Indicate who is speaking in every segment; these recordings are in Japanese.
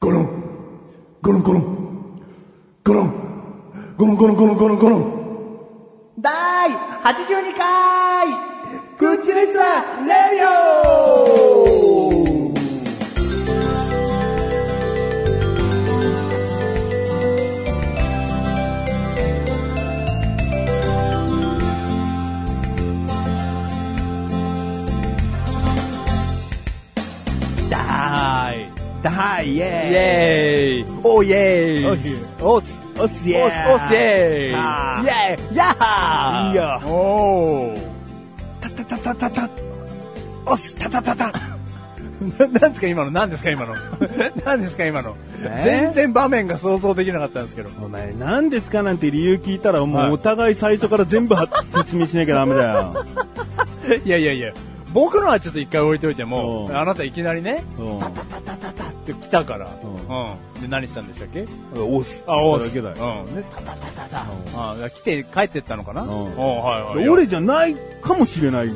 Speaker 1: ゴロンゴロンゴロンゴロンゴロンゴロンゴロンゴロンゴロン
Speaker 2: 第82回グッチレスラレディオ
Speaker 3: だーい
Speaker 2: だいイ
Speaker 3: イ
Speaker 2: エ
Speaker 3: ェーイ
Speaker 2: ーイおイエ
Speaker 3: おっ
Speaker 2: ー
Speaker 3: す
Speaker 2: イ
Speaker 3: おっすおっすイェーイ
Speaker 2: おっすおっすイエーイ
Speaker 3: は
Speaker 2: イエーイヤッハー
Speaker 3: いいよ
Speaker 2: おー
Speaker 3: たたたたたたおっすたたた たななんですか今のなんですか今の なんですか今の、
Speaker 2: えー
Speaker 3: 全然場面が想像できなかったんですけど。
Speaker 2: お前何ですかなんて理由聞いたらも
Speaker 3: は
Speaker 2: う
Speaker 3: い
Speaker 2: お互い最初から全部は説明しなきゃダメだよ。
Speaker 3: いやいやいや、僕のはちょっと一回置いといても
Speaker 2: う、ん
Speaker 3: あなたいきなりね、
Speaker 2: うん
Speaker 3: たたたたたたって来たから、
Speaker 2: うん
Speaker 3: うん。で、何したんでしたっけ
Speaker 2: 押す。
Speaker 3: あ、お
Speaker 2: だけだよ。
Speaker 3: うん。で、たたたたた。あ、だから来て帰ってったのかな
Speaker 2: うん
Speaker 3: おはいはい。
Speaker 2: 俺じゃないかもしれない。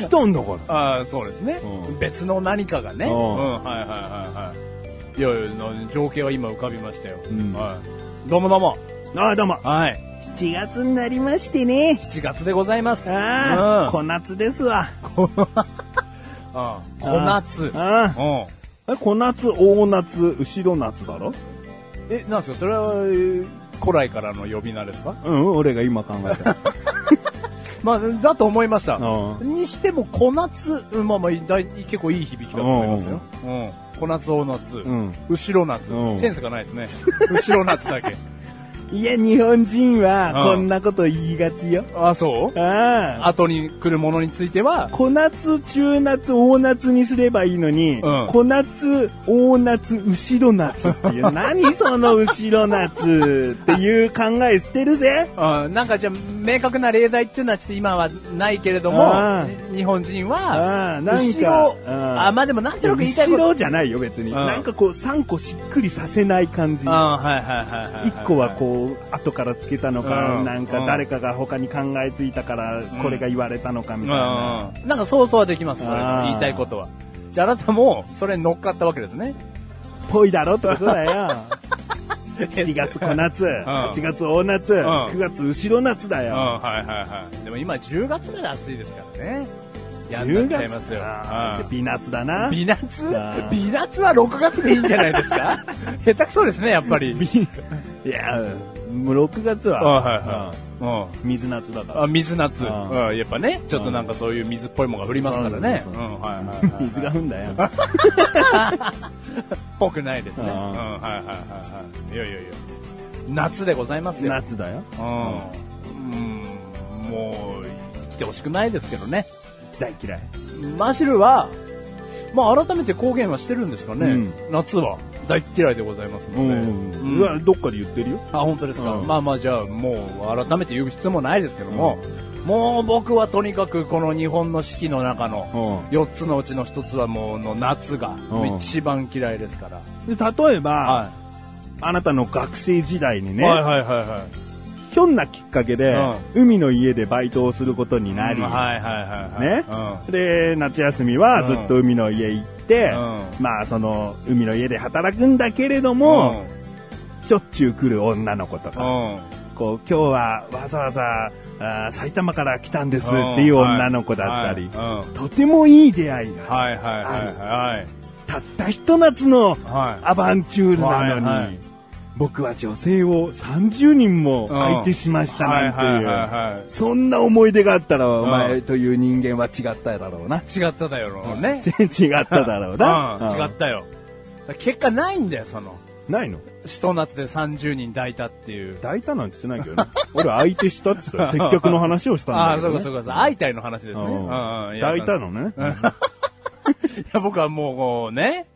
Speaker 2: 来たんだから。
Speaker 3: ああ、そうですね、
Speaker 2: うん
Speaker 3: 別の何かがね。う、
Speaker 2: うんん
Speaker 3: はいはいはいはい。いやいや、な情景は今浮かびましたよ。
Speaker 2: うん
Speaker 3: はい。どうもどうも。
Speaker 2: ああ、どうも。
Speaker 3: はい。
Speaker 2: 7月になりましてね。
Speaker 3: 7月でございます。
Speaker 2: ああ、
Speaker 3: こ、
Speaker 2: 小夏ですわ。
Speaker 3: あー小夏。
Speaker 2: あ
Speaker 3: うん。
Speaker 2: あ、え小夏、大夏、後ろ夏だろ
Speaker 3: え、なんですかそれは、えー古来からの呼び名ですか
Speaker 2: うん、俺が今考え た。
Speaker 3: まあ、だと思いました。
Speaker 2: う
Speaker 3: にしても、小夏、うんまあまあ、だい結構いい響きだと思いますよ。うん。小夏、大夏、
Speaker 2: うん
Speaker 3: 後ろ夏、
Speaker 2: うん
Speaker 3: センスがないですね。後ろ夏だけ。
Speaker 2: いや、日本人は
Speaker 3: こん
Speaker 2: なこと言いがちよ。
Speaker 3: あ、そう
Speaker 2: ああ。
Speaker 3: 後に来るものについては、
Speaker 2: 小夏、中夏、大夏にすればいいのに、
Speaker 3: うん
Speaker 2: 小夏、大夏、後ろ夏って いう、何その後ろ夏っていう考え捨てる ぜ。
Speaker 3: うん、なんかじゃあ、明確な例題っていうのはちょっと今はないけれども
Speaker 2: あ、
Speaker 3: 日本人は、
Speaker 2: ああ、なん
Speaker 3: 後
Speaker 2: か
Speaker 3: ろ、、あ、
Speaker 2: あ
Speaker 3: まあでもなんとなく言いたい
Speaker 2: 後
Speaker 3: こと。
Speaker 2: ろじゃないよ別に。
Speaker 3: うん
Speaker 2: なんかこう3個しっくりさせない感じ。
Speaker 3: あはいはいはいはい。
Speaker 2: 1個はこう、後からつけたの
Speaker 3: う
Speaker 2: か、
Speaker 3: ん
Speaker 2: なんか誰かが他に考えついたから、これが言われたのか
Speaker 3: う
Speaker 2: み
Speaker 3: ん、
Speaker 2: たいな。
Speaker 3: なんか想像はできます、そ
Speaker 2: あ
Speaker 3: れが
Speaker 2: ー
Speaker 3: 言いたいことは。じゃああなたも、それに乗っかったわけですね。
Speaker 2: ぽいだろってことだ よ。7月小夏、8月大夏、
Speaker 3: ん
Speaker 2: 9月後ろ夏だ
Speaker 3: うん、
Speaker 2: よ。
Speaker 3: はいはいはい。でも今10月まで暑いですからね。やんな
Speaker 2: 10
Speaker 3: っちゃい
Speaker 2: 月
Speaker 3: ますよ。
Speaker 2: だ
Speaker 3: うん
Speaker 2: 美夏だな。
Speaker 3: 微夏
Speaker 2: あー
Speaker 3: 微夏は6月でいいんじゃないです か下手くそですね、やっぱり。
Speaker 2: いや、もう6月
Speaker 3: あ
Speaker 2: は、
Speaker 3: はいはい。うん。
Speaker 2: うん水夏だか
Speaker 3: あ水夏、
Speaker 2: あ
Speaker 3: うん、やっぱね、ちょっとなんかそういう水っぽいものが降りますからね。、
Speaker 2: そううんそうそう
Speaker 3: はいはいはい、
Speaker 2: ら。水が降んだよ。
Speaker 3: ぽくないですね。うん、
Speaker 2: あ
Speaker 3: はいはいはいはい。いやいやいや。夏でございますよ。
Speaker 2: 夏だよ。
Speaker 3: うん。うん、もう、来てほしくないですけどね。
Speaker 2: 大嫌い。
Speaker 3: マシルは、まあ改めて公言はしてるんですかね。
Speaker 2: うん
Speaker 3: 夏は大っ嫌いでございますので。
Speaker 2: うわ、どっかで言ってるよ。
Speaker 3: あ、本当ですか。
Speaker 2: うん
Speaker 3: まあまあ、じゃあ、もう、改めて言う必要もないですけども、もう僕はとにかくこの日本の四季の中の、4つのうちの1つはもう、の夏が
Speaker 2: うん、
Speaker 3: 一番嫌いですから。
Speaker 2: で例えば、
Speaker 3: い。
Speaker 2: あなたの学生時代にね、
Speaker 3: はいはいはいはい。
Speaker 2: ひょんなきっかけで、海の家でバイトをすることになり、
Speaker 3: うんはいはいはいは
Speaker 2: ね
Speaker 3: い。
Speaker 2: で、夏休みはずっと海の家行って、
Speaker 3: う
Speaker 2: まあその海の家で働くんだけれど
Speaker 3: うん。
Speaker 2: も、しょっちゅう来る女の子と
Speaker 3: う
Speaker 2: か、
Speaker 3: ん。うん。
Speaker 2: こう今日はわざわざあー埼玉から来たんですっていう女の子だったり、
Speaker 3: はいはいうん
Speaker 2: とてもいい出会いが、
Speaker 3: はいはいはいはい。
Speaker 2: たったひと夏の
Speaker 3: はい
Speaker 2: アバンチュールなのに、
Speaker 3: はいはい
Speaker 2: 僕は女性を30人も相手しましたなんていう、
Speaker 3: はいはいはいはい
Speaker 2: そんな思い出があったら、お
Speaker 3: う
Speaker 2: 前という人間は違っただろうな。
Speaker 3: 違っただよ、ね。
Speaker 2: 全然違っただろうな。
Speaker 3: うん、違ったよ。だから結果ないんだよ、その。
Speaker 2: ないの
Speaker 3: ひと夏で30人抱いたっていう。
Speaker 2: 大胆なんてしてないけどね。 俺相手したっつった ら接客の話をした
Speaker 3: ああ
Speaker 2: んだ
Speaker 3: ー、そう
Speaker 2: よ、ね。
Speaker 3: かそうかそう。相対の話ですね。うんうん。いや
Speaker 2: 大胆のね。
Speaker 3: いや、 僕はもうこうね、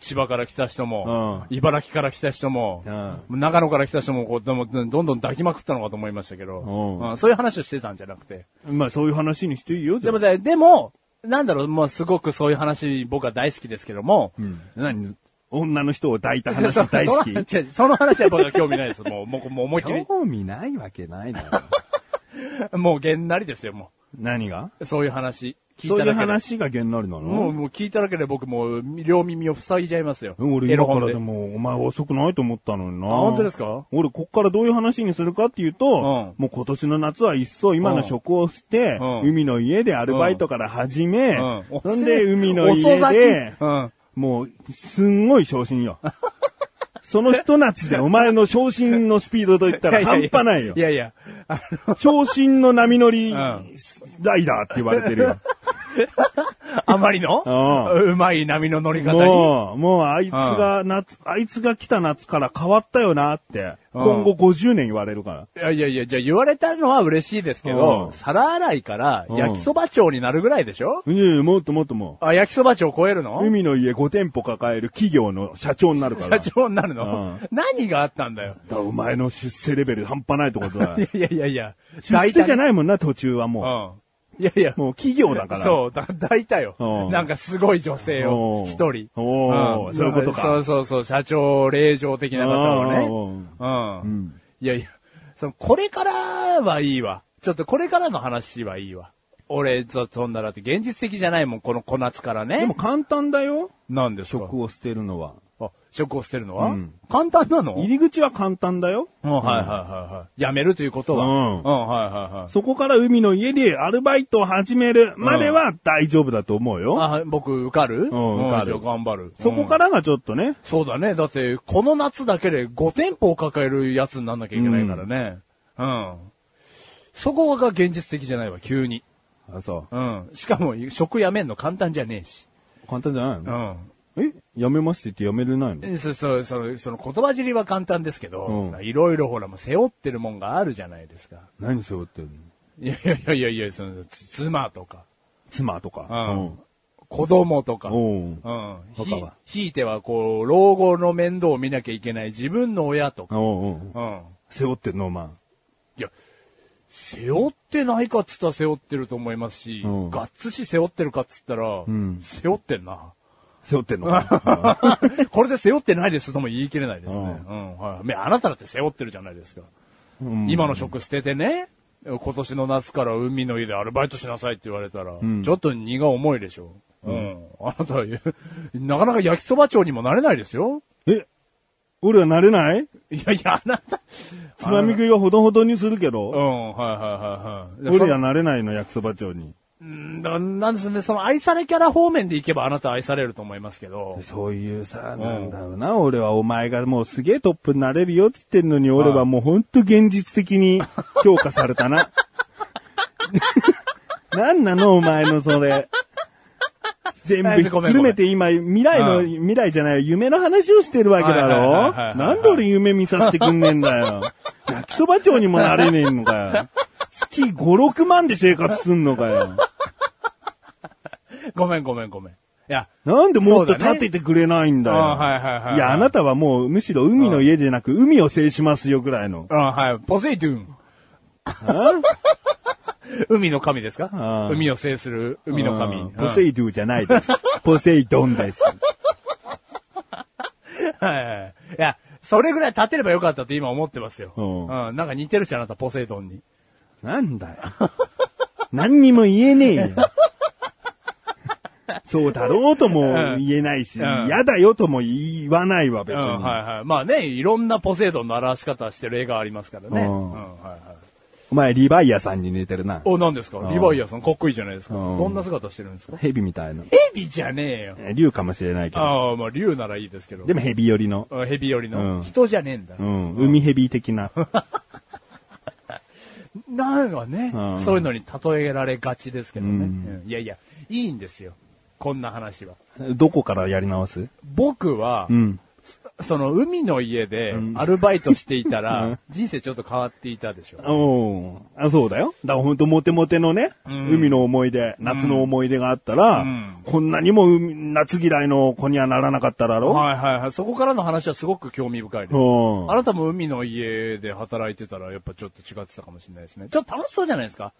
Speaker 3: 千葉から来た人も、茨城から来た人も、長野から来た人もこうどんどん、どんどん抱きまくったのかと思いましたけど、
Speaker 2: うん
Speaker 3: うんそういう話をしてたんじゃなくて。
Speaker 2: まあそういう話にしていいよ、じ
Speaker 3: で
Speaker 2: ゃ
Speaker 3: も
Speaker 2: あ。
Speaker 3: ね、でも、なんだろう、もうすごくそういう話僕は大好きですけども、
Speaker 2: 何女の人を抱いた話大好 き
Speaker 3: その違うその話は僕は興味ないです。もう、もう、もう思いっきり。
Speaker 2: 興味ないわけないだろ。
Speaker 3: もうげんなりですよ、も
Speaker 2: 何が
Speaker 3: う。そういう話。聞い
Speaker 2: そう
Speaker 3: た
Speaker 2: いう
Speaker 3: だけで。
Speaker 2: 話が原なりな
Speaker 3: もう、
Speaker 2: の
Speaker 3: もう聞いただけで僕もう、両耳を塞いじゃいますよ。
Speaker 2: うん俺
Speaker 3: エロ
Speaker 2: 今か
Speaker 3: 本
Speaker 2: ら
Speaker 3: で
Speaker 2: で。も、お前遅くないと思ったのにな。
Speaker 3: あ本当ですか
Speaker 2: 俺、こっからどういう話にするかっていうと、もう今年の夏はいっそ今の職を捨て、
Speaker 3: うん
Speaker 2: 海の家でアルバイトから始め、
Speaker 3: うん
Speaker 2: なんで海の家
Speaker 3: 遅咲き
Speaker 2: で、
Speaker 3: うん。
Speaker 2: もう、すんごい昇進よ。 その一夏でお前の昇進のスピードといったら半端ないよ
Speaker 3: い。やいや、あの、
Speaker 2: 昇進の波乗り、
Speaker 3: ん
Speaker 2: ライダーって言われてるよ。
Speaker 3: あまりの
Speaker 2: う
Speaker 3: うまい波の乗り方に。
Speaker 2: もう、もうあいつが夏、あいつが来た夏から変わったよなって、
Speaker 3: うん
Speaker 2: 今後50年言われるから。
Speaker 3: いやいやいや、じゃあ言われたのは嬉しいですけ
Speaker 2: うん
Speaker 3: ど、皿洗いから焼きそば長になるぐらいでしょ
Speaker 2: うんいやいや、もっともっとも
Speaker 3: あ、焼きそば長超えるの
Speaker 2: う、海の家5店舗抱える企業の社長になるから。だか
Speaker 3: 社長になる
Speaker 2: う
Speaker 3: の
Speaker 2: ん
Speaker 3: 何があったんだよ。
Speaker 2: らお前の出世レベル半端ないってことだ。
Speaker 3: いやいやいや、
Speaker 2: 出世じゃ
Speaker 3: ない
Speaker 2: ないもんな、途中はも
Speaker 3: うん。いやいや
Speaker 2: う。、もう企業だから。
Speaker 3: そう、だ、大体よ
Speaker 2: うん。
Speaker 3: なんかすごい女性
Speaker 2: お
Speaker 3: を、
Speaker 2: ー
Speaker 3: 一人。
Speaker 2: おー
Speaker 3: ん
Speaker 2: そういうことか
Speaker 3: そうそうそう、社長、令嬢的な方
Speaker 2: おー
Speaker 3: をね。うん。いやいや、その、これからはいいわ。ちょっとこれからの話はいいわ。俺、そ、そんなだって現実的じゃないもん、この小夏からね。
Speaker 2: でも簡単だよ。
Speaker 3: なんですか
Speaker 2: 職を捨てるのは。
Speaker 3: あ、職を捨てるのは、
Speaker 2: うん
Speaker 3: 簡単なの
Speaker 2: 入り口は簡単だよ。
Speaker 3: うん、はいはいはいはい。辞めるということは。
Speaker 2: うん
Speaker 3: はいはいはい。
Speaker 2: そこから海の家でアルバイトを始めるまでは大丈夫だと思うよ。
Speaker 3: あ、僕、受かる
Speaker 2: うん受かる
Speaker 3: じゃあ頑張る。
Speaker 2: そこ
Speaker 3: ら
Speaker 2: からがちょっとね、
Speaker 3: そうだね。だって、この夏だけで5店舗を抱えるやつになんなきゃいけないからね。うん。そこが現実的じゃないわ、急に。
Speaker 2: あ、そ
Speaker 3: うん。しかも、職辞めんの簡単じゃねえし。
Speaker 2: う。簡単じゃないの
Speaker 3: ん。
Speaker 2: えやめますって言ってやめれないの
Speaker 3: えそ、そ、その、その言葉尻は簡単ですけど
Speaker 2: う、
Speaker 3: いろいろほら、もう背負ってるもんがあるじゃないですか。
Speaker 2: 何背負ってるの
Speaker 3: いやいやいやいやいや、その、つ妻とか、
Speaker 2: 妻とか。
Speaker 3: うん子供とか、
Speaker 2: おう
Speaker 3: うん。
Speaker 2: 他
Speaker 3: ひ
Speaker 2: は、
Speaker 3: ひいてはこう、老後の面倒を見なきゃいけない自分の親と
Speaker 2: う
Speaker 3: か、
Speaker 2: ん。おうおう
Speaker 3: うん。
Speaker 2: 背負ってるの、お前。
Speaker 3: いや、背負ってないかっつったら背負ってると思いますし、
Speaker 2: うん
Speaker 3: がっつし背負ってるかっつったら、
Speaker 2: ん
Speaker 3: 背負ってんな。
Speaker 2: 背負ってるの か。
Speaker 3: これで背負ってないですとも言い切れないですね。
Speaker 2: う
Speaker 3: うんん、はい。ねあなただって背負ってるじゃないですか。
Speaker 2: うん
Speaker 3: 今の職捨ててね、今年の夏から海の家でアルバイトしなさいって言われたら、ちょっと荷が重いでしょ。うん。あなたは、 なかなか焼きそば長にもなれないですよ。
Speaker 2: え俺はなれない
Speaker 3: いやいや、あなた。
Speaker 2: つまみ食いはほどほどにするけど
Speaker 3: う、ん、はいはいはいはい。
Speaker 2: 俺はなれないの、焼きそば長に。
Speaker 3: うんだからなんですね、その愛されキャラ方面でいけばあなた愛されると思いますけど。
Speaker 2: そういうさ、なんだろうな、俺はお前がもうすげえトップになれるよっつってんのに、俺はもうほんと現実的に 評価されたな。 なんなのお前のそれ。全部ひっくるめて今、未来の、
Speaker 3: うん
Speaker 2: 未来じゃない、夢の話をしてるわけだ
Speaker 3: はいはいはい
Speaker 2: ろ
Speaker 3: はいはい
Speaker 2: なんで俺夢見させてくんねえんだ よ。焼きそば長にもなれねえのかよ。月5、6万で生活すんのかよ。
Speaker 3: ごめんごめんごめん。いや、
Speaker 2: なんでもっと
Speaker 3: そうだね
Speaker 2: 立ててくれないんだよ。
Speaker 3: あはいはいはい
Speaker 2: いや、あなたはもう、むしろ海の家じゃなく、海を制しますよぐらいの。
Speaker 3: あはい、ポセイドゥン。 海の神ですか
Speaker 2: うん
Speaker 3: 海を制する海の
Speaker 2: う
Speaker 3: 神
Speaker 2: ん。ポセイドゥじゃないです。 ポセイドンです。
Speaker 3: うんはい。いや、それぐらい立てればよかったって今思ってますよ。
Speaker 2: うん
Speaker 3: うん。なんか似てるしあなた、ポセイドンに。
Speaker 2: なんだよ。何にも言えねえよ。そうだろうとも言えないし、
Speaker 3: うん
Speaker 2: 嫌だよとも言わないわ、別
Speaker 3: うん、
Speaker 2: に。
Speaker 3: はいはい。まあね、いろんなポセイドンの表し方してる絵がありますからね。
Speaker 2: う
Speaker 3: うんん、はいはい。
Speaker 2: お前、リヴァイアさんに似てるな。
Speaker 3: お、何ですか
Speaker 2: うん
Speaker 3: リヴァイアさん、かっこいいじゃないですか。
Speaker 2: うん
Speaker 3: どんな姿してるんですか
Speaker 2: ヘビみたいな。
Speaker 3: ヘビじゃねえよ。
Speaker 2: 竜かもしれないけど。
Speaker 3: ああ、まあ、竜ならいいですけど。
Speaker 2: でもヘビ寄りの。
Speaker 3: うん、ヘビ寄り
Speaker 2: うん
Speaker 3: の。人じゃねえんだ
Speaker 2: う。ん、海ヘビ的 な。
Speaker 3: なんかね
Speaker 2: うん、
Speaker 3: そういうのに例えられがちですけどね。
Speaker 2: うん
Speaker 3: うんいやいや、いいんですよ。こんな話は。
Speaker 2: どこからやり直す
Speaker 3: 僕は
Speaker 2: う、ん。
Speaker 3: その海の家でアルバイトしていた
Speaker 2: う
Speaker 3: ら
Speaker 2: ん、
Speaker 3: 人生ちょっと変わっていたでしょ。
Speaker 2: うん。あ、そうだよ。だから本当モテモテのね、
Speaker 3: ん
Speaker 2: 海の思い出、夏の思い出があったら、
Speaker 3: うん
Speaker 2: こんなにも海夏嫌いの子にはならなかっただろ、
Speaker 3: はいはいはい。そこからの話はすごく興味深いです。
Speaker 2: うん
Speaker 3: あなたも海の家で働いてたら、やっぱちょっと違ってたかもしれないですね。ちょっと楽しそうじゃないですか。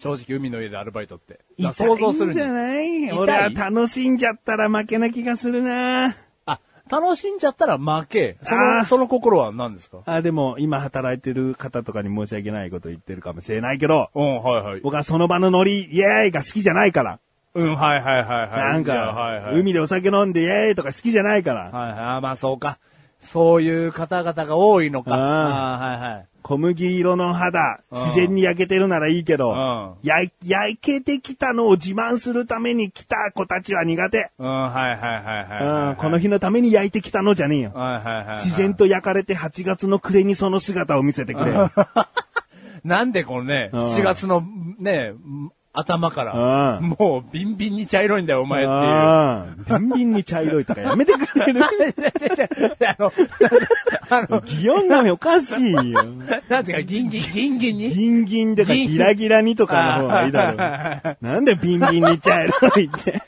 Speaker 3: 正直、海の家でアルバイトって。だから想像するに。
Speaker 2: 痛いんじゃない
Speaker 3: 痛い
Speaker 2: 俺は楽しんじゃったら負けな気がするな
Speaker 3: あ、楽しんじゃったら負け。そ
Speaker 2: あー
Speaker 3: の、その心は何ですか
Speaker 2: あ、でも今働いてる方とかに申し訳ないこと言ってるかもしれないけど、
Speaker 3: うん、はいはい。
Speaker 2: 僕はその場のノリ、イエーイが好きじゃないから。
Speaker 3: うん、はいはいはいはい。
Speaker 2: なん
Speaker 3: いやはい
Speaker 2: か
Speaker 3: は、い。
Speaker 2: 海でお酒飲んでイエーイとか好きじゃないから、
Speaker 3: はいはい。あまあそうか。そういう方々が多いのか。
Speaker 2: あ
Speaker 3: あはいはい。
Speaker 2: 小麦色の肌、
Speaker 3: うん
Speaker 2: 自然に焼けてるならいいけ
Speaker 3: う
Speaker 2: ど
Speaker 3: ん、
Speaker 2: や焼けてきたのを自慢するために来た子たちは苦手。
Speaker 3: うん、はいはいはいはいはい、
Speaker 2: うんこの日のために焼いてきたのじゃねえよ。
Speaker 3: はいはいはいはい。
Speaker 2: 自然と焼かれて8月の暮れにその姿を見せてくれ。
Speaker 3: なんでこのね、
Speaker 2: うん
Speaker 3: 7月のね、頭から、
Speaker 2: うん
Speaker 3: もうビンビンに茶色いんだよ、お前っていう。 あ
Speaker 2: うんビンビンに茶色いとかやめてくれる
Speaker 3: の、あの、
Speaker 2: 擬音がおかしいよ。
Speaker 3: なんていうか、ギンギン、ギンギンに。
Speaker 2: ギンギンでか
Speaker 3: ギン
Speaker 2: ギラギラにとかの方がいいだ ろう。なんでビンビンに茶色いって。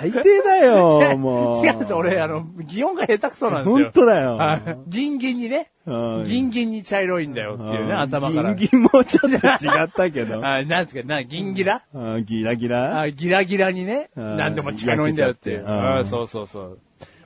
Speaker 2: 最低だよ、もう。
Speaker 3: 違うんです、俺、あの、擬音が下手くそなんですよ。
Speaker 2: 本当だ
Speaker 3: あ
Speaker 2: よ。
Speaker 3: ギンギンにね
Speaker 2: うん、
Speaker 3: ギンギンに茶色いんだよっていうね、
Speaker 2: うん
Speaker 3: 頭から。
Speaker 2: ギンギンもちょっと違ったけ ど。
Speaker 3: あなんですか、な、ギンギラ
Speaker 2: うんギラギラ
Speaker 3: あギラギラにね、
Speaker 2: うん
Speaker 3: なんでも茶色いんだよっていう。
Speaker 2: 焼けちゃってうん
Speaker 3: うんそうそうそう。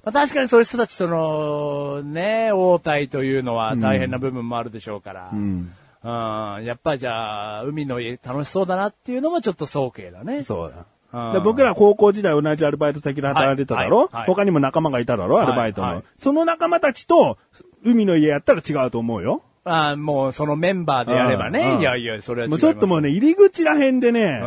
Speaker 3: まあ、確かにそういう人たちとの、ね、応対というのは大変な部分もあるでしょうから。
Speaker 2: うん。
Speaker 3: うんやっぱりじゃあ、海の家楽しそうだなっていうのもちょっと早慶だね。
Speaker 2: そうだ。
Speaker 3: うん
Speaker 2: で僕ら高校時代同じアルバイト先で働いてただろ、
Speaker 3: はいはいはい
Speaker 2: 他にも仲間がいただろアルバイトの、
Speaker 3: はいはい
Speaker 2: その仲間たちと、海の家やったら違うと思うよ。
Speaker 3: あもうそのメンバーでやればね。
Speaker 2: うん
Speaker 3: いやいや、それは違い
Speaker 2: も
Speaker 3: ま
Speaker 2: うち
Speaker 3: す
Speaker 2: ょっともうね、入り口ら辺でね、
Speaker 3: ん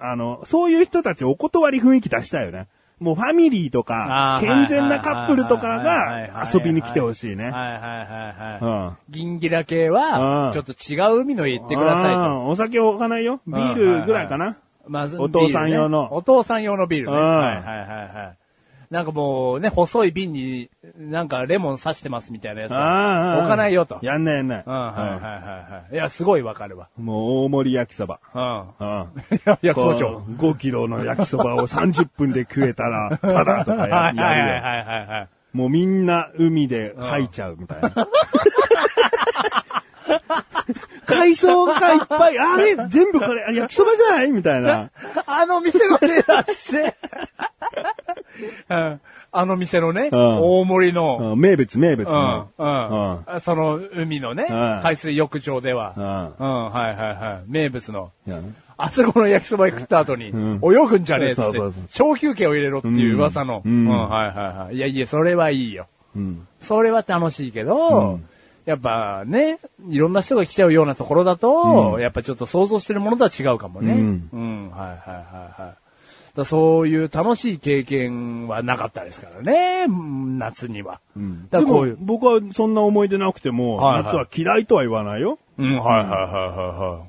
Speaker 2: あの、そういう人たちお断り雰囲気出したいよね。もうファミリーとか、
Speaker 3: あー
Speaker 2: 健全なカップルとか
Speaker 3: はいはいはいはい
Speaker 2: が
Speaker 3: はい
Speaker 2: 遊びに来てほしい
Speaker 3: はい
Speaker 2: ね。
Speaker 3: はいはい
Speaker 2: うん
Speaker 3: はい。銀ギラ系は
Speaker 2: うん、
Speaker 3: ちょっと違う海の家行ってください
Speaker 2: あー
Speaker 3: と。
Speaker 2: お酒置かないよ。ビールぐらいかな。
Speaker 3: まず
Speaker 2: お父さん用の
Speaker 3: ビールねお父さん用のビールね。
Speaker 2: うん
Speaker 3: はいはいはいはい。なんかもうね、細い瓶になんかレモン刺してますみたいなやつ
Speaker 2: あーあ
Speaker 3: は
Speaker 2: ー
Speaker 3: 置かないよと。
Speaker 2: やんないやんない。
Speaker 3: うん、はいはいはいはい。いや、すごいわかるわ。
Speaker 2: うんもう大盛り焼きそば。
Speaker 3: うん。
Speaker 2: うん。
Speaker 3: いや、役所長。
Speaker 2: 5キロの焼きそばを30分で食えた ら、ただとかやや
Speaker 3: はい
Speaker 2: る
Speaker 3: はい
Speaker 2: よ。
Speaker 3: はいはいはい。
Speaker 2: もうみんな海で吐いちゃうみたい な。海藻がいっぱい、あれ全部これ、焼きそばじゃないみたい な。
Speaker 3: あの店のせいだって。うんあの店のね、
Speaker 2: うん
Speaker 3: 大盛り
Speaker 2: う
Speaker 3: の、
Speaker 2: ん名物、名物。
Speaker 3: う
Speaker 2: うん
Speaker 3: ん、うん、その海のね、
Speaker 2: ん
Speaker 3: 海水浴場では、
Speaker 2: う
Speaker 3: うんん、はいはいはい、名物の、
Speaker 2: いや
Speaker 3: あそこの焼きそば食った後に、
Speaker 2: ん
Speaker 3: 泳ぐんじゃねえっつ
Speaker 2: そ
Speaker 3: っ
Speaker 2: う
Speaker 3: て
Speaker 2: そうそう、
Speaker 3: 小休憩を入れろっていう噂の、
Speaker 2: う
Speaker 3: うんん、はいはいはい。いやいや、それはいいよ。
Speaker 2: うん
Speaker 3: それは楽しいけど、
Speaker 2: うん
Speaker 3: やっぱね、いろんな人が来ちゃうようなところだと、やっぱちょっと想像してるものとは違うかもね。
Speaker 2: う
Speaker 3: うんん、はいはいはいはい。だそういう楽しい経験はなかったですからね、うん夏には。うん、だ
Speaker 2: で
Speaker 3: からこ
Speaker 2: も
Speaker 3: ういう。
Speaker 2: 僕はそんな思い出なくても、
Speaker 3: はいはい
Speaker 2: 夏は嫌いとは言わないよ。
Speaker 3: うん、はいはいはいはいはい。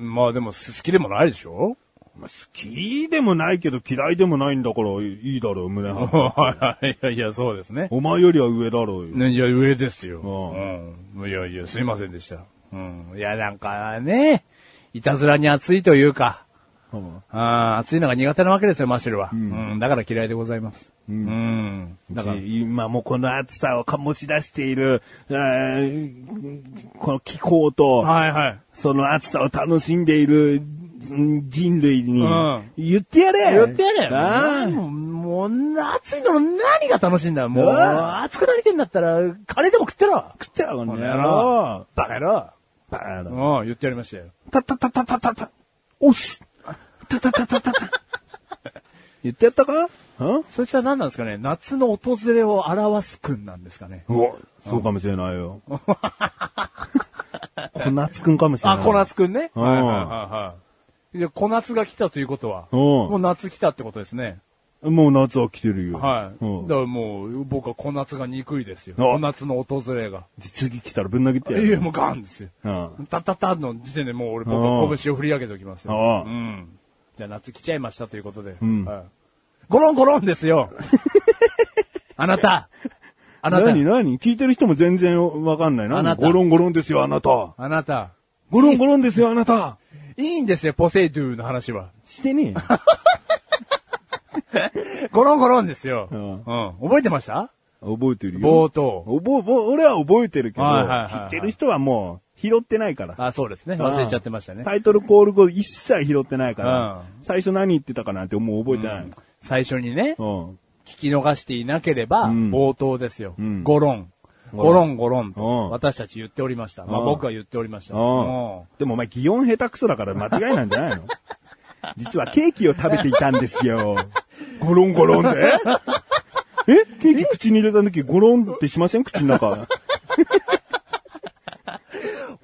Speaker 3: ままあでも好きでもないでしょ
Speaker 2: まあ好きでもないけど嫌いでもないんだからいいだろう、胸張って
Speaker 3: はいはい。いやいや、そうですね。
Speaker 2: お前よりは上だろうよ。
Speaker 3: ね、いや、上ですよ。
Speaker 2: う
Speaker 3: うん。いやいや、すいませんでした。うん。いや、なんかね、いたずらに熱いというか、
Speaker 2: うん
Speaker 3: ああ、暑いのが苦手なわけですよ、マシルは。うん。だから嫌いでございます。うん。だから、
Speaker 2: 今もこの暑さを醸し出している、えーこの気候と、
Speaker 3: はいはい。
Speaker 2: その暑さを楽しんでいるうん人類に
Speaker 3: うん、
Speaker 2: 言ってやれ
Speaker 3: 言ってやれよ
Speaker 2: なあ
Speaker 3: もう、もう暑いのの何が楽しいんだもう、
Speaker 2: な
Speaker 3: 暑くなりてんだったら、カレーでも食ってろ
Speaker 2: 食っちゃうこの
Speaker 3: この
Speaker 2: 野
Speaker 3: 野
Speaker 2: 郎
Speaker 3: 郎。バカ野郎
Speaker 2: バカ野郎。
Speaker 3: うん、言ってやりましたよ。
Speaker 2: たたたたたたた。おっす。たたたたた た。言ってやったかん
Speaker 3: そいつは何なんですかね夏の訪れを表すくんなんですかね
Speaker 2: うわそうかもしれない よ。こなつくんかもしれない。
Speaker 3: あ、小夏くんね。
Speaker 2: うん
Speaker 3: はいはいはいはい。で、小夏が来たということは、
Speaker 2: うん
Speaker 3: もう夏来たってことですね。
Speaker 2: もう夏は来てるよ。
Speaker 3: はい。
Speaker 2: うん
Speaker 3: だからもう、僕は小夏が憎いですよ。
Speaker 2: あ
Speaker 3: 小夏の訪れが。
Speaker 2: で次来たらぶん投げてやる。
Speaker 3: いや、もうガンですよ。
Speaker 2: うん
Speaker 3: たったったの時点でもう俺僕は拳を振り上げておきますよ。
Speaker 2: う
Speaker 3: うん。じゃあ夏来ちゃいましたということで。
Speaker 2: ん
Speaker 3: はいゴロンゴロンで すよあなたあなた
Speaker 2: 何何聞いてる人も全然わかんない。
Speaker 3: あ
Speaker 2: 何
Speaker 3: なた
Speaker 2: ゴロンゴロンですよ、あなた。
Speaker 3: あなた
Speaker 2: ゴロンゴロンですよ、あなた。
Speaker 3: いいんですよ、ポセイドゥの話は。
Speaker 2: してね
Speaker 3: ゴロンゴロンですよ。
Speaker 2: う
Speaker 3: うんん。覚えてました
Speaker 2: え。覚えてるよ。
Speaker 3: 冒頭。
Speaker 2: 覚え、覚え俺は覚えてるけど、
Speaker 3: はいはいはいはい
Speaker 2: 聞いてる人はもう拾ってないから。
Speaker 3: あ、そうですね。忘れちゃってましたね。
Speaker 2: タイトルコール後一切拾ってないから、
Speaker 3: う
Speaker 2: 最初何言ってたかなんてもう覚えてない。
Speaker 3: 最初にね、
Speaker 2: うん。
Speaker 3: 聞き逃していなければ、
Speaker 2: ん
Speaker 3: 冒頭ですよ。
Speaker 2: ん
Speaker 3: ゴロン。ゴロンゴロン
Speaker 2: うん
Speaker 3: と、私たち言っておりました。まあ
Speaker 2: うん
Speaker 3: 僕は言っておりました。
Speaker 2: うん
Speaker 3: も
Speaker 2: でもお前、擬音下手くそだから間違いなんじゃないの 実はケーキを食べていたんですよ。ゴロンゴロンで えケーキ口に入れた時ゴロンってしません口の中。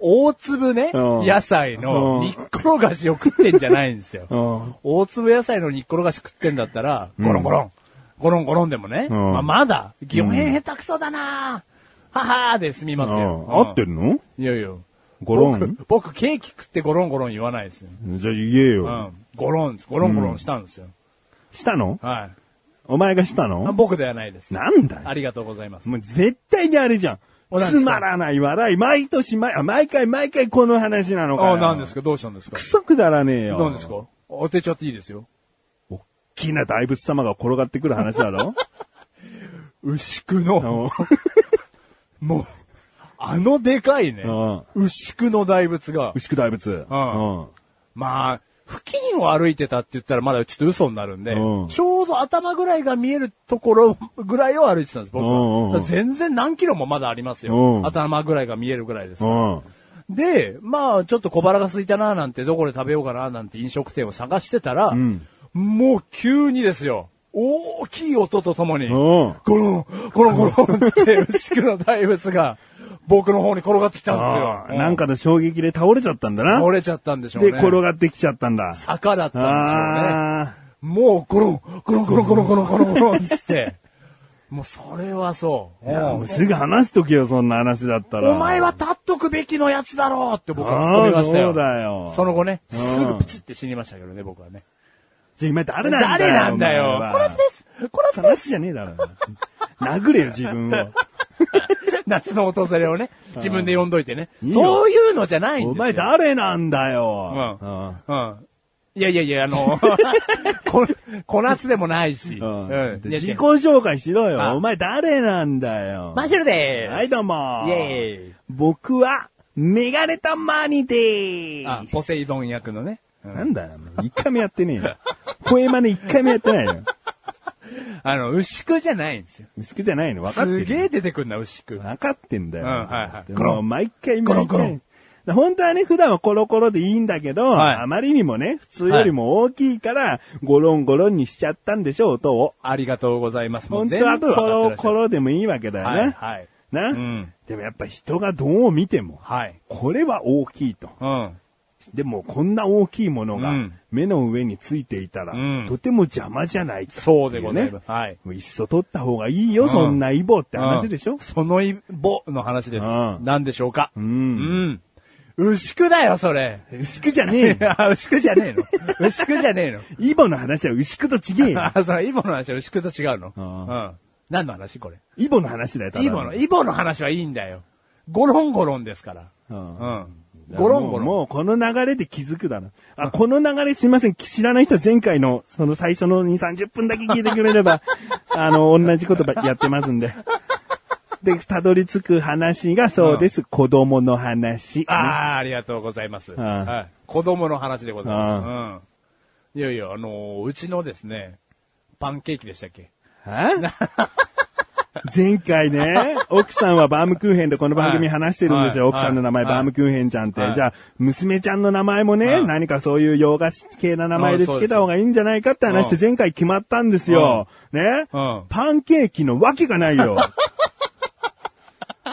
Speaker 3: 大粒ね、
Speaker 2: うん
Speaker 3: 野菜の
Speaker 2: うん
Speaker 3: 煮っころがしを食ってんじゃないんですよ。
Speaker 2: うん
Speaker 3: 大粒野菜の煮っころがし食ってんだったら、ゴロンゴロン、ゴロンゴロンでもね、
Speaker 2: うん
Speaker 3: まあ、まだ、魚変下手くそだなぁははーで済みますよ。
Speaker 2: あ合って
Speaker 3: る
Speaker 2: るの
Speaker 3: いやいや。
Speaker 2: ゴロン
Speaker 3: 僕、僕ケーキ食ってゴロンゴロン言わないですよ。
Speaker 2: じゃあ言え
Speaker 3: う
Speaker 2: よ。
Speaker 3: ん。ゴロンです。ゴロンゴロンしたんですよ。
Speaker 2: したの
Speaker 3: はい。
Speaker 2: お前がした
Speaker 3: あ
Speaker 2: の
Speaker 3: 僕ではないです。
Speaker 2: なんだよ
Speaker 3: ありがとうございます。
Speaker 2: もう絶対にあれじゃん
Speaker 3: お。何で
Speaker 2: つ
Speaker 3: すか
Speaker 2: まらない笑い。毎年毎、あ毎回毎回この話なのか
Speaker 3: あ
Speaker 2: よ。
Speaker 3: あ、なんですかどうしたんですか
Speaker 2: くそくだらねえよ。
Speaker 3: なんですか当てちゃっていいですよ。
Speaker 2: おっきな大仏様が転がってくる話だ ろ
Speaker 3: 牛
Speaker 2: あ
Speaker 3: 久の、
Speaker 2: の
Speaker 3: もう、あのでかいね
Speaker 2: う、
Speaker 3: 牛久の大仏が、
Speaker 2: 牛久大仏。
Speaker 3: うんまあ、付近を歩いてたって言ったらまだちょっと嘘になるんで、
Speaker 2: うん
Speaker 3: ちょうど頭ぐらいが見えるところぐらいを歩いてたんです、僕は。
Speaker 2: うんうんうん
Speaker 3: だから全然何キロもまだありますよ。
Speaker 2: うん
Speaker 3: 頭ぐらいが見えるぐらいです。
Speaker 2: うん。うん。
Speaker 3: で、まあ、ちょっと小腹が空いたななんて、どこで食べようかななんて飲食店を探してたら、
Speaker 2: ん
Speaker 3: もう急にですよ、大きい音とともに、
Speaker 2: うん。
Speaker 3: ゴロン、ゴロンゴロンって、牛久の大仏が、僕の方に転がってきたんですよ
Speaker 2: あ。ーなんかの衝撃で倒れちゃったんだ
Speaker 3: うん、
Speaker 2: な。
Speaker 3: 折れちゃったんでしょうね。
Speaker 2: で、転がってきちゃったんだ。
Speaker 3: 坂だったんですよね。
Speaker 2: あ
Speaker 3: もうゴロン、ゴロンゴロンゴロンゴロンゴロンゴロンっつって、もうそれはそう。
Speaker 2: ー
Speaker 3: うん
Speaker 2: もうすぐ話しとけよ、そんな話だったら。
Speaker 3: お前は立っとくべきのやつだろうって僕は突っ込みましたよ。
Speaker 2: あーそうだよ
Speaker 3: その後ね、
Speaker 2: うん
Speaker 3: すぐプチって死にましたけどね、僕はね。
Speaker 2: じゃあ今誰なんだよ。
Speaker 3: 誰なんだよ。
Speaker 2: お前
Speaker 3: こ
Speaker 2: は
Speaker 3: らつです。 こらつ
Speaker 2: そんな話じゃねえだろ。殴れよ、自分を。
Speaker 3: 夏の訪れをね、自分で呼んどいてね。
Speaker 2: いいよ
Speaker 3: そういうのじゃないんですよ。
Speaker 2: お前誰なんだよ。
Speaker 3: う
Speaker 2: うん
Speaker 3: うん。いやいやいや、あの、こ、こなつでもないし。
Speaker 2: うん。
Speaker 3: いや
Speaker 2: で自己紹介しろ
Speaker 3: あ
Speaker 2: よ。お前誰なんだよ。
Speaker 4: マシュルで
Speaker 2: はい、どうも。
Speaker 3: イェーイ
Speaker 2: 僕は、メガネたまにで
Speaker 3: あ
Speaker 2: ー、す。
Speaker 3: ポセイドン役のね。
Speaker 2: なんだよ。一回もやってねえよ。声真似一回もやってないよ。
Speaker 3: あの、牛久じゃないんですよ。
Speaker 2: 薄くじゃないの分かってる
Speaker 3: す
Speaker 2: よ。
Speaker 3: げえ出てくんな、牛久。
Speaker 2: 分かってんだよ。
Speaker 3: うんはいはい
Speaker 2: でも毎回毎回。
Speaker 1: コロンコロン
Speaker 2: で本当はね、普段はコロコロでいいんだけど、
Speaker 3: はい
Speaker 2: あまりにもね、普通よりも大きいから、ゴロンゴロンにしちゃったんでしょう、音を。
Speaker 3: ありがとうございます。もう
Speaker 2: 本
Speaker 3: 全
Speaker 2: 当
Speaker 3: 部
Speaker 2: はコ
Speaker 3: わか
Speaker 2: ロ
Speaker 3: って
Speaker 2: コ
Speaker 3: らっし
Speaker 2: ロでもいいわけだよ
Speaker 3: ゃ
Speaker 2: ね。
Speaker 3: る。はい、はい。
Speaker 2: な、
Speaker 3: うん
Speaker 2: でもやっぱ人がどう見ても、
Speaker 3: はい。
Speaker 2: これは大きいと。
Speaker 3: うん。
Speaker 2: でもこんな大きいもの
Speaker 3: う
Speaker 2: が
Speaker 3: ん
Speaker 2: 目の上についていたら、
Speaker 3: うん
Speaker 2: とても邪魔じゃないと
Speaker 3: そうでございま
Speaker 2: ね
Speaker 3: すはい
Speaker 2: もういっそ取った方がいいよ、そんなイボって話でしょ、
Speaker 3: うんそのイボの話です。
Speaker 2: うん。
Speaker 3: 何でしょうかうんうん。牛久だよ、それ。
Speaker 2: 牛久じゃね えよ。
Speaker 3: あ、牛久じゃねえの。牛久じゃねえの。
Speaker 2: イボの話は牛久と違え よ。
Speaker 3: あ、それ、イボの話は牛久と違うの。
Speaker 2: うん
Speaker 3: うん。何の話これ。
Speaker 2: イボの話だよ、ただ
Speaker 3: イボの、イボの話はいいんだよ。ゴロンゴロンですから。
Speaker 2: う
Speaker 3: うんん。
Speaker 2: いや
Speaker 3: ゴロン
Speaker 2: も
Speaker 3: ゴ
Speaker 2: う
Speaker 3: ロ
Speaker 2: もうこの流れで気づくだろ。あ、この流れすいません。知らない人は前回の、その最初の2、30分だけ聞いてくれれ ば、あの、同じことばやってますんで。で、たどり着く話がそうです。子供の話。
Speaker 3: ン。ああ、ありがとうございます。
Speaker 2: ん
Speaker 3: はい。子供の話でございます。
Speaker 2: う
Speaker 3: うん。いやいや、あのー、うちのですね、パンケーキでしたっけ
Speaker 2: 前回ね、奥さんはバームクーヘンでこの番組話してるんですよ。
Speaker 3: は
Speaker 2: 奥
Speaker 3: い
Speaker 2: さんの名前
Speaker 3: はい
Speaker 2: バームクーヘンちゃんって。
Speaker 3: はい
Speaker 2: じゃあ、娘ちゃんの名前もね、
Speaker 3: うん
Speaker 2: 何かそういう洋菓子系な名前で付けた方がいいんじゃないかって話
Speaker 3: う
Speaker 2: で
Speaker 3: ん
Speaker 2: 前回決まったんですよ。ね、
Speaker 3: うん
Speaker 2: パンケーキのわけがないよ。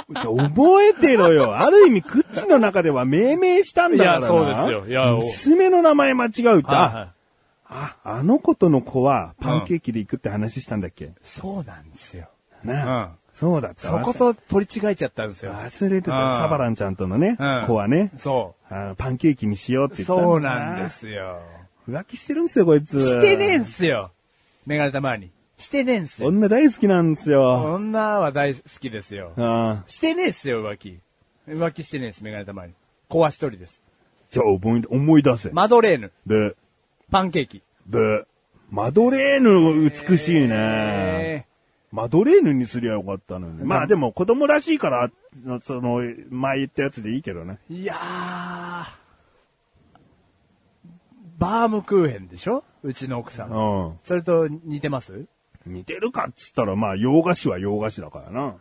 Speaker 2: じゃあ覚えてろよ。ある意味、クッチの中では命名したんだからな。
Speaker 3: いやそうですよいやお
Speaker 2: 娘の名前間違うって、
Speaker 3: はいはい
Speaker 2: あ、あ、あの子との子はパンケーキで行くって話したんだっけ、
Speaker 3: そうなんですよ。
Speaker 2: なあ、
Speaker 3: う
Speaker 2: そうだった
Speaker 3: そ
Speaker 2: わ。
Speaker 3: こと取り違えちゃったんですよ。
Speaker 2: 忘れてた。
Speaker 3: うん
Speaker 2: サバランちゃんとのね、
Speaker 3: うん
Speaker 2: 子はね、
Speaker 3: そ
Speaker 2: あパンケーキにしようっ
Speaker 3: う。
Speaker 2: て言っただ
Speaker 3: そうなんで。すよ。
Speaker 2: 浮気してるんですよ、こいつ。
Speaker 3: してねえんすよ。メガネたまに。してねえんすよ。
Speaker 2: 女大好きなんですよ。
Speaker 3: 女は大好きですよ。
Speaker 2: ああ。
Speaker 3: してねえっすよ、浮気。浮気してねえです、メガネたまに。子は一人です。
Speaker 2: じゃあ思い、思い出せ。
Speaker 3: マドレーヌ。
Speaker 2: で、
Speaker 3: パンケーキ。
Speaker 2: で、マドレーヌ美しいね。
Speaker 3: え
Speaker 2: マドレーヌにすりゃよかったのに。まあでも子供らしいから、その、前言ったやつでいいけどね。
Speaker 3: ー、いやー。バームクーヘンでしょうちの奥さん。
Speaker 2: うん。
Speaker 3: それと似てます
Speaker 2: 似てるかっつったら、まあ洋菓子は洋菓子だからな。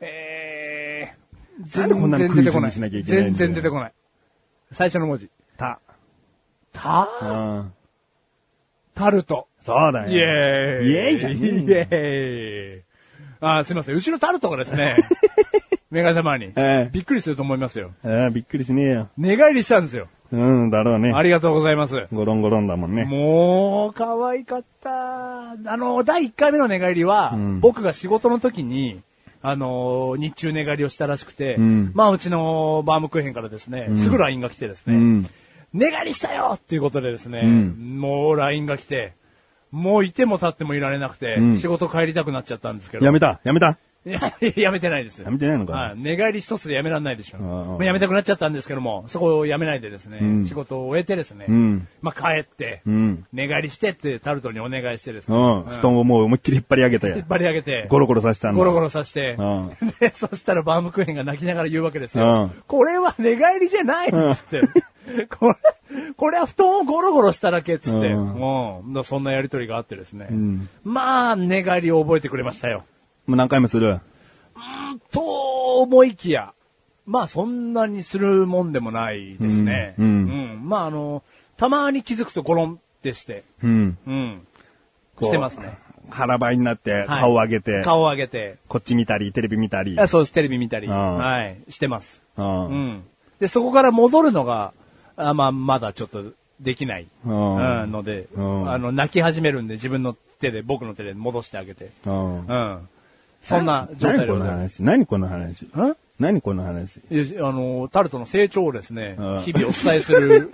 Speaker 3: えー。
Speaker 2: なんでこんなのクイズにしなきゃいけないんだよ
Speaker 3: 全然出てこない。最初の文字。
Speaker 2: た。
Speaker 3: た
Speaker 2: うん。
Speaker 3: タルト。
Speaker 2: そうだよ。
Speaker 3: イエーイ。
Speaker 2: イエーイじゃん
Speaker 3: イエーイ。あー、すいません。うちのタルトがです ね、メガネ様に、
Speaker 2: ええ
Speaker 3: びっくりすると思いますよ。
Speaker 2: ああ、びっくりしねえよ。
Speaker 3: 寝返りしたんですよ。
Speaker 2: うん、だろうね。
Speaker 3: ありがとうございます。
Speaker 2: ゴロンゴロンだもんね。
Speaker 3: もう、可愛かった。あの、第1回目の寝返りは、
Speaker 2: ん
Speaker 3: 僕が仕事の時に、あの、日中寝返りをしたらしくて、
Speaker 2: ん
Speaker 3: まあ、うちのバームクーヘンからですね、すぐ LINE が来てですね、
Speaker 2: うん
Speaker 3: 寝返りしたよっていうことでですね、
Speaker 2: ん
Speaker 3: もう LINE が来て、もういても立ってもいられなくて、
Speaker 2: ん
Speaker 3: 仕事帰りたくなっちゃったんですけど。
Speaker 2: やめたやめた
Speaker 3: いや、 やめてないです。
Speaker 2: やめてないのか
Speaker 3: はい寝返り一つでやめらんないでしょ。
Speaker 2: ああ
Speaker 3: もうやめたくなっちゃったんですけども、そこをやめないでですね、
Speaker 2: ん
Speaker 3: 仕事を終えてですね、
Speaker 2: うん
Speaker 3: まあ帰って、
Speaker 2: うん
Speaker 3: 寝返りしてってタルトにお願いしてです
Speaker 2: う
Speaker 3: ね、
Speaker 2: ん。布団をもう思いっきり引っ張り上げ
Speaker 3: 引
Speaker 2: て
Speaker 3: っ。張り上げて、
Speaker 2: ゴロゴロさせたんだ。
Speaker 3: ゴロゴロさせて、
Speaker 2: う
Speaker 3: で、そしたらバームクーヘンが泣きながら言うわけですよ。
Speaker 2: うん
Speaker 3: これは寝返りじゃないっつって。 これ、これは布団をゴロゴロしただけっつって。
Speaker 2: うん
Speaker 3: うん。だそんなやりとりがあってですね。
Speaker 2: ん
Speaker 3: まあ、寝返りを覚えてくれましたよ。
Speaker 2: もう何回もする。
Speaker 3: と思いきや、まあそんなにするもんでもないですね。
Speaker 2: うん
Speaker 3: うんまああの、たまに気づくとゴロンってして、
Speaker 2: うん。
Speaker 3: うん。
Speaker 2: こう
Speaker 3: してますね。
Speaker 2: 腹ばいになって、
Speaker 3: はい
Speaker 2: 顔を上げて、
Speaker 3: 顔を上げて、
Speaker 2: こっち見たり、テレビ見たり。
Speaker 3: あそうです、テレビ見たり、
Speaker 2: うん
Speaker 3: はい、してます。
Speaker 2: う。
Speaker 3: うんん。で、そこから戻るのが、あまあ、まだちょっとできない、
Speaker 2: うん
Speaker 3: うんので、
Speaker 2: うん
Speaker 3: あの、泣き始めるんで自分の手で、僕の手で戻してあげて、
Speaker 2: うん
Speaker 3: うん。そんな状態
Speaker 2: 何
Speaker 3: で
Speaker 2: こ
Speaker 3: ご
Speaker 2: の
Speaker 3: ざいます。
Speaker 2: 話何この話
Speaker 3: ん
Speaker 2: 何この話
Speaker 3: いやあの、タルトの成長をですね
Speaker 2: うん、
Speaker 3: 日々お伝えす る。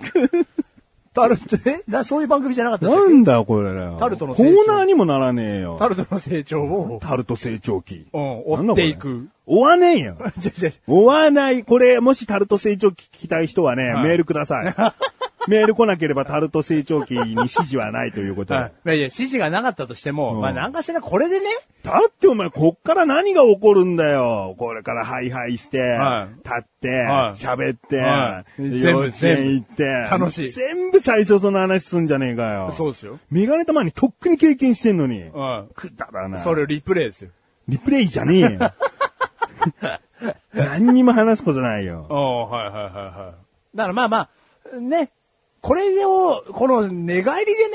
Speaker 3: タルト、えなそういう番組じゃなかったでし
Speaker 2: な
Speaker 3: たっ
Speaker 2: んだよこれ
Speaker 3: タルトの
Speaker 2: コ
Speaker 3: 成長
Speaker 2: ーナーにもならねえよ。
Speaker 3: けタルトの成長を、
Speaker 2: タルト成長期。
Speaker 3: うん、
Speaker 2: なんだ
Speaker 3: 追
Speaker 2: これ
Speaker 3: って いく。。
Speaker 2: 追わねえよ。
Speaker 3: じゃじゃ
Speaker 2: 追わない。これ、もしタルト成長期聞きたい人はね、
Speaker 3: はい
Speaker 2: メールくださ い。メール来なければタルト成長期に指示はないということで。
Speaker 3: はいいやいや、指示がなかったとしても、
Speaker 2: うん
Speaker 3: まあなんかしらこれでね、
Speaker 2: だってお前、こっから何が起こるんだよ。これからハイハイして、
Speaker 3: はい
Speaker 2: 立って、
Speaker 3: はい
Speaker 2: 喋、って、
Speaker 3: はい
Speaker 2: 幼稚園
Speaker 3: 全
Speaker 2: 行って、
Speaker 3: 楽しい
Speaker 2: 全部最初その話すんじゃねえかよ。
Speaker 3: そうですよ。
Speaker 2: メガネたまにとっくに経験してんのに。
Speaker 3: うん。
Speaker 2: くだらない。
Speaker 3: それをリプレイですよ。
Speaker 2: リプレイじゃねえ よ。何にも話すことないよ。
Speaker 3: おはいはいはいはい。だからまあまあ、ね、これを、この寝返りでね、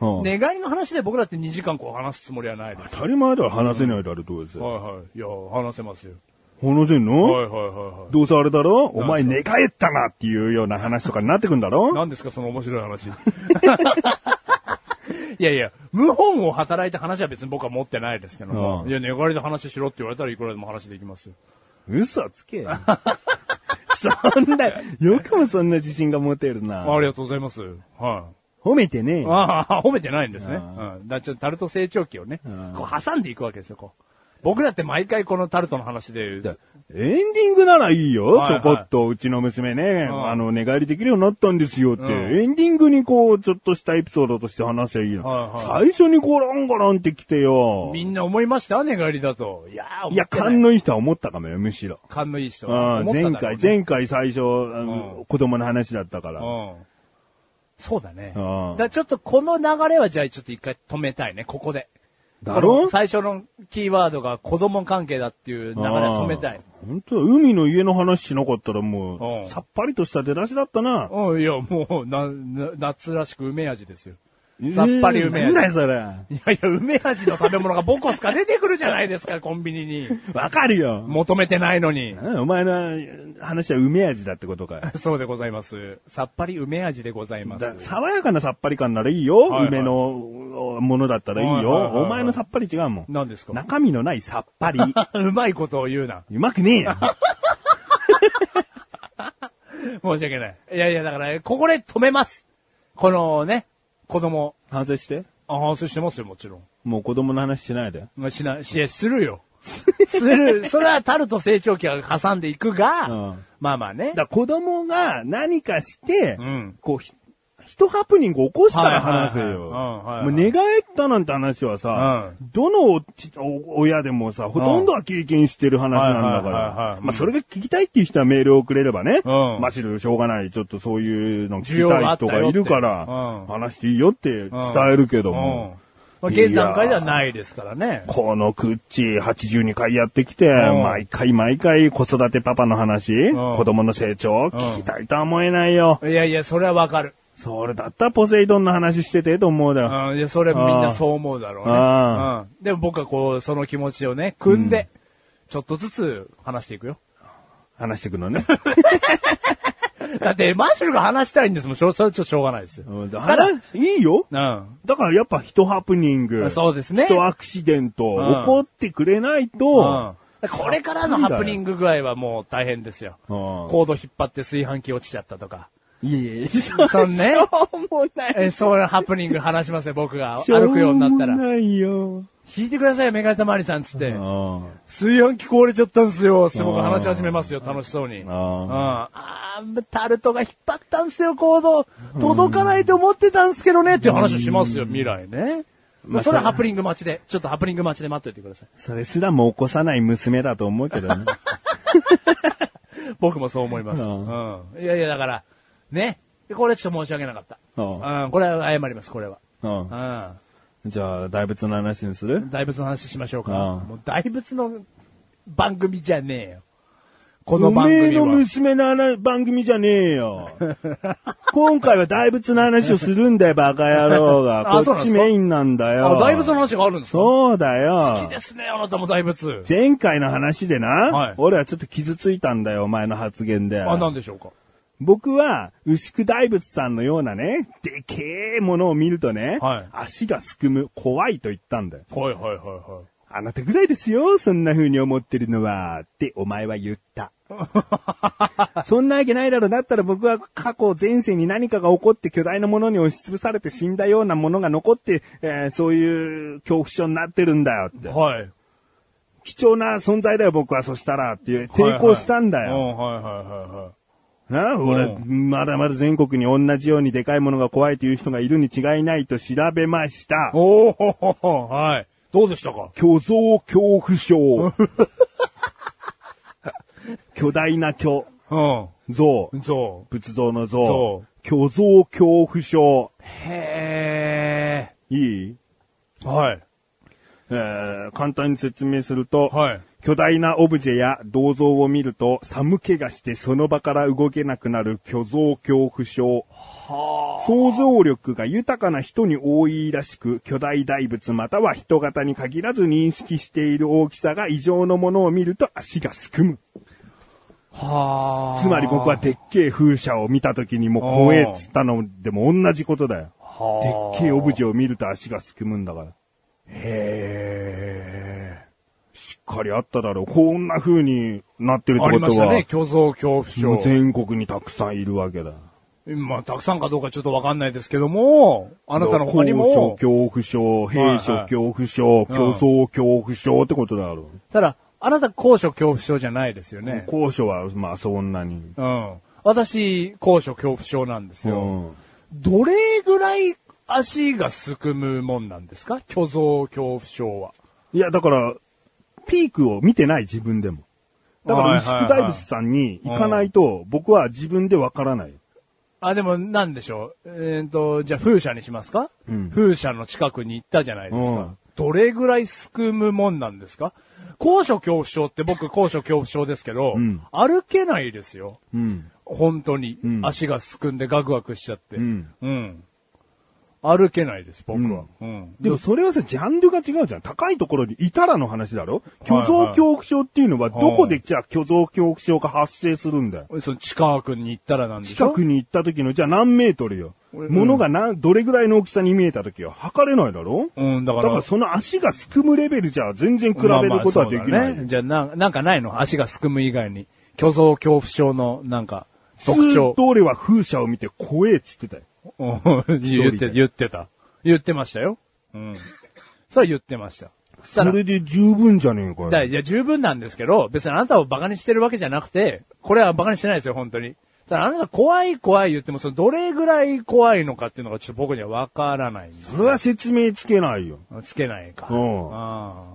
Speaker 2: うん
Speaker 3: 寝返りの話で僕だって2時間こう話すつもりはないです。
Speaker 2: 当たり前だよ、話せないだろ、どうせ。
Speaker 3: はいはい。いや、話せますよ。
Speaker 2: 話せんの、
Speaker 3: はいはいはいはい。
Speaker 2: どうせあれだろお前寝返ったなっていうような話とかになってくんだろ
Speaker 3: 何ですか、その面白い 話。いやいや、無本を働いた話は別に僕は持ってないですけども、
Speaker 2: うん
Speaker 3: いや、寝返りで話しろって言われたらいくらでも話できますよ。
Speaker 2: 嘘つけよ。 そんな、よくもそんな自信が持てるな。
Speaker 3: ありがとうございます。は
Speaker 2: 褒めてねえ
Speaker 3: い。
Speaker 2: よ。
Speaker 3: ああ、褒めてないんですね。
Speaker 2: う
Speaker 3: うんん。だからちょっとタルト成長期をね、
Speaker 2: うん
Speaker 3: こう挟んでいくわけですよ、こう。僕だって毎回このタルトの話で、
Speaker 2: エンディングならいいよ、
Speaker 3: はいはい
Speaker 2: ちょこっと、うちの娘ね、
Speaker 3: うん
Speaker 2: あの、寝返りできるようになったんですよって、
Speaker 3: うん
Speaker 2: エンディングにこう、ちょっとしたエピソードとして話せばいいの。
Speaker 3: はい
Speaker 2: 最初にゴロンゴロンって来てよ。
Speaker 3: みんな思いました寝返りだと。いやー、
Speaker 2: いや、
Speaker 3: 勘
Speaker 2: 勘
Speaker 3: の、
Speaker 2: のいい人は思ったかもよ、むしろ。
Speaker 3: 勘のいい人。
Speaker 2: うん、
Speaker 3: 思ったん
Speaker 2: 前
Speaker 3: だろう
Speaker 2: 回、
Speaker 3: ね
Speaker 2: 前回最初、あ
Speaker 3: う
Speaker 2: の子供の話だったから。
Speaker 3: うん。そうだね。
Speaker 2: うん
Speaker 3: だからちょっとこの流れはじゃあちょっと一回止めたいね、ここで。
Speaker 2: だろ
Speaker 3: この最初のキーワードが子供関係だっていう流れは止めたい。
Speaker 2: うん。本当だ海の家の話しなかったらも
Speaker 3: うん
Speaker 2: う、さっぱりとした出だしだったな。
Speaker 3: うん、いや、もう、な、な夏らしく梅味ですよ。さっぱり
Speaker 2: え
Speaker 3: 梅
Speaker 2: ーなん
Speaker 3: 味。
Speaker 2: だよ、それ。
Speaker 3: いやいや、梅味の食べ物がボコスカ出てくるじゃないで すか、コンビニに。
Speaker 2: わかるよ。
Speaker 3: 求めてないのに。
Speaker 2: うんお前の話は梅味だってこと かよ。
Speaker 3: そうでございます。さっぱり梅味でございま
Speaker 2: だ
Speaker 3: す。
Speaker 2: 爽やかなさっぱり感ならいいよ。
Speaker 3: はいはい
Speaker 2: 梅のものだったらいいよ。
Speaker 3: はいはいはいはい
Speaker 2: お前のさっぱり違うもん。
Speaker 3: 何ですか
Speaker 2: 中身のないさっ ぱり。
Speaker 3: うまいことを言うな。
Speaker 2: うまくねえよ。
Speaker 3: 申し訳ない。いやいや、だから、ここで止めます。このね、子供。
Speaker 2: 反省して。
Speaker 3: あ、反省してますよ、もちろん。
Speaker 2: もう子供の話しないで。
Speaker 3: まあしな、し、するよ。する。それはタルト成長期が挟んでいくが、
Speaker 2: うん
Speaker 3: まあまあね
Speaker 2: だ。から子供が何かして、
Speaker 3: うん
Speaker 2: こうひ、一ハプニング起こしたら話せよ。
Speaker 3: はいはいはいうんはいはい
Speaker 2: もう寝返ったなんて話はさ、どのおちお親でもさ、ほとんどは経験してる話なんだか
Speaker 3: はいはいはい
Speaker 2: ら
Speaker 3: は。い
Speaker 2: まあそれが聞きたいっていう人はメールをくれればね、
Speaker 3: うん
Speaker 2: まあしろしょうがない、ちょっとそういうの聞きたい人がいるから
Speaker 3: 需要があっ、たよってうん
Speaker 2: 話していいよって伝えるけど
Speaker 3: うん
Speaker 2: も。。
Speaker 3: まあ、現段階ではないですからね。
Speaker 2: このクッチ82回やってきて、
Speaker 3: うん
Speaker 2: 毎回毎回子育てパパの話、
Speaker 3: ん
Speaker 2: 子供の成長、聞きたいとは思えないよ。
Speaker 3: いやいや、それはわかる。
Speaker 2: それだったらポセイドンの話しててええと思うだよ。
Speaker 3: うん、いや、それはみんなそう思うだろうね。
Speaker 2: あ
Speaker 3: うん。でも僕はこう、その気持ちをね、組んで、ちょっとずつ話していくよ。
Speaker 2: 話してくの ね。
Speaker 3: だって、マッシュルが話したいんですもん。しょそれちょっとしょうがないですよ。
Speaker 2: うんだ
Speaker 3: ただ
Speaker 2: 話いいよ。
Speaker 3: うん。
Speaker 2: だからやっぱ人ハプニング。
Speaker 3: そうですね
Speaker 2: 人アクシデント。
Speaker 3: ん
Speaker 2: 起こってくれないと、
Speaker 3: うんこれからのハプニング具合はもう大変ですよ。
Speaker 2: うん
Speaker 3: コード引っ張って炊飯器落ちちゃったとか。
Speaker 2: いえいえ、
Speaker 3: そうね。
Speaker 2: もうない。
Speaker 3: えそういうハプニング話しますよ、僕が。歩くようになった
Speaker 2: しょうも
Speaker 3: ら。
Speaker 2: ないよ。
Speaker 3: 引いてくださいよ、メガネたまりさんつって。
Speaker 2: あ
Speaker 3: 炊飯器壊れちゃったんすよ。って僕話し始めますよ、楽しそうに。うん。
Speaker 2: あ
Speaker 3: あータルトが引っ張ったんすよ、行動。届かないと思ってたんすけどね、っていう話をしますよ、未来ね。まあ、それはハプニング待ちで、ちょっとハプニング待ちで待っていてください。
Speaker 2: それすらも起こさない娘だと思うけどね。
Speaker 3: 僕もそう思います。うん。いやいや、だから、ね。これちょっと申し訳なかった。
Speaker 2: うん
Speaker 3: うん。これは謝ります、これは。
Speaker 2: うん
Speaker 3: うん。
Speaker 2: じゃあ、大仏の話にする
Speaker 3: 大仏の話しましょうか。
Speaker 2: うん
Speaker 3: もう大仏の番組じゃねえよ。この番組
Speaker 2: おめえの
Speaker 3: は。
Speaker 2: 娘の話番組じゃねえよ。 今回は大仏の話をするんだよ、バカ野郎が。
Speaker 3: あそ
Speaker 2: こっ
Speaker 3: うなん
Speaker 2: ち
Speaker 3: ですか
Speaker 2: メインなんだよ。
Speaker 3: あ、大仏の話があるんですか
Speaker 2: そうだ
Speaker 3: 好
Speaker 2: よ
Speaker 3: き。ですね、あなたも大仏。
Speaker 2: 前回の話でな、
Speaker 3: はい
Speaker 2: 俺はちょっと傷ついたんだよ、お前の発言で。
Speaker 3: あ、なんでしょうか。
Speaker 2: 僕は、牛久大仏さんのようなね、でけえものを見るとね、
Speaker 3: はい
Speaker 2: 足がすくむ、怖いと言ったんだよ。
Speaker 3: はいはいは
Speaker 2: あなたぐらいですよ、そんな風に思ってるのは、ってお前は言った。そんなわけないだろ。だったら僕は過去前世に何かが起こって巨大なものに押しつぶされて死んだようなものが残って、えーそういう恐怖症になってるんだよ って
Speaker 3: い。。はい。はい。
Speaker 2: 貴重な存在だよ、僕はそしたらっていう抵抗したんだよ。
Speaker 3: うんはいはいはいは
Speaker 2: な
Speaker 3: い。
Speaker 2: 俺、
Speaker 3: う
Speaker 2: まだまだ全国に同じようにでかいものが怖いという人がいるに違いないと調べました。
Speaker 3: おーほほほはい。どうでしたか
Speaker 2: 巨像恐怖症。 巨大な巨、
Speaker 3: う
Speaker 2: 像、
Speaker 3: ん。そ
Speaker 2: 仏像の
Speaker 3: 像
Speaker 2: 像、巨像恐怖症。
Speaker 3: う。へ
Speaker 2: いい
Speaker 3: ー。はい。
Speaker 2: えー簡単に説明すると、
Speaker 3: はい。
Speaker 2: 巨大なオブジェや銅像を見ると寒気がしてその場から動けなくなる巨像恐怖症。想像力が豊かな人に多いらしく、巨大大仏または人型に限らず認識している大きさが異常のものを見ると足がすくむ。
Speaker 3: は
Speaker 2: つまり僕はでっけえ風車を見た時にもう怖えっつったのでも同じことだよ。でっけえオブジェを見ると足がすくむんだから。
Speaker 3: へ
Speaker 2: しっかりあっただろう。こんな風になってるっ
Speaker 3: ー。あ
Speaker 2: てこ
Speaker 3: りまし
Speaker 2: と
Speaker 3: た
Speaker 2: は。
Speaker 3: ね、虚像恐怖
Speaker 2: もう
Speaker 3: 症。
Speaker 2: 全国にたくさんいるわけだ。
Speaker 3: まあ、たくさんかどうかちょっとわかんないですけども、あなたの他にも
Speaker 2: 高所、恐怖症、閉所恐怖症、
Speaker 3: いはい
Speaker 2: 虚像恐怖症ってことだろ
Speaker 3: ただ、あなた高所恐怖症じゃないですよ
Speaker 2: う。
Speaker 3: ね。
Speaker 2: 高所は、まあそんなに。
Speaker 3: うん。私、高所恐怖症なんです
Speaker 2: う
Speaker 3: よ。
Speaker 2: ん。
Speaker 3: どれぐらい足がすくむもんなんですか虚像恐怖症は。
Speaker 2: いや、だから、ピークを見てない自分でも。だから、
Speaker 3: はい
Speaker 2: 牛
Speaker 3: はいは
Speaker 2: 久
Speaker 3: い
Speaker 2: 大仏さんに行かないと、僕は自分でわからない。
Speaker 3: あ、でも、なんでしょう。えっ、と、じゃあ、風車にしますか、
Speaker 2: うん
Speaker 3: 風車の近くに行ったじゃないですか。
Speaker 2: うん
Speaker 3: どれぐらいすくむもんなんですか高所恐怖症って僕高所恐怖症ですけど、
Speaker 2: ん
Speaker 3: 歩けないですよ。
Speaker 2: うん。
Speaker 3: 本当に、
Speaker 2: ん
Speaker 3: 足がすくんでガクガクしちゃって。
Speaker 2: うん
Speaker 3: うん歩けないです、僕は。うん
Speaker 2: でもそれはさ、ジャンルが違うじゃん。高いところにいたらの話だろ虚像恐怖症っていうのは、
Speaker 3: はいはい
Speaker 2: どこでじゃあ虚像恐怖症が発生するんだよ。
Speaker 3: その近くに行ったらなんでしょ
Speaker 2: 近くに行った時の、じゃあ何メートルよ。
Speaker 3: 俺
Speaker 2: 物がな、どれぐらいの大きさに見えた時よ。測れないだろ
Speaker 3: うん、だか
Speaker 2: だ
Speaker 3: ら。
Speaker 2: からその足がすくむレベルじゃ全然比べることはでき
Speaker 3: まあま
Speaker 2: な
Speaker 3: あそうだね。
Speaker 2: い。
Speaker 3: じゃあ、な、なんかないの足がすくむ以外に。虚像恐怖症の、なんか、特
Speaker 2: ず
Speaker 3: 徴
Speaker 2: っと。俺は風車を見て怖えっつってたよ。
Speaker 3: うん言って、言ってた。言ってましたよ。うん。それは言ってました。
Speaker 2: それで十分じゃねえかよ。
Speaker 3: だいや、十分なんですけど、別にあなたをバカにしてるわけじゃなくて、これはバカにしてないですよ、本当に。ただ、あなた怖い怖い言っても、そのどれぐらい怖いのかっていうのがちょっと僕にはわからないんで
Speaker 2: それは説明つけないよ。
Speaker 3: つけないか。
Speaker 2: うん
Speaker 3: ああ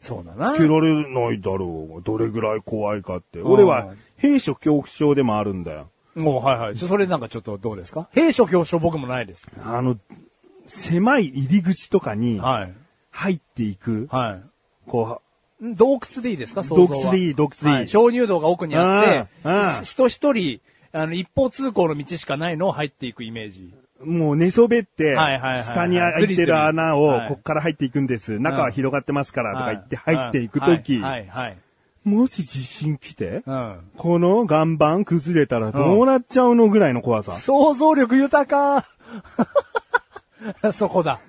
Speaker 3: そうだな。
Speaker 2: つけられないだろう。どれぐらい怖いかって。俺は、兵所恐怖症でもあるんだよ。
Speaker 3: もう、はいはい。ちょそれなんかちょっとどうですか兵所恐怖症僕もないです。
Speaker 2: あの、狭い入り口とかに
Speaker 3: はい。
Speaker 2: 入っていく、
Speaker 3: はい。
Speaker 2: こ
Speaker 3: ん洞窟でいいですか想像は
Speaker 2: 洞窟でいい洞窟でいい
Speaker 3: は鍾乳洞が奥にあって
Speaker 2: うんうん、
Speaker 3: ひ人一人、あの、一方通行の道しかないのを入っていくイメージ。
Speaker 2: もう寝そべって、
Speaker 3: はいはいはいはい
Speaker 2: 下に開いてる穴
Speaker 3: ずりず
Speaker 2: を
Speaker 3: り、
Speaker 2: こっから入っていくんです。中は広がってますから、とか言って入っていくとき、
Speaker 3: はい、はい、
Speaker 2: もし地震来て、
Speaker 3: はいうん。
Speaker 2: この岩盤崩れたらどうなっちゃうのぐらいの怖さ。
Speaker 3: 想像力豊か そこだ。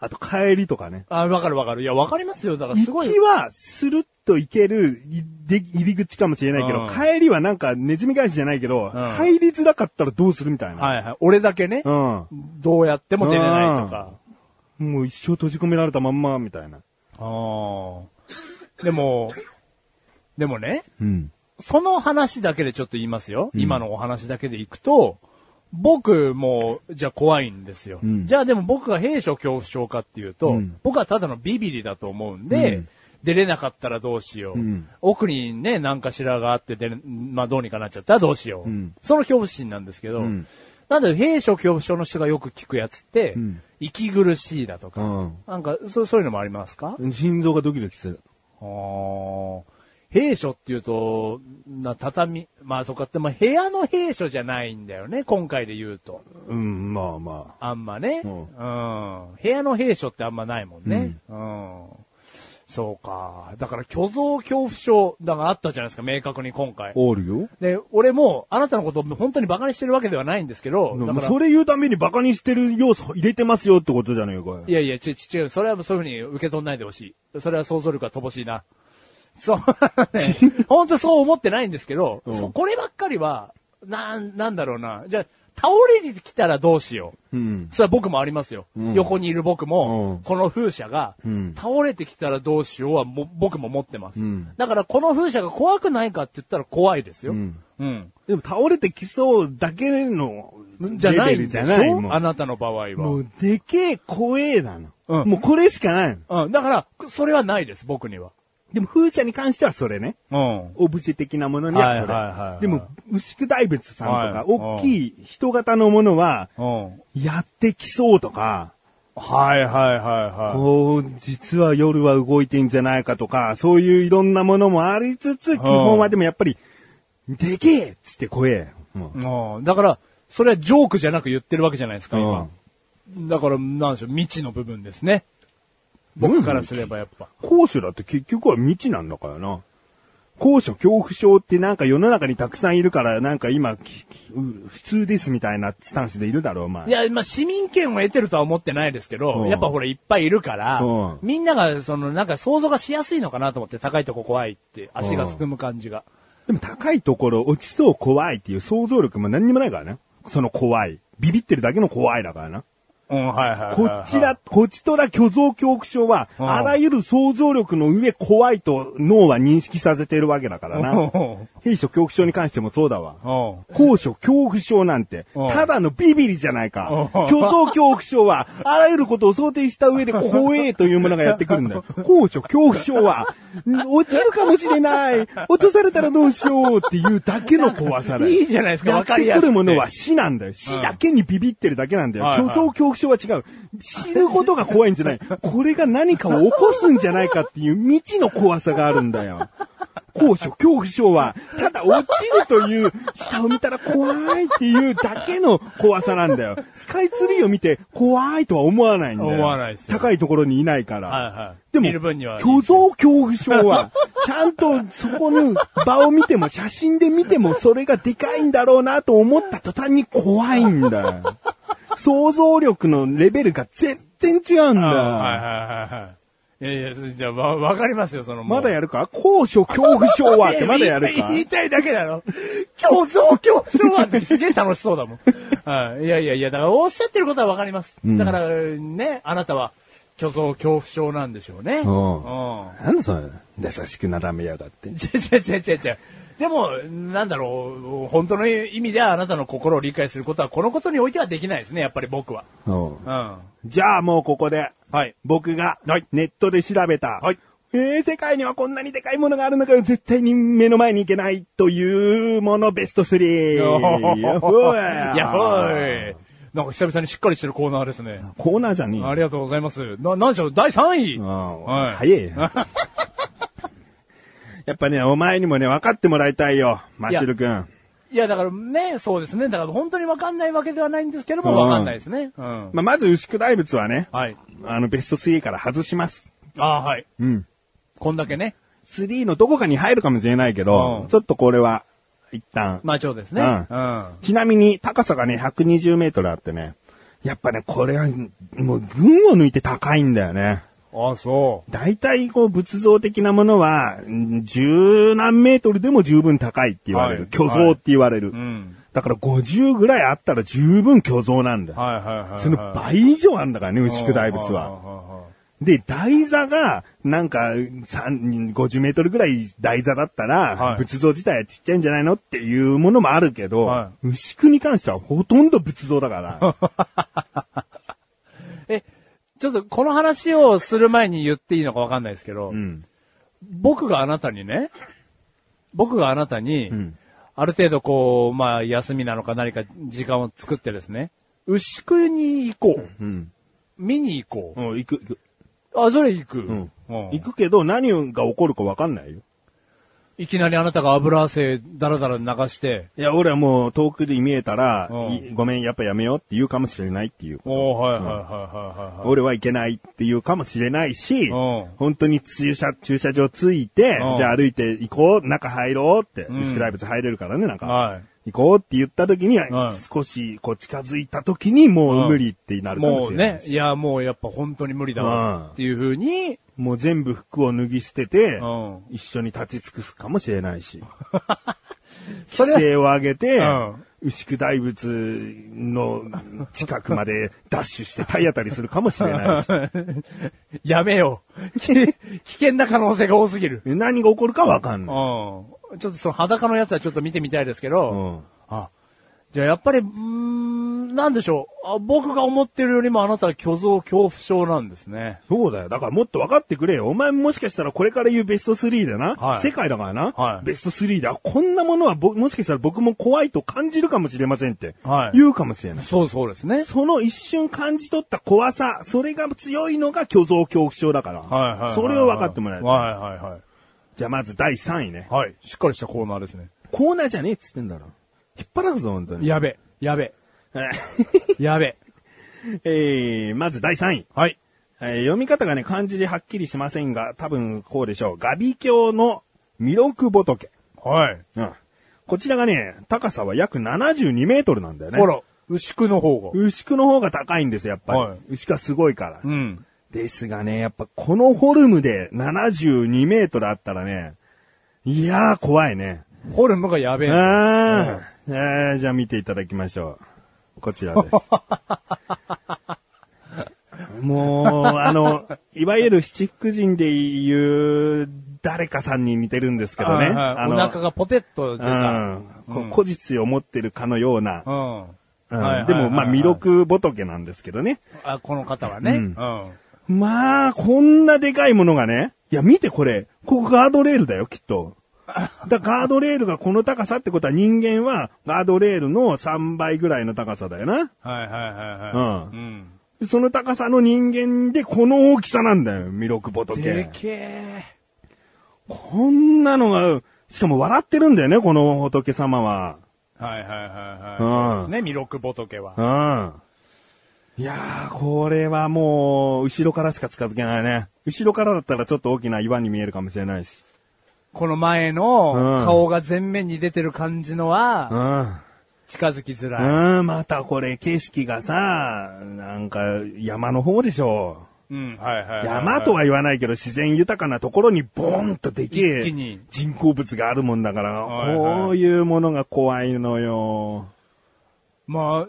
Speaker 2: あと帰りとかね。
Speaker 3: あ、わかるわかる。いや、わかりますよ。だからすご
Speaker 2: 行
Speaker 3: い
Speaker 2: き。は、スルッと行ける、いで、入り口かもしれないけど、
Speaker 3: うん
Speaker 2: 帰りはなんか、ネズミ返しじゃないけど、
Speaker 3: ん
Speaker 2: 入りづらかったらどうするみたいな。
Speaker 3: はいはい。俺だけね、
Speaker 2: う
Speaker 3: どうやっても出れないとか。
Speaker 2: ん。もう一生閉じ込められたまんま、みたいな。
Speaker 3: あーでも、でもね、
Speaker 2: うん。
Speaker 3: その話だけでちょっと言いますよ。今のお話だけでいくと、僕も、じゃあ怖いんですよ。
Speaker 2: ん
Speaker 3: じゃあでも僕が兵所恐怖症かっていうと、
Speaker 2: うん
Speaker 3: 僕はただのビビリだと思うんで、
Speaker 2: うん
Speaker 3: 出れなかったらどうしよう。
Speaker 2: うん
Speaker 3: 奥にね、何かしらがあって出れ、まあどうにかなっちゃったらどうしよ
Speaker 2: う
Speaker 3: う。
Speaker 2: ん
Speaker 3: その恐怖心なんですけど、
Speaker 2: ん
Speaker 3: なんで兵所恐怖症の人がよく聞くやつって、
Speaker 2: ん
Speaker 3: 息苦しいだとか、
Speaker 2: うん
Speaker 3: なんかそそういうのもありますか
Speaker 2: 心臓がドキドキする。
Speaker 3: あー兵所っていうと、な、畳、まあそっか、でも部屋の兵所じゃないんだよね、今回で言うと。
Speaker 2: うん、まあま
Speaker 3: あんまね。う。
Speaker 2: うんん
Speaker 3: 部屋の兵所ってあんまないもんね。うん。そうか。だから虚像恐怖症、だからあったじゃないですか、明確に今
Speaker 2: あ
Speaker 3: 回。
Speaker 2: おるよ。
Speaker 3: で、俺も、あなたのことを本当に馬鹿にしてるわけではないんですけど、だから
Speaker 2: そ、れ言うためにバカにしてる要素入れてますよってことじゃねえかよ
Speaker 3: い。やいや、ち、ち、違う、それはそういうふうに受け取んないでほしい。それは想像力が乏しいな。そう、ね、 本当そう思ってないんですけど、
Speaker 2: うん
Speaker 3: そこればっかりは、なん、なんだろうな。じゃあ、倒れてきたらどうしよう。
Speaker 2: うん。
Speaker 3: それは僕もありますよ。
Speaker 2: うん
Speaker 3: 横にいる僕も、
Speaker 2: うん
Speaker 3: この風車が、
Speaker 2: うん
Speaker 3: 倒れてきたらどうしようはも僕も持ってます、
Speaker 2: うん
Speaker 3: だからこの風車が怖くないかって言ったら怖いですよ。
Speaker 2: うん
Speaker 3: うん
Speaker 2: でも倒れてきそうだけの、
Speaker 3: じゃない
Speaker 2: レベ
Speaker 3: ん
Speaker 2: ル
Speaker 3: でし
Speaker 2: ない
Speaker 3: ょ
Speaker 2: も
Speaker 3: あ
Speaker 2: う
Speaker 3: なたの場合は。
Speaker 2: もうでけえ怖えなの。
Speaker 3: うん
Speaker 2: もうこれしかないの。
Speaker 3: うん。だから、それはないです、僕には。
Speaker 2: でも風車に関してはそれね。
Speaker 3: うん。
Speaker 2: オブジェ的なものにはそれ。
Speaker 3: はいはいはいはい
Speaker 2: でも、牛久大仏さんと
Speaker 3: はい
Speaker 2: か、大きい人型のものは、
Speaker 3: うん。
Speaker 2: やってきそうとか、
Speaker 3: はいはいはいはい。
Speaker 2: こう、実は夜は動いてんじゃないかとか、そういういろんなものもありつつ、基本はでもやっぱり、でけえっつって怖え。も
Speaker 3: うん、だから、それはジョークじゃなく言ってるわけじゃないですか、
Speaker 2: う
Speaker 3: 今。だから、なんでしょう、未知の部分ですね。僕からすればやっぱ。
Speaker 2: 高所だって結局は未知なんだからな。高所恐怖症ってなんか世の中にたくさんいるから、なんか今、ききう普通ですみたいなスタンスでいるだろう、お前
Speaker 3: い。や、まあ、市民権を得てるとは思ってないですけど、
Speaker 2: うん
Speaker 3: やっぱほら、いっぱいいるから
Speaker 2: うん、
Speaker 3: みんなが、その、なんか想像がしやすいのかなと思って、高いとこ怖いって、足がすくむ感じが。
Speaker 2: でも高いところ、落ちそう怖いっていう想像力も何にもないからね。その怖い。ビビってるだけの怖いだからな。
Speaker 3: うん、はいはいはいはい
Speaker 2: こっち だ、こっちとら虚像恐怖症は、
Speaker 3: うん
Speaker 2: あらゆる想像力の上怖いと脳は認識させてるわけだから
Speaker 3: うん
Speaker 2: な。兵所恐怖症に関してもそうだわ。
Speaker 3: うん
Speaker 2: 高所恐怖症なんて
Speaker 3: うん、
Speaker 2: ただのビビリじゃないか。
Speaker 3: うん
Speaker 2: 虚像恐怖症は、あらゆることを想定した 上で怖えというものがやってくるんだよ。高所恐怖症は、ん落ちるかもしれない。落とされたらどうしようっていうだけの怖さだよ。
Speaker 3: いいじゃないですかわかりや
Speaker 2: や
Speaker 3: す
Speaker 2: っ
Speaker 3: くて
Speaker 2: てくるものは死なんだよ。死だけにビビってるだけなんだよ。
Speaker 3: はいはい
Speaker 2: 虚像恐怖症は違う。死ぬことが怖いん じゃない。これが何かを起こすんじゃないかっていう未知の怖さがあるんだよ。高所恐怖症は、ただ落ちるという、下を見たら怖いっていうだけの怖さなんだよ。スカイツリーを見て怖いとは思わないんだよ。
Speaker 3: 思わないですよ
Speaker 2: 高いところにいないから。
Speaker 3: はいはい
Speaker 2: でも、
Speaker 3: 見る分にはいい
Speaker 2: 虚像恐怖症 は、ちゃんとそこの場を見ても、写真で見ても、それがでかいんだろうなと思った途端に怖いんだよ。想像力のレベルが全然違うん
Speaker 3: うん
Speaker 2: だよ。
Speaker 3: はいはいはいはい。いやいやそれ、じゃあ、わ、わかりますよ、その、もう
Speaker 2: まだやるか高所恐怖症はってまだやる
Speaker 3: 言いた
Speaker 2: か
Speaker 3: い言いたいだけだろ。虚像恐怖症はってすげえ楽しそうだもん。はいいやいやいや、だからおっしゃってることはわかります。だから、ね、あなたは虚像恐怖症なんでしょうね。うん
Speaker 2: なんだそれ。優しくなめやがって
Speaker 3: ん。。ちゃちゃちゃちゃちゃ。でも、なんだろう、本当の意味ではあなたの心を理解することは、このことにおいてはできないですね、やっぱり僕は。
Speaker 2: うん
Speaker 3: うん。
Speaker 2: じゃあもうここで、
Speaker 3: はい。
Speaker 2: 僕が
Speaker 3: はい、
Speaker 2: ネットで調べた、
Speaker 3: はい
Speaker 2: えー、世界にはこんなにでかいものがあるのかよ、絶対に目の前に行けないというものベスト3。やっほー
Speaker 3: やっほーいなんか久々にしっかりしてるコーナーですね。
Speaker 2: コーナーじゃねえよ
Speaker 3: ありがとうございます。な、なんでしょう、第3位
Speaker 2: うん
Speaker 3: はい。
Speaker 2: 早 えよやっぱね、お前にもね、分かってもらいたいよ、マッシュル君。
Speaker 3: いや、だからね、そうですね。だから本当にわかんないわけではないんですけども、わかんないですね。うん。
Speaker 2: まあ、まず、牛久大仏はね、
Speaker 3: はい。
Speaker 2: あの、ベスト3から外します。
Speaker 3: ああ、はい。
Speaker 2: うん。
Speaker 3: こんだけね。
Speaker 2: 3のどこかに入るかもしれないけど、
Speaker 3: うん
Speaker 2: ちょっとこれは、一旦。
Speaker 3: まあ、ちょうですね。
Speaker 2: う
Speaker 3: うんん。
Speaker 2: ちなみに、高さがね、120メートルあってね、やっぱね、これは、もう、群を抜いて高いんだよね。
Speaker 3: ああ、そ
Speaker 2: 大体、こう、仏像的なものは、うん十何メートルでも十分高いって言われる。
Speaker 3: はい
Speaker 2: 巨像って言われる。
Speaker 3: う。うん。
Speaker 2: だから50ぐらいあったら十分巨像なんだ。
Speaker 3: はいはいはい、はい。
Speaker 2: その倍以上あんだからね、牛久大仏は。
Speaker 3: は。
Speaker 2: で、台座が、なんか、三50メートルぐらい台座だったら、
Speaker 3: はい
Speaker 2: 仏像自体はちっちゃいんじゃないのっていうものもあるけど、
Speaker 3: は
Speaker 2: 牛久に関してはほとんど仏像だから、
Speaker 3: え、ちょっとこの話をする前に言っていいのかわかんないですけど、
Speaker 2: うん。
Speaker 3: 僕があなたにね、僕があなたに、
Speaker 2: ん
Speaker 3: ある程度こう、まあ、休みなのか何か時間を作ってですね、牛久に行こう。
Speaker 2: うん。
Speaker 3: 見に行こ
Speaker 2: うん、行く、行く。
Speaker 3: う。あ、それ行く。
Speaker 2: うん。
Speaker 3: うん
Speaker 2: 行くけど、何が起こるかわかんないよ。
Speaker 3: いきなりあなたが油汗だらだら流して、
Speaker 2: いや、俺はもう遠くで見えたら、
Speaker 3: うん
Speaker 2: いごめん、やっぱやめようって言うかもしれないっていう。
Speaker 3: おー、はいはいはいはいはいはい。
Speaker 2: 俺はいけないっていうかもしれないし、
Speaker 3: うん
Speaker 2: 本当に駐車、駐車場ついて、
Speaker 3: うん
Speaker 2: じゃあ歩いて行こう、中入ろうって、
Speaker 3: ん
Speaker 2: 牛久大仏入れるからね、なんか。
Speaker 3: はい
Speaker 2: 行こうって言った時に、
Speaker 3: はい
Speaker 2: 少しこう近づいた時にもう無理ってなるかも
Speaker 3: も
Speaker 2: し
Speaker 3: う
Speaker 2: れない
Speaker 3: ね、
Speaker 2: し。
Speaker 3: いや、もうやっぱ本当に無理だ
Speaker 2: うん
Speaker 3: わ。っていう風に、
Speaker 2: もう全部服を脱ぎ捨てて、
Speaker 3: うん
Speaker 2: 一緒に立ち尽くすかもしれないし。
Speaker 3: それは
Speaker 2: 規制を上げて、
Speaker 3: うん
Speaker 2: 牛久大仏の近くまでダッシュして体当たりするかもしれ ないし。
Speaker 3: やめよう。 危険な可能性が多すぎる。
Speaker 2: 何が起こるかわかん
Speaker 3: うん。ち
Speaker 2: ない。
Speaker 3: ょっとその裸のやつはちょっと見てみたいですけ
Speaker 2: う
Speaker 3: ど、
Speaker 2: ん
Speaker 3: あ、じゃあやっぱり、うーん、なんでしょうあ。僕が思ってるよりもあなたは虚像恐怖症なんですね。
Speaker 2: そうだよ。だからもっと分かってくれよ。お前もしかしたらこれから言うベスト3でな。
Speaker 3: はい
Speaker 2: 世界だからな。
Speaker 3: はい
Speaker 2: ベスト3だ。こんなものはぼもしかしたら僕も怖いと感じるかもしれませんって。
Speaker 3: はい
Speaker 2: 言うかもしれない。
Speaker 3: そうそうですね。
Speaker 2: その一瞬感じ取った怖さ、それが強いのが虚像恐怖症だから。
Speaker 3: はいはいはいはい。
Speaker 2: それを分かってもらえる。
Speaker 3: はいはいはい。
Speaker 2: じゃあまず第3位ね。
Speaker 3: はい。しっかりしたコーナーですね。
Speaker 2: コーナーじゃねえっつってんだろ。引っ張らくぞ、本当に。
Speaker 3: やべ、やべ、
Speaker 2: え
Speaker 3: やべ。
Speaker 2: ー、まず第3位。
Speaker 3: はい。
Speaker 2: えー読み方がね、漢字ではっきりしませんが、多分こうでしょう。ガビ教の弥勒仏。
Speaker 3: はい。
Speaker 2: うん。こちらがね、高さは約72メートルなんだよね。
Speaker 3: ほら、牛久の方が。
Speaker 2: 牛久の方が高いんですよ、やっぱり。
Speaker 3: はい
Speaker 2: 牛久はすごいから。
Speaker 3: うん。
Speaker 2: ですがね、やっぱこのフォルムで72メートルあったらね、いやー怖いね。
Speaker 3: ホルムがやべえ
Speaker 2: うん。
Speaker 3: な。
Speaker 2: えーじゃあ見ていただきましょう。こちら です。もう、あの、いわゆる七福神でいう誰かさんに似てるんですけどね。
Speaker 3: はいはい
Speaker 2: あ
Speaker 3: お
Speaker 2: の
Speaker 3: 腹がポテッと出た。
Speaker 2: うん。こう古実を持ってるかのような。
Speaker 3: うん。
Speaker 2: うん
Speaker 3: はいはいはい
Speaker 2: でも、まあ、弥勒仏なんですけどね。
Speaker 3: あ、この方はね。
Speaker 2: う
Speaker 3: うんん。
Speaker 2: まあ、こんなでかいものがね。いや、見てこれ。ここガードレールだよ、きっと。だガードレールがこの高さってことは人間はガードレールの3倍ぐらいの高さだよな。
Speaker 3: はいはいはいはい。うん。
Speaker 2: その高さの人間でこの大きさなんだよ、弥勒
Speaker 3: で
Speaker 2: 仏。
Speaker 3: けえ。
Speaker 2: こんなのが、しかも笑ってるんだよね、この仏様は。
Speaker 3: はいはいはいは
Speaker 2: う
Speaker 3: い。
Speaker 2: ん
Speaker 3: そうですね、弥勒仏は。
Speaker 2: うん。いやー、これはもう、後ろからしか近づけないね。後ろからだったらちょっと大きな岩に見えるかもしれないし。
Speaker 3: この前
Speaker 2: うん
Speaker 3: の顔が前面に出てる感じの
Speaker 2: う
Speaker 3: は
Speaker 2: ん。
Speaker 3: 近づきづらい。
Speaker 2: うん、またこれ景色がさ、なんか山の方でしょ
Speaker 3: うん、はいはいいい。
Speaker 2: 山とは言わないけど自然豊かなところにボーンとでけ
Speaker 3: 一気
Speaker 2: え
Speaker 3: に
Speaker 2: 人工物があるもんだか
Speaker 3: はい
Speaker 2: ら、
Speaker 3: はい
Speaker 2: こういうものが怖いのよ。
Speaker 3: まあ、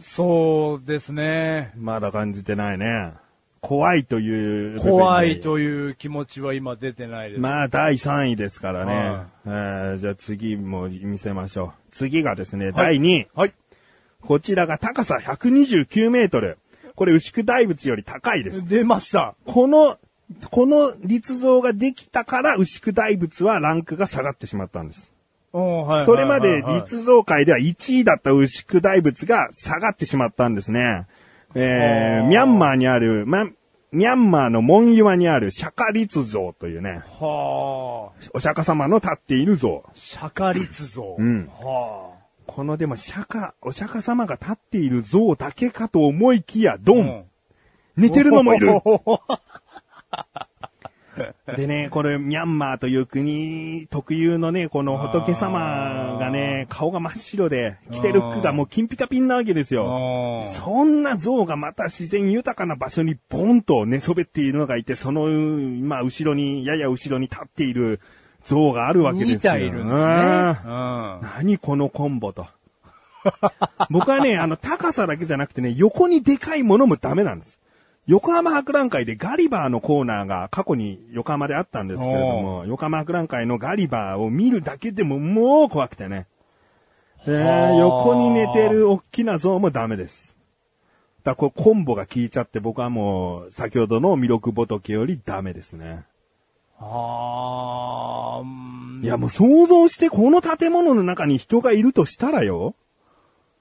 Speaker 3: そうですね。
Speaker 2: まだ感じてないね。怖いという。
Speaker 3: 怖い。という気持ちは今出てないです。
Speaker 2: まあ、第3位ですからね。
Speaker 3: は
Speaker 2: えーじゃあ次も見せましょう。次がですね、第2位。
Speaker 3: はい。
Speaker 2: こちらが高さ129メートル。これ、牛久大仏より高いです。
Speaker 3: 出ました。
Speaker 2: この、この立像ができたから、牛久大仏はランクが下がってしまったんです。
Speaker 3: おーはいはいはいはい
Speaker 2: それまで立像界では1位だった牛久大仏が下がってしまったんですね。えー、
Speaker 3: あー
Speaker 2: ミャンマーにある、ま、ミャンマーのモンユアにある釈迦律像というね、
Speaker 3: はあ。
Speaker 2: お釈迦様の立っている像。
Speaker 3: 釈迦律像。
Speaker 2: うん
Speaker 3: は
Speaker 2: このでも釈迦、お釈迦様が立っている像だけかと思いきや、ド
Speaker 3: あ。
Speaker 2: ン、
Speaker 3: うん
Speaker 2: 似てるのも いるでね、これ、ミャンマーという国特有のね、この仏様がね、顔が真っ白で、着てる服がもう金ピカピンなわけですよ。
Speaker 3: ああ
Speaker 2: そんな像がまた自然豊かな場所にボンと寝そべっているのがいて、その、まあ、後ろに、やや後ろに立っている像があるわけですよ。
Speaker 3: 二体いるんですね。う
Speaker 2: うん
Speaker 3: ん。
Speaker 2: 何このコンボと。 僕はね、あの、高さだけじゃなくてね、横にでかいものもダメなんです。横浜博覧会でガリバーのコーナーが過去に横浜であったんですけれども、横浜博覧会のガリバーを見るだけでももう怖くてね。え
Speaker 3: は
Speaker 2: ー
Speaker 3: あ
Speaker 2: 横に寝てる大きな像もダメです。だからこれコンボが効いちゃって僕はもう先ほどの魅力仏よりダメですね。
Speaker 3: ああ、うん
Speaker 2: いやもう想像してこの建物の中に人がいるとしたらよ。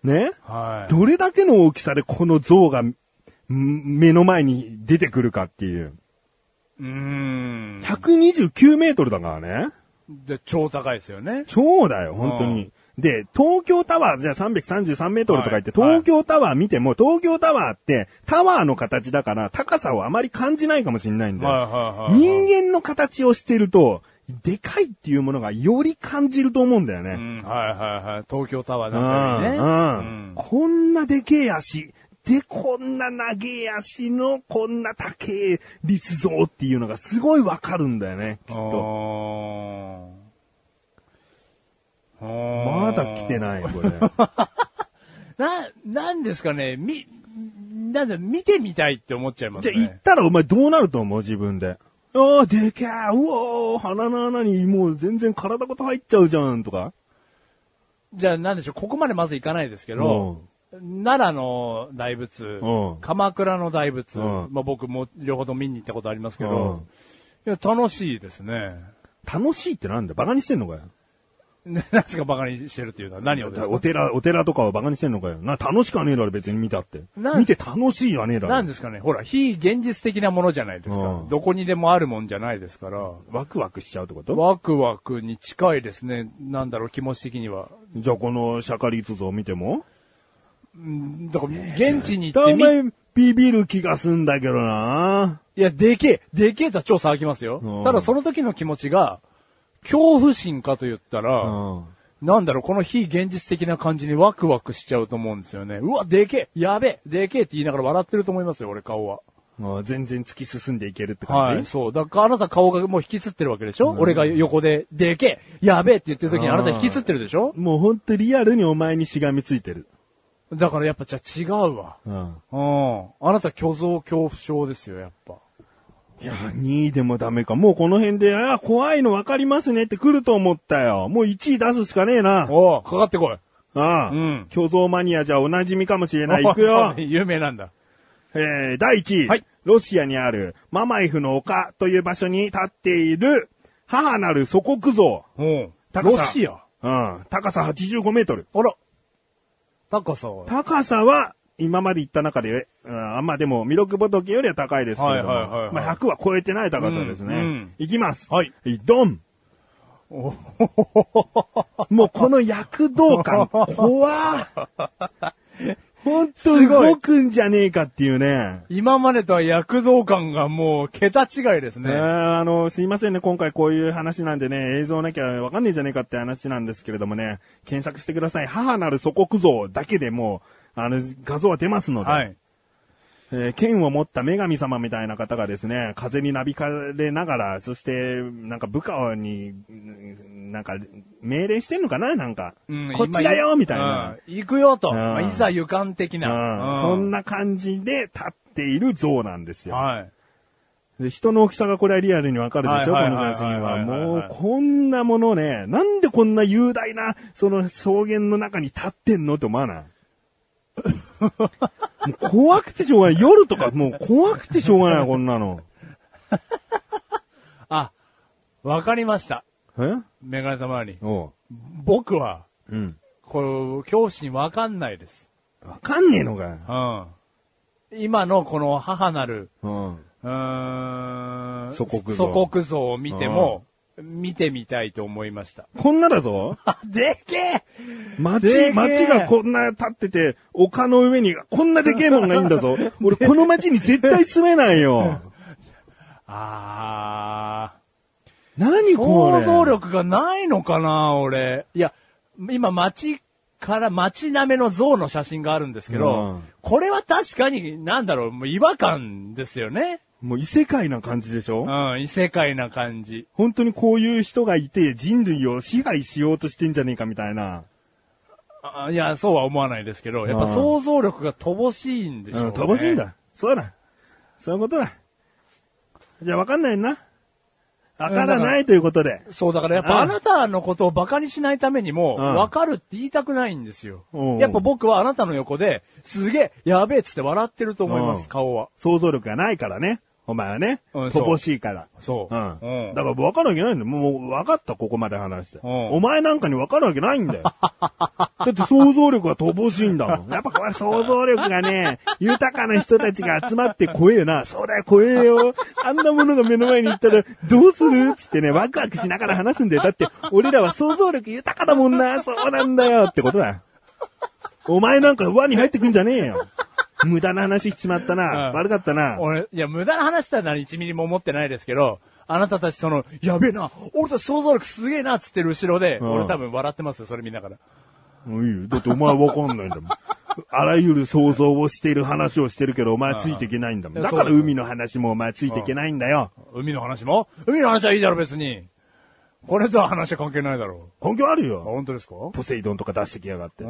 Speaker 2: ね
Speaker 3: はい。
Speaker 2: どれだけの大きさでこの像がん目の前に出てくるかっていう。
Speaker 3: うーん。
Speaker 2: 129メートルだからね。
Speaker 3: で、超高いですよね。
Speaker 2: 超だよ、本当に。で、東京タワー、じゃあ333メートルとか言って、
Speaker 3: はい
Speaker 2: 東京タワー見ても、東京タワーってタワーの形だから高さをあまり感じないかもしれないんだよ。
Speaker 3: はいはいはいはい。
Speaker 2: 人間の形をしてると、でかいっていうものがより感じると思うんだよね。
Speaker 3: うん、はいはいはい。東京タワー
Speaker 2: う
Speaker 3: なんかよりね。
Speaker 2: んうんこんなでけえ足。で、こんな長え足の、こんな高え立像っていうのがすごいわかるんだよね、きっと。
Speaker 3: あー
Speaker 2: まだ来てない、こ れ。
Speaker 3: な、なんですかね、み、なんだ、見てみたいって思っちゃいま
Speaker 2: じゃ
Speaker 3: す
Speaker 2: あ行っ
Speaker 3: ね。
Speaker 2: たらお前どうなると思う自分で。ああ、でけえうおー鼻の穴にもう全然体ごと入っちゃうじゃんとか。
Speaker 3: じゃあ、なんでしょう、ここまでまず行かないですけど、奈良の大仏
Speaker 2: うん、
Speaker 3: 鎌倉の大仏、
Speaker 2: うん
Speaker 3: まあ僕も両方とも見に行ったことありますけ
Speaker 2: う
Speaker 3: ど
Speaker 2: ん、
Speaker 3: いや楽しいですね。
Speaker 2: 楽しいってなんだよバカにしてんのかよ。
Speaker 3: ね何ですかバカにしてるっていうのは何をですか
Speaker 2: お寺、お寺とかをバカにしてんのかよ。な、楽しかねえだろ別に見たって。
Speaker 3: なん
Speaker 2: 見て楽しいはねえだろ。
Speaker 3: なんですかねほら、非現実的なものじゃないですか
Speaker 2: う。ん
Speaker 3: どこにでもあるもんじゃないですから。
Speaker 2: ワクワクしちゃうってこと
Speaker 3: ワクワクに近いですね。なんだろう、気持ち的には。
Speaker 2: じゃあこのシャカリツ像を見ても
Speaker 3: うんだから、現地に行って
Speaker 2: お
Speaker 3: み、い
Speaker 2: 前ビビる気がすんだけどな
Speaker 3: や、でけえ、でけえとは超騒ぎますよ
Speaker 2: うん。
Speaker 3: ただ、その時の気持ちが、恐怖心かと言った
Speaker 2: う
Speaker 3: ら、
Speaker 2: ん。
Speaker 3: なんだろう、この非現実的な感じにワクワクしちゃうと思うんですよね。うわ、でけえ、やべえ、でけえって言いながら笑ってると思いますよ、俺顔は。
Speaker 2: あ全然突き進んでいけるって
Speaker 3: は
Speaker 2: 感
Speaker 3: い、
Speaker 2: じ、
Speaker 3: そう。だからあなた顔がもう引きつってるわけでしょ、俺が横で、でけえ、やべえって言ってる時にあなた引きつってるでしょ
Speaker 2: もうほんとリアルにお前にしがみついてる。
Speaker 3: だからやっぱじゃあ違うわ。
Speaker 2: うん。
Speaker 3: うん。あなた虚像恐怖症ですよ、やっぱ。
Speaker 2: いや、2位でもダメか。もうこの辺で、ああ、怖いの分かりますねって来ると思ったよ。もう1位出すしかねえな。
Speaker 3: おうかかってこい。
Speaker 2: ああ、
Speaker 3: うん
Speaker 2: 虚像マニアじゃおなじみかもしれない。行く よ
Speaker 3: そう。ね有名なんだ。
Speaker 2: えー、第1位。
Speaker 3: はい
Speaker 2: ロシアにあるママイフの丘という場所に立っている母なる祖国像。
Speaker 3: うん。
Speaker 2: 高
Speaker 3: ロ
Speaker 2: さ
Speaker 3: シア。
Speaker 2: うん。高さ85メートル。
Speaker 3: あら。高さは。
Speaker 2: 高さは、今まで行った中で、うんあんまでも、弥勒仏よりは高いですけれども、
Speaker 3: はいはいはいはい
Speaker 2: まあ100は超えてない高さですね。
Speaker 3: うんうん
Speaker 2: いきます。
Speaker 3: はい。
Speaker 2: ドンもうこの躍動感、 怖ほんと
Speaker 3: すごい
Speaker 2: 動くんじゃねえかっていうね。
Speaker 3: 今までとは躍動感がもう、桁違いです
Speaker 2: え
Speaker 3: ね。
Speaker 2: ーあの、すいませんね、今回こういう話なんでね、映像なきゃわかんねえじゃねえかって話なんですけれどもね、検索してください。母なる祖国像だけでもう、あの、画像は出ますので、
Speaker 3: はい。
Speaker 2: えー剣を持った女神様みたいな方がですね、風になびかれながら、そして、なんか部下に、うんなんか、命令してんのかななんか、
Speaker 3: うん
Speaker 2: こっちだよみたいな。。
Speaker 3: 今うん行くよと。
Speaker 2: うん
Speaker 3: まあいざ行かん的
Speaker 2: うん
Speaker 3: な。
Speaker 2: そん
Speaker 3: な。
Speaker 2: な感じで立っている像なんですよ。
Speaker 3: はい。
Speaker 2: で人の大きさがこれはリアルにわかるでしょ、
Speaker 3: は
Speaker 2: こ
Speaker 3: い
Speaker 2: の
Speaker 3: はいはい
Speaker 2: 写真は。
Speaker 3: はいはいはい
Speaker 2: もう、こんなものね、なんでこんな雄大な、その草原の中に立ってんのって思わ ないもう怖くてしょうがない。夜とかもう怖くてしょうがない、こんなの。
Speaker 3: あ、わかりました。
Speaker 2: え
Speaker 3: メガネたまわり。
Speaker 2: お
Speaker 3: 僕は、
Speaker 2: う。うん。
Speaker 3: こう、恐怖心わかんないです。
Speaker 2: わかんねえのかよ。
Speaker 3: うん。今のこの母なる
Speaker 2: うん。
Speaker 3: うーん
Speaker 2: 祖国像
Speaker 3: 祖国像を見ても、見てみたいと思いました。
Speaker 2: こんなだぞ。
Speaker 3: でけえ
Speaker 2: 町、
Speaker 3: でけえ
Speaker 2: 町がこんな立ってて、丘の上にこんなでけえもんがいいんだ ぞ。俺この町に絶対住めないよ。
Speaker 3: あー。
Speaker 2: 何これ
Speaker 3: 想像力がないのかな、俺。いや、今街から街並みの像の写真があるんですけど、
Speaker 2: うん
Speaker 3: これは確かに、なんだろう、もう違和感ですよね。
Speaker 2: もう異世界な感じでしょ
Speaker 3: うん、異世界な感じ。
Speaker 2: 本当にこういう人がいて人類を支配しようとしてんじゃねえかみたいな。
Speaker 3: あいや、そうは思わないですけど、やっぱ想像力が乏しいんでしょう、
Speaker 2: う
Speaker 3: ね。
Speaker 2: ん、乏しいん。だ。そうだ。そういうことだ。じゃあわかんないな。わからないということで。
Speaker 3: そう、だからやっ
Speaker 2: うん
Speaker 3: ぱあなたのことを馬鹿にしないためにも、
Speaker 2: うん
Speaker 3: わかるって言いたくないんですよ
Speaker 2: おうお。う
Speaker 3: やっぱ僕はあなたの横で、すげえ、やべえっつって笑ってると思いま
Speaker 2: うん
Speaker 3: す、顔は。
Speaker 2: 想像力がないからね。お前はね。
Speaker 3: うんそう
Speaker 2: 乏しいから。
Speaker 3: そう。
Speaker 2: うん。
Speaker 3: うん
Speaker 2: だから分かるわけないんだよ。もう分かった、ここまで話して。
Speaker 3: ん
Speaker 2: お前なんかに分かるわけないんだよ。 だって想像力が乏しいんだ もん。やっぱこれ想像力がね、豊かな人たちが集まって怖えよな。そうだよ、怖えよ。あんなものが目の前に行ったらどうするつってね、ワクワクしながら話すんだよ。だって俺らは想像力豊かだもんな。そうなんだよ。ってことだよ。お前なんか輪に入ってくんじゃねえよ。無駄な話しちまったな。
Speaker 3: うん
Speaker 2: 悪かったな。
Speaker 3: 俺、いや、無駄な話したら何1ミリも思ってないですけど、あなたたちその、やべえな、俺たち想像力すげえなっつってる後ろで、
Speaker 2: ん
Speaker 3: 俺多分笑ってますよ、それ見ながら。
Speaker 2: うんいいよ。だってお前わかんないんだもん。あらゆる想像をしている話をしてるけど、お前ついていけないんだもん。
Speaker 3: うん
Speaker 2: だから海の話もお前ついていけないんだよ。
Speaker 3: 海の話も海の話はいいだろ、別に。これとは話は関係ないだろ
Speaker 2: 根拠ある
Speaker 3: う。あ、
Speaker 2: よ。
Speaker 3: 本当ですか
Speaker 2: ポセイドンとか出してきやがって。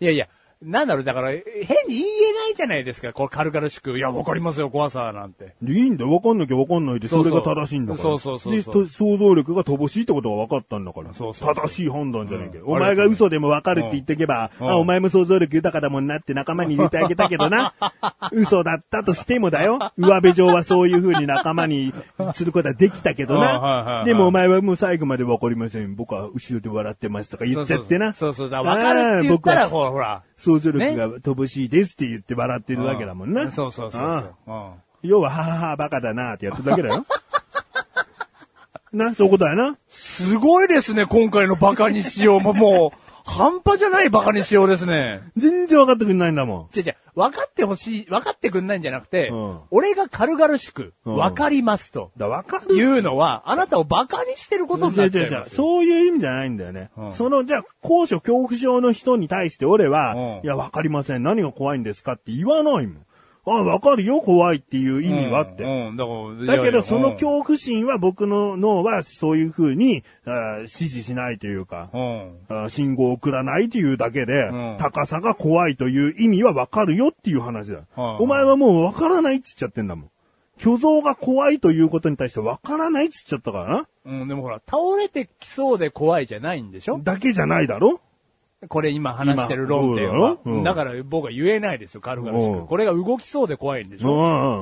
Speaker 3: いやいや、なんだろう、だから、変に言えないじゃないですか、こう軽々しく。いや、わかりますよ、怖さなんて。
Speaker 2: でいいんだよ。わかんなきゃわかんないで、
Speaker 3: そ
Speaker 2: そう
Speaker 3: そ
Speaker 2: れ
Speaker 3: う
Speaker 2: が正しいんだから。
Speaker 3: そうそうそうそう
Speaker 2: でと想像力が乏しいってことが分かったんだから。
Speaker 3: そうそうそう
Speaker 2: 正しい判断じゃねえけど。
Speaker 3: うん
Speaker 2: お前が嘘でも分かるって言ってけば、
Speaker 3: うん
Speaker 2: あ、お前も想像力豊かだもんなって仲間に入れてあげたけどな。嘘だったとしてもだよ。上辺上はそういう風に仲間にすることはできたけど
Speaker 3: うんはいはいは
Speaker 2: な。
Speaker 3: い
Speaker 2: でもお前はもう最後まで分かりません。僕は後ろで笑ってますとか言っちゃってな。
Speaker 3: そうそうそう、だからわかるって言った
Speaker 2: あ
Speaker 3: ら、
Speaker 2: ー僕は
Speaker 3: ほら、ほら。
Speaker 2: 想像力が乏しいですって言って笑ってるわけだもん
Speaker 3: う
Speaker 2: な。
Speaker 3: そうそうそう
Speaker 2: あ
Speaker 3: そ
Speaker 2: あ
Speaker 3: う。うん
Speaker 2: 要は、ははは、バカだなってやってるだけだよ。な、そういうことだよな。
Speaker 3: すごいですね、今回のバカにしようも、もう、半端じゃないバカにしようですね。
Speaker 2: 全然分かってくんないんだもん。
Speaker 3: 違う違う、分かってほしい、分かってくんないんじゃなくて、
Speaker 2: うん
Speaker 3: 俺が軽々しく、
Speaker 2: うん
Speaker 3: 分かりますと、
Speaker 2: だから分かる
Speaker 3: いうのは、あなたをバカにしてることになっちゃいますよ。
Speaker 2: そういう意味じゃないんだよね。
Speaker 3: うん
Speaker 2: その、じゃあ、高所恐怖症の人に対して俺は、
Speaker 3: うん
Speaker 2: いや、分かりません。何が怖いんですかって言わないもん。あ、分かるよ、怖いっていう意味はって。
Speaker 3: うんうんだから
Speaker 2: だけど、その
Speaker 3: 日、
Speaker 2: 恐怖心は僕の脳はそういう風に、あー支持しないというか、
Speaker 3: うん
Speaker 2: あー信号を送らないというだけで、
Speaker 3: うん
Speaker 2: 高さが怖いという意味はわかるよっていう話だ。
Speaker 3: はい
Speaker 2: お前はもうわからないって言っちゃってんだもん。虚像が怖いということに対してわからないって言っちゃったから
Speaker 3: うん、でもほら、倒れてきそうで怖いじゃないんでしょ
Speaker 2: な。だけじゃないだろ
Speaker 3: これ今話してる論点
Speaker 2: 今
Speaker 3: は
Speaker 2: そうだろうん。
Speaker 3: だから僕は言えないですよ、軽々し
Speaker 2: うん
Speaker 3: く。これが動きそうで怖いんでし
Speaker 2: う
Speaker 3: ょ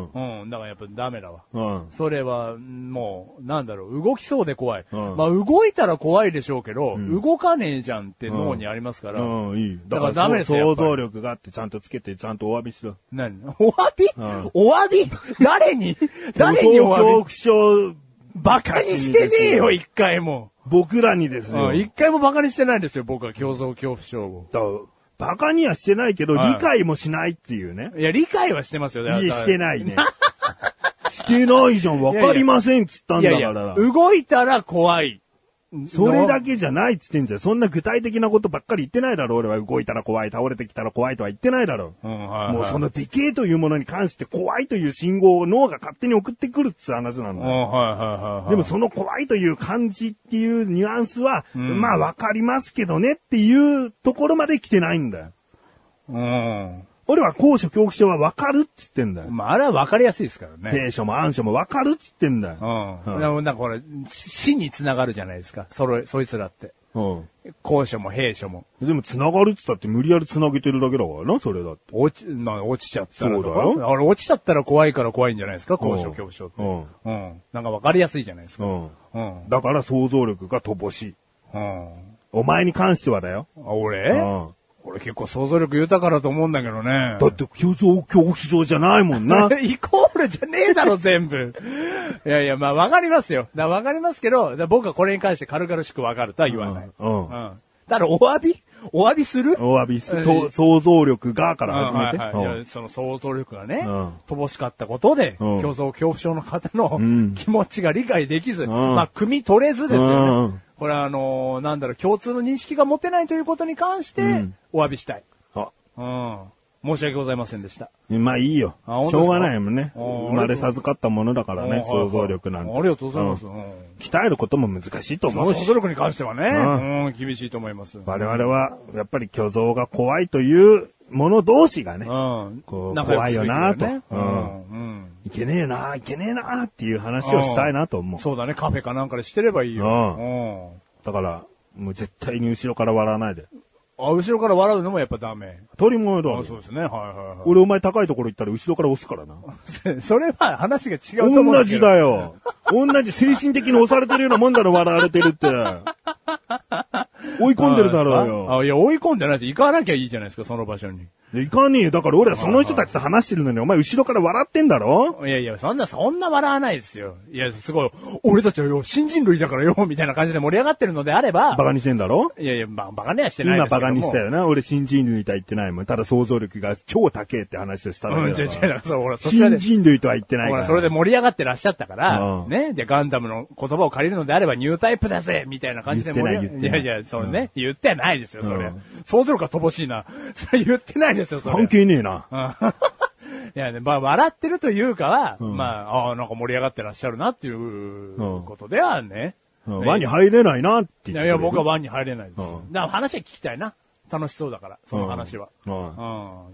Speaker 2: んうん。
Speaker 3: うん、だからやっぱダメだわ。
Speaker 2: うん。
Speaker 3: それは、もう、なんだろう、動きそうで怖い。
Speaker 2: うん
Speaker 3: まあ、動いたら怖いでしょうけど、
Speaker 2: ん
Speaker 3: 動かねえじゃんって脳にありますから。
Speaker 2: うん、いいよ。
Speaker 3: だからダメですよ
Speaker 2: 想
Speaker 3: やっぱり
Speaker 2: 像力があってちゃんとつけて、ちゃんとお詫びしろ。
Speaker 3: 何 お詫び、
Speaker 2: ん
Speaker 3: お詫び誰に誰にお
Speaker 2: 恐
Speaker 3: 詫び
Speaker 2: 怖症、
Speaker 3: バカにしてねえよ、一回も。
Speaker 2: 僕らにですよ。
Speaker 3: うん一回もバカにしてないんですよ、僕は競争恐怖症を。
Speaker 2: だバカにはしてないけど、
Speaker 3: はい
Speaker 2: 理解もしないっていうね。
Speaker 3: いや、理解はしてますよ、
Speaker 2: いいして
Speaker 3: い。
Speaker 2: ないね。してないじゃん、わかりませんっつったん
Speaker 3: い
Speaker 2: だ
Speaker 3: や
Speaker 2: か
Speaker 3: い
Speaker 2: ら。
Speaker 3: や、動いたら怖い。
Speaker 2: それだけじゃないっつってんじゃん。そんな具体的なことばっかり言ってないだろ、俺は。動いたら怖い、倒れてきたら怖いとは言ってないだろ。
Speaker 3: うん、はい、はい。
Speaker 2: もうそのでけえというものに関して怖いという信号を脳が勝手に送ってくるっつう話な
Speaker 3: う
Speaker 2: の
Speaker 3: ん、。はいはいはいはい。
Speaker 2: でもその怖いという感じっていうニュアンスは、
Speaker 3: ん
Speaker 2: まあわかりますけどねっていうところまで来てないんだよ。
Speaker 3: うん。
Speaker 2: 俺は高所恐怖症はわかるっつってんだよ。
Speaker 3: まあ、あれは分かりやすいですからね。
Speaker 2: 低所も暗所もわかるっつってんだ
Speaker 3: う
Speaker 2: よ。
Speaker 3: ん。なんかこれ、死につながるじゃないですか。それ、そいつらって。
Speaker 2: うん。
Speaker 3: 高所も兵所も。
Speaker 2: でも繋がるっつったって無理やり繋げてるだけだからな、それだって。
Speaker 3: 落ち、な、落ちちゃったらとか。
Speaker 2: そうだ
Speaker 3: あれ、落ちちゃったら怖いから怖いんじゃないですか高所恐怖症って。
Speaker 2: うん
Speaker 3: うん。なんか分かりやすいじゃないです
Speaker 2: う
Speaker 3: か。
Speaker 2: ん。
Speaker 3: うん。
Speaker 2: だから想像力が乏しい。
Speaker 3: うん。
Speaker 2: お前に関してはだよ。
Speaker 3: あ、俺
Speaker 2: うん
Speaker 3: 俺結構想像力豊かだと思うんだけどね。
Speaker 2: だって、表情恐怖症じゃないもんな。
Speaker 3: イコールじゃね えだろ、全部。いやいや、まあ、わかりますよ。だわかりますけど、だ僕はこれに関して軽々しくわかるとは言わない。
Speaker 2: うんうん
Speaker 3: だから、お詫びお詫びする
Speaker 2: お詫びす、
Speaker 3: うん
Speaker 2: と想像力がから始めて。
Speaker 3: はいはいはいいうや
Speaker 2: ん
Speaker 3: その想像力がね、
Speaker 2: うん
Speaker 3: 乏しかったことで、
Speaker 2: うん
Speaker 3: 競争恐怖症の方の
Speaker 2: ん
Speaker 3: 気持ちが理解できず、
Speaker 2: ん
Speaker 3: まあ、汲み取れずですよね。
Speaker 2: うん
Speaker 3: これは、あのーなんだろう、共通の認識が持てないということに関して、お詫びしたい。
Speaker 2: あ
Speaker 3: うん。申し訳ございませんでした。
Speaker 2: まあいいよ。し
Speaker 3: あ本当
Speaker 2: ょ
Speaker 3: ですか
Speaker 2: うがないもんね。
Speaker 3: あー
Speaker 2: 生まれ授かったものだからね、
Speaker 3: うんはいは
Speaker 2: 想
Speaker 3: い
Speaker 2: 像力なんて。
Speaker 3: ありがとうございます。
Speaker 2: ん
Speaker 3: うん
Speaker 2: 鍛えることも難しいと
Speaker 3: まあ
Speaker 2: 思う
Speaker 3: 想
Speaker 2: し
Speaker 3: 像。力に関してはね、
Speaker 2: ん
Speaker 3: うん、厳しいと思います。
Speaker 2: 我々は、やっぱり虚像が怖いというもの同士がね、
Speaker 3: うん。
Speaker 2: こう
Speaker 3: 仲良くすべきだ
Speaker 2: 怖いよなと
Speaker 3: う
Speaker 2: うんん。
Speaker 3: うん
Speaker 2: いけねえな、いけねえなっていう話をしたいなと思う。
Speaker 3: そうだね、カフェかなんかでしてればいいよ。
Speaker 2: う
Speaker 3: うん。
Speaker 2: だから、もう絶対に後ろから笑わないで。
Speaker 3: あ、後ろから笑うのもやっぱダメ。
Speaker 2: 当たり前だ
Speaker 3: あ
Speaker 2: ろ。
Speaker 3: そうですね。はいはいはい。
Speaker 2: 俺お前高いところ行ったら後ろから押すからな。
Speaker 3: 俺、 それは話が違うと思うん
Speaker 2: 同
Speaker 3: です
Speaker 2: じ
Speaker 3: けど。
Speaker 2: だよ。同じ精神的に押されてるようなもんだろ、笑われてるって。追い込んでるだろうよ。
Speaker 3: あ、いや、追い込んでないです。行かなきゃいいじゃないですか、その場所に。
Speaker 2: で行かねえよ。だから俺はその人たちと話してるのに、お前後ろから笑ってんだろ
Speaker 3: いやいや、そんな、そんな笑わないですよ。いや、すごい、俺たちはよ、新人類だからよ、みたいな感じで盛り上がってるのであれば、
Speaker 2: バカにしてんだろ
Speaker 3: いやいや、ば、バカにはしてないで
Speaker 2: 今
Speaker 3: すけど
Speaker 2: バ
Speaker 3: も。
Speaker 2: カにしたよな。俺新人類とは言ってないもん。ただ想像力が超高えって話をしただ
Speaker 3: うん、違う
Speaker 2: け
Speaker 3: 違
Speaker 2: だ
Speaker 3: う
Speaker 2: から。、
Speaker 3: そう、ほら、そちら
Speaker 2: 新
Speaker 3: で。
Speaker 2: 人類とは言ってない
Speaker 3: ほ
Speaker 2: から
Speaker 3: ら、。それで盛り上がってらっしゃったから、
Speaker 2: うん
Speaker 3: ね。で、ガンダムの言葉を借りるのであれば、ニュータイプだぜみたいな感じで盛り上が
Speaker 2: 言ってない言ってない
Speaker 3: やいや、そうね、言ってないですよ、それ。
Speaker 2: うん
Speaker 3: 想像力が乏しいな。 それ言ってないですよ、それ。
Speaker 2: 関係ねえな。
Speaker 3: うん いやね、まあ、笑ってるというかは、まあ、ああ、なんか盛り上がってらっしゃるなっていう
Speaker 2: うん
Speaker 3: ことではね。
Speaker 2: うん
Speaker 3: ね
Speaker 2: 輪に入れないなって言ってく
Speaker 3: い
Speaker 2: れ
Speaker 3: や
Speaker 2: る
Speaker 3: いや、僕は輪に入れないです。
Speaker 2: うん
Speaker 3: だから話は聞きたいな。楽しそうだから、その話は。
Speaker 2: う
Speaker 3: うんん。うん。だか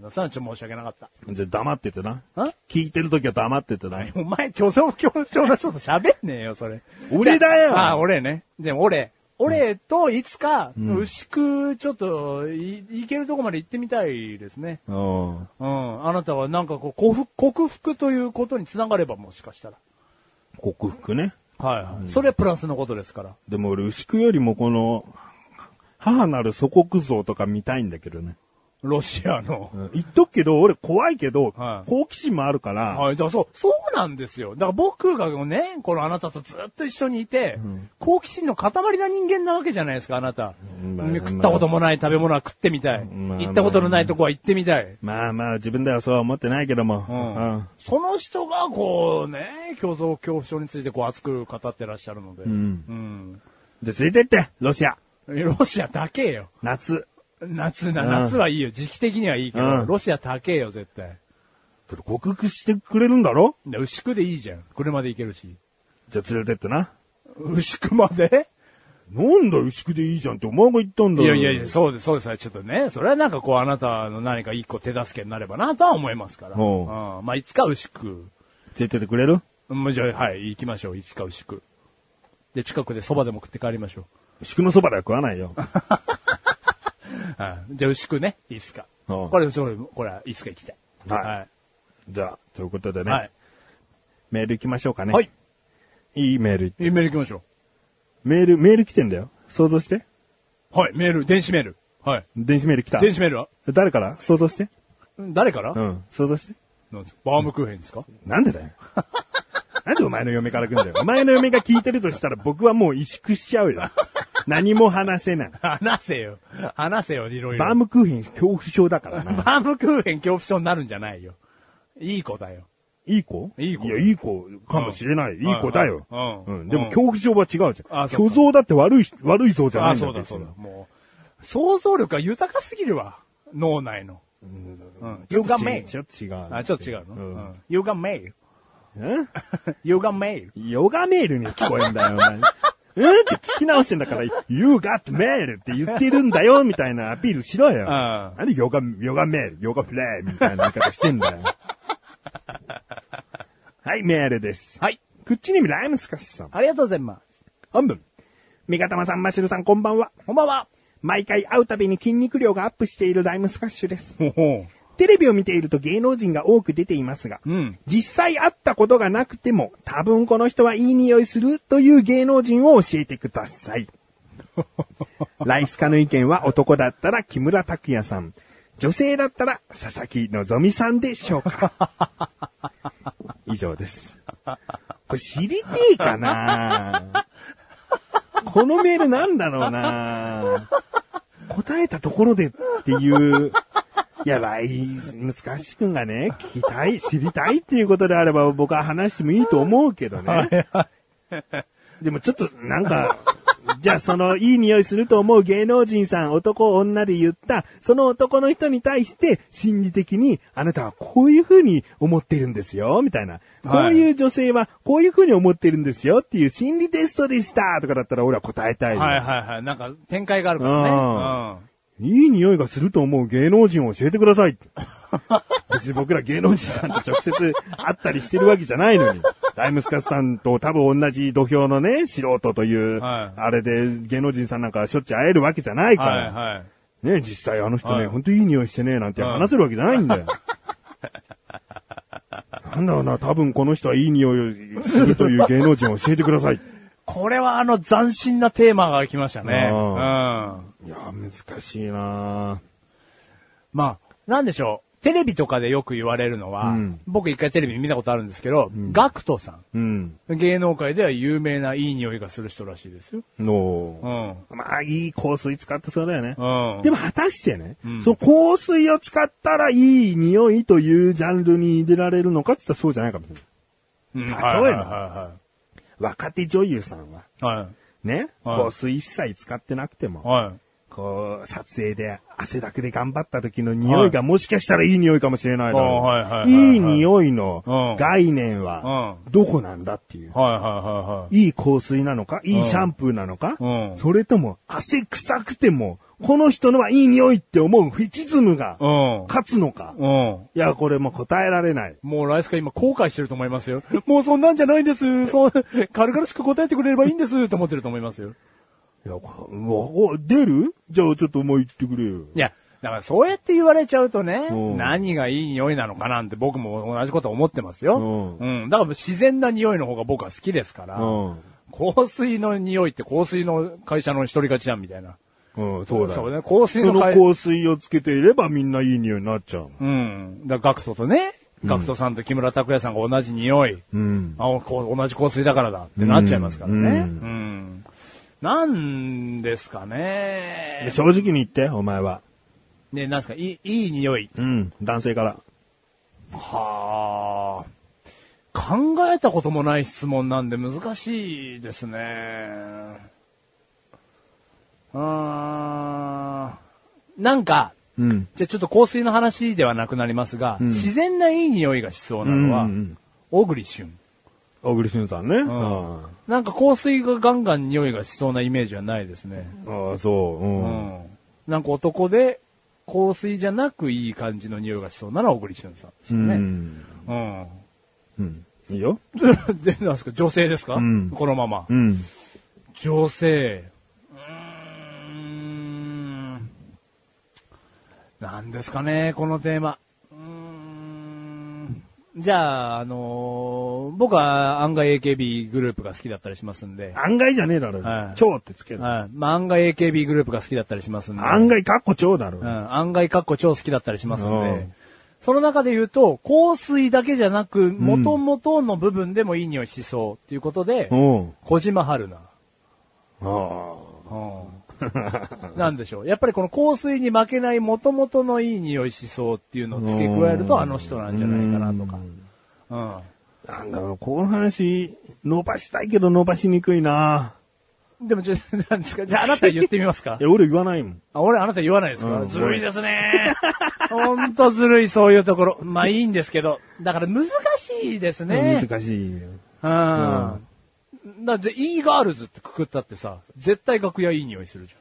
Speaker 3: らそれはちょっと申し訳なかった。
Speaker 2: じゃあ黙っててな
Speaker 3: あ。
Speaker 2: 聞いてる時は黙っててない。
Speaker 3: お前、競争恐怖症の人と喋んねえよ、それ。
Speaker 2: 俺だよ
Speaker 3: ああ、俺ね。でも俺、俺といつか、牛久、ちょっとい、行けるとこまで行ってみたいですね。
Speaker 2: うん。
Speaker 3: うん。あなたはなんかこう、克服克服ということにつながれば、もしかしたら。
Speaker 2: 克服ね。
Speaker 3: はいはい、それはプラスのことですから。
Speaker 2: でも俺、牛久よりもこの、母なる祖国像とか見たいんだけどね。
Speaker 3: ロシアの。
Speaker 2: 言っとくけど、俺怖いけど、
Speaker 3: はい
Speaker 2: 好奇心もあるから、
Speaker 3: はい、だからそう、そうなんですよ。だから僕がね、このあなたとずっと一緒にいて、好奇心の塊な人間なわけじゃないですか、あなた。
Speaker 2: まあ
Speaker 3: ね食ったこともない食べ物は食ってみたい。
Speaker 2: まあ
Speaker 3: 行ったことのないとこは行ってみたい。
Speaker 2: まあまあ自分ではそうは思ってないけども、
Speaker 3: うんその人が、こうね、競争恐怖症についてこう熱く語ってらっしゃるので。うん。
Speaker 2: じゃあ連れてって、ロシア、
Speaker 3: ロシアだけよ。
Speaker 2: 夏。
Speaker 3: 夏な、
Speaker 2: うん
Speaker 3: 夏はいいよ。時期的にはいいけど、
Speaker 2: うん
Speaker 3: ロシアだけよ、絶対。
Speaker 2: それ克服してくれるんだろ
Speaker 3: で牛久でいいじゃん。車で行けるし。
Speaker 2: じゃあ連れてってな。
Speaker 3: 牛久まで
Speaker 2: なんだ、牛久でいいじゃんってお前が言ったんだ
Speaker 3: い
Speaker 2: よ。
Speaker 3: やいやいや、そうです、そうです。ちょっとね、それはなんかこう、あなたの何か一個手助けになればなとは思いますから。
Speaker 2: お
Speaker 3: うん。まあ、いつか牛久。
Speaker 2: 連れてってくれる
Speaker 3: うんじゃあ、はい、行きましょう。いつか牛久。で、近くで蕎麦でも食って帰りましょ
Speaker 2: 牛久のそばでは食わないよ。
Speaker 3: う。はい。じゃあ、牛久ね、いつか。
Speaker 2: おう
Speaker 3: これ、それ、これ、いつか行きたい。
Speaker 2: はいじゃあ、ということで
Speaker 3: い。
Speaker 2: ね、
Speaker 3: はい。
Speaker 2: メール行きましょうかね。
Speaker 3: はい。
Speaker 2: いいメール。
Speaker 3: えメール行きましょ
Speaker 2: メール、メール来てんだよ。想像して。
Speaker 3: う。はい、メール、電子メール。はい。
Speaker 2: 電子メール来た。
Speaker 3: 電子メールは
Speaker 2: 誰から想像して。
Speaker 3: うん誰から、
Speaker 2: うん。想像して。
Speaker 3: なんですかバームクーヘンですか、
Speaker 2: なんでだよ。 なんでお前の嫁から来んだよ。お前の嫁が聞いてるとしたら僕はもう萎縮しちゃう よ。何も話せない。
Speaker 3: 話せよ。話せよ、いろいろ。
Speaker 2: バームクーヘン恐怖症だからな。
Speaker 3: バームクーヘン恐怖症になるんじゃないよ。いい子だよ。
Speaker 2: いい子
Speaker 3: いい子
Speaker 2: いや、いい子かもしれない。いい子だよ。
Speaker 3: うんうん
Speaker 2: うん。でも恐怖症は違うじゃ
Speaker 3: あ
Speaker 2: ん。
Speaker 3: そうか
Speaker 2: 虚像だって悪い、悪い像じゃないんだ
Speaker 3: そう
Speaker 2: け
Speaker 3: だ
Speaker 2: ど
Speaker 3: そうだ。もう、想像力が豊かすぎるわ。脳内の。うん。
Speaker 2: ち
Speaker 3: You
Speaker 2: ょ
Speaker 3: got
Speaker 2: っと
Speaker 3: mail.
Speaker 2: ちょっと違う。
Speaker 3: あ、ちょっと違うの、う
Speaker 2: うん
Speaker 3: ん、?You got mail.
Speaker 2: うん。
Speaker 3: You got mail.
Speaker 2: ヨガメールに聞こえんだよ、お前。うんって聞き直してんだから、You got mail って言ってるんだよ、みたいなアピールしろよ。
Speaker 3: ん
Speaker 2: なんでヨガ、ヨガメール、ヨガフレーみたいな言い方してん だよ。はい、メールです。
Speaker 3: はい。
Speaker 2: くっちにみライムスカスさん。
Speaker 3: ありがとうございます。
Speaker 2: 本文。メガタマさん、マシルさん、こんばんは。
Speaker 3: こんばんは。
Speaker 2: 毎回会うたびに筋肉量がアップしているライムスカッシュです。
Speaker 3: ほほ
Speaker 2: テレビを見ていると芸能人が多く出ていますが、
Speaker 3: うん
Speaker 2: 実際会ったことがなく ても、多分この人はいい匂いするという芸能人を教えてください。ライスカの意見は男だったら木村拓哉さん。女性だったら佐々木希さんでしょうか。 以上です。これ知りてえかな このメールなんだろうな答えたところでっていう。いや、ライスカシ君がね、聞きたい、知りたいっていうことであれば僕は話してもいいと思うけどね。でもちょっとなんか、じゃあそのいい匂いすると思う芸能人さん、男女で言った、その男の人に対して心理的にあなたはこういう風に思ってるんですよ、みたいな。こ
Speaker 3: はいう
Speaker 2: いう女性はこういう風に思ってるんですよっていう心理テストでしたとかだったら俺は答えたいよ。
Speaker 3: はいはいはい。なんか展開があるからね。
Speaker 2: いい匂いがすると思う芸能人を教えてくださ い。別に僕ら芸能人さんと直接会ったりしてるわけじゃないのに。ライムスカスさんと多分同じ土俵のね、素人という、
Speaker 3: はい
Speaker 2: あれで芸能人さんなんかしょっちゅう会えるわけじゃない
Speaker 3: うん。
Speaker 2: から。
Speaker 3: はいはい。
Speaker 2: ね、実際あの人ね、
Speaker 3: はい
Speaker 2: ほんといい匂いしてねえなんて話せるわけじゃないん だよ。なんだろうな、多分この人はいい匂いをするという芸能人を教えてください。
Speaker 3: これはあの斬新なテーマが来ましたね。
Speaker 2: う
Speaker 3: うんん。
Speaker 2: いや、難しいな
Speaker 3: まあ、なんでしょう。テレビとかでよく言われるのは、
Speaker 2: うん
Speaker 3: 僕一回テレビ見たことあるんですけど、ガクトさ
Speaker 2: うん。
Speaker 3: ん。芸能界では有名ないい匂いがする人らしいですよ。
Speaker 2: の
Speaker 3: うん。
Speaker 2: まあ、いい香水使ってそうだよね。
Speaker 3: うん。
Speaker 2: でも果たしてね、
Speaker 3: うん
Speaker 2: その香水を使ったらいい匂いというジャンルに入れられるのかって言ったらそうじゃないかもしれない。
Speaker 3: うん、
Speaker 2: 例えば
Speaker 3: はいはいは
Speaker 2: 若手女優さんは、
Speaker 3: いはい。はい。
Speaker 2: ね、
Speaker 3: はい
Speaker 2: 香水一切使ってなくても、
Speaker 3: はい。
Speaker 2: こう、撮影で汗だくで頑張った時の匂いがもしかしたらいい匂いかもしれないの
Speaker 3: あはいはいはいはい
Speaker 2: に、いい匂いの
Speaker 3: うん
Speaker 2: 概念は
Speaker 3: う
Speaker 2: どこなんだっていう。
Speaker 3: はいはい
Speaker 2: い香水なのかいい
Speaker 3: うん
Speaker 2: シャンプーなのか、
Speaker 3: うん
Speaker 2: それとも汗臭くても、この人のはいい匂いって思うフェチズムが
Speaker 3: いはい。
Speaker 2: 勝つのか、
Speaker 3: うん。うん。
Speaker 2: いや、これもう答えられない。
Speaker 3: もうライスカ今後悔してると思いますよ。もうそんなんじゃないんです。そう、軽々しく答えてくれればいいんです。と思ってると思いますよ。
Speaker 2: いや、こうわお出るじゃあちょっともう言ってくれよ。
Speaker 3: いや、だからそうやって言われちゃうとね、
Speaker 2: うん
Speaker 3: 何がいい匂いなのかなんて僕も同じこと思ってますよ。
Speaker 2: う
Speaker 3: うん。だから自然な匂いの方が僕は好きですから、香水の匂いって香水の会社の一人勝ちじゃんみたいな。
Speaker 2: うん。うん、そうだよ。
Speaker 3: そうね、香水
Speaker 2: そ
Speaker 3: の
Speaker 2: の
Speaker 3: 会
Speaker 2: 香水をつけていればみんないい匂いになっちゃう。
Speaker 3: うん。だからガクトとね、ガクトさんと木村拓哉さんが同じ匂い。
Speaker 2: うん。
Speaker 3: あこう同じ香水だからだってなっちゃいますからね。
Speaker 2: う
Speaker 3: うんん。なんですかね。
Speaker 2: 正直に言って、お前は。
Speaker 3: ね、なんですか、いい、いい匂い。
Speaker 2: うん。男性から。
Speaker 3: はあ。考えたこともない質問なんで難しいですね。うーん。なんか、
Speaker 2: うん。
Speaker 3: じゃあちょっと香水の話ではなくなりますが、
Speaker 2: ん
Speaker 3: 自然ないい匂いがしそうなのは、
Speaker 2: うんうん
Speaker 3: 小栗旬。
Speaker 2: 小栗旬さんね。うんあ
Speaker 3: なんか香水がガンガン匂いがしそうなイメージはないですね。
Speaker 2: あ、そう。う。
Speaker 3: うんん。なんか男で、香水じゃなくいい感じの匂いがしそうなのは小栗旬さんです
Speaker 2: う
Speaker 3: よね。
Speaker 2: ん。
Speaker 3: うん。
Speaker 2: うん。いいよ。
Speaker 3: で、なんですか女性ですか、
Speaker 2: うん
Speaker 3: このまま。
Speaker 2: うん。
Speaker 3: 女性。うーん。なんですかね、このテーマ。うーん。じゃあ、あのー僕は案外 AKB グループが好きだったりしますんで。
Speaker 2: 案外じゃねえだろ
Speaker 3: は。い
Speaker 2: 蝶ってつける。
Speaker 3: はい。まあ、案外 AKB グループが好きだったりしますんで。
Speaker 2: 案外かっこ蝶だろ
Speaker 3: う。ん、案外かっこ超好きだったりしますん
Speaker 2: う
Speaker 3: で
Speaker 2: ん。
Speaker 3: その中で言うと、香水だけじゃなく、元々の部分でもいい匂いしそうっていうことで、
Speaker 2: うん。
Speaker 3: 小島春菜。
Speaker 2: あ
Speaker 3: うんなんでしょう。やっぱりこの香水に負けない元々のいい匂いしそうっていうのを付け加える
Speaker 2: う
Speaker 3: と
Speaker 2: ん
Speaker 3: あの人なんじゃないかなとか。うん。
Speaker 2: あ。なんだろう、この話、伸ばしたいけど伸ばしにくいな
Speaker 3: でもちょ、 なんですかじゃああなた言ってみますか
Speaker 2: いや、俺言わないもん。
Speaker 3: あ俺あなた言わないですか、
Speaker 2: うん
Speaker 3: ずるいですね。ほんとずるいそういうところ。まあいいんですけど。だから難しいですね。
Speaker 2: 難しいよ。
Speaker 3: うん。だって、イーガールズってくくったってさ、絶対楽屋いい匂いするじ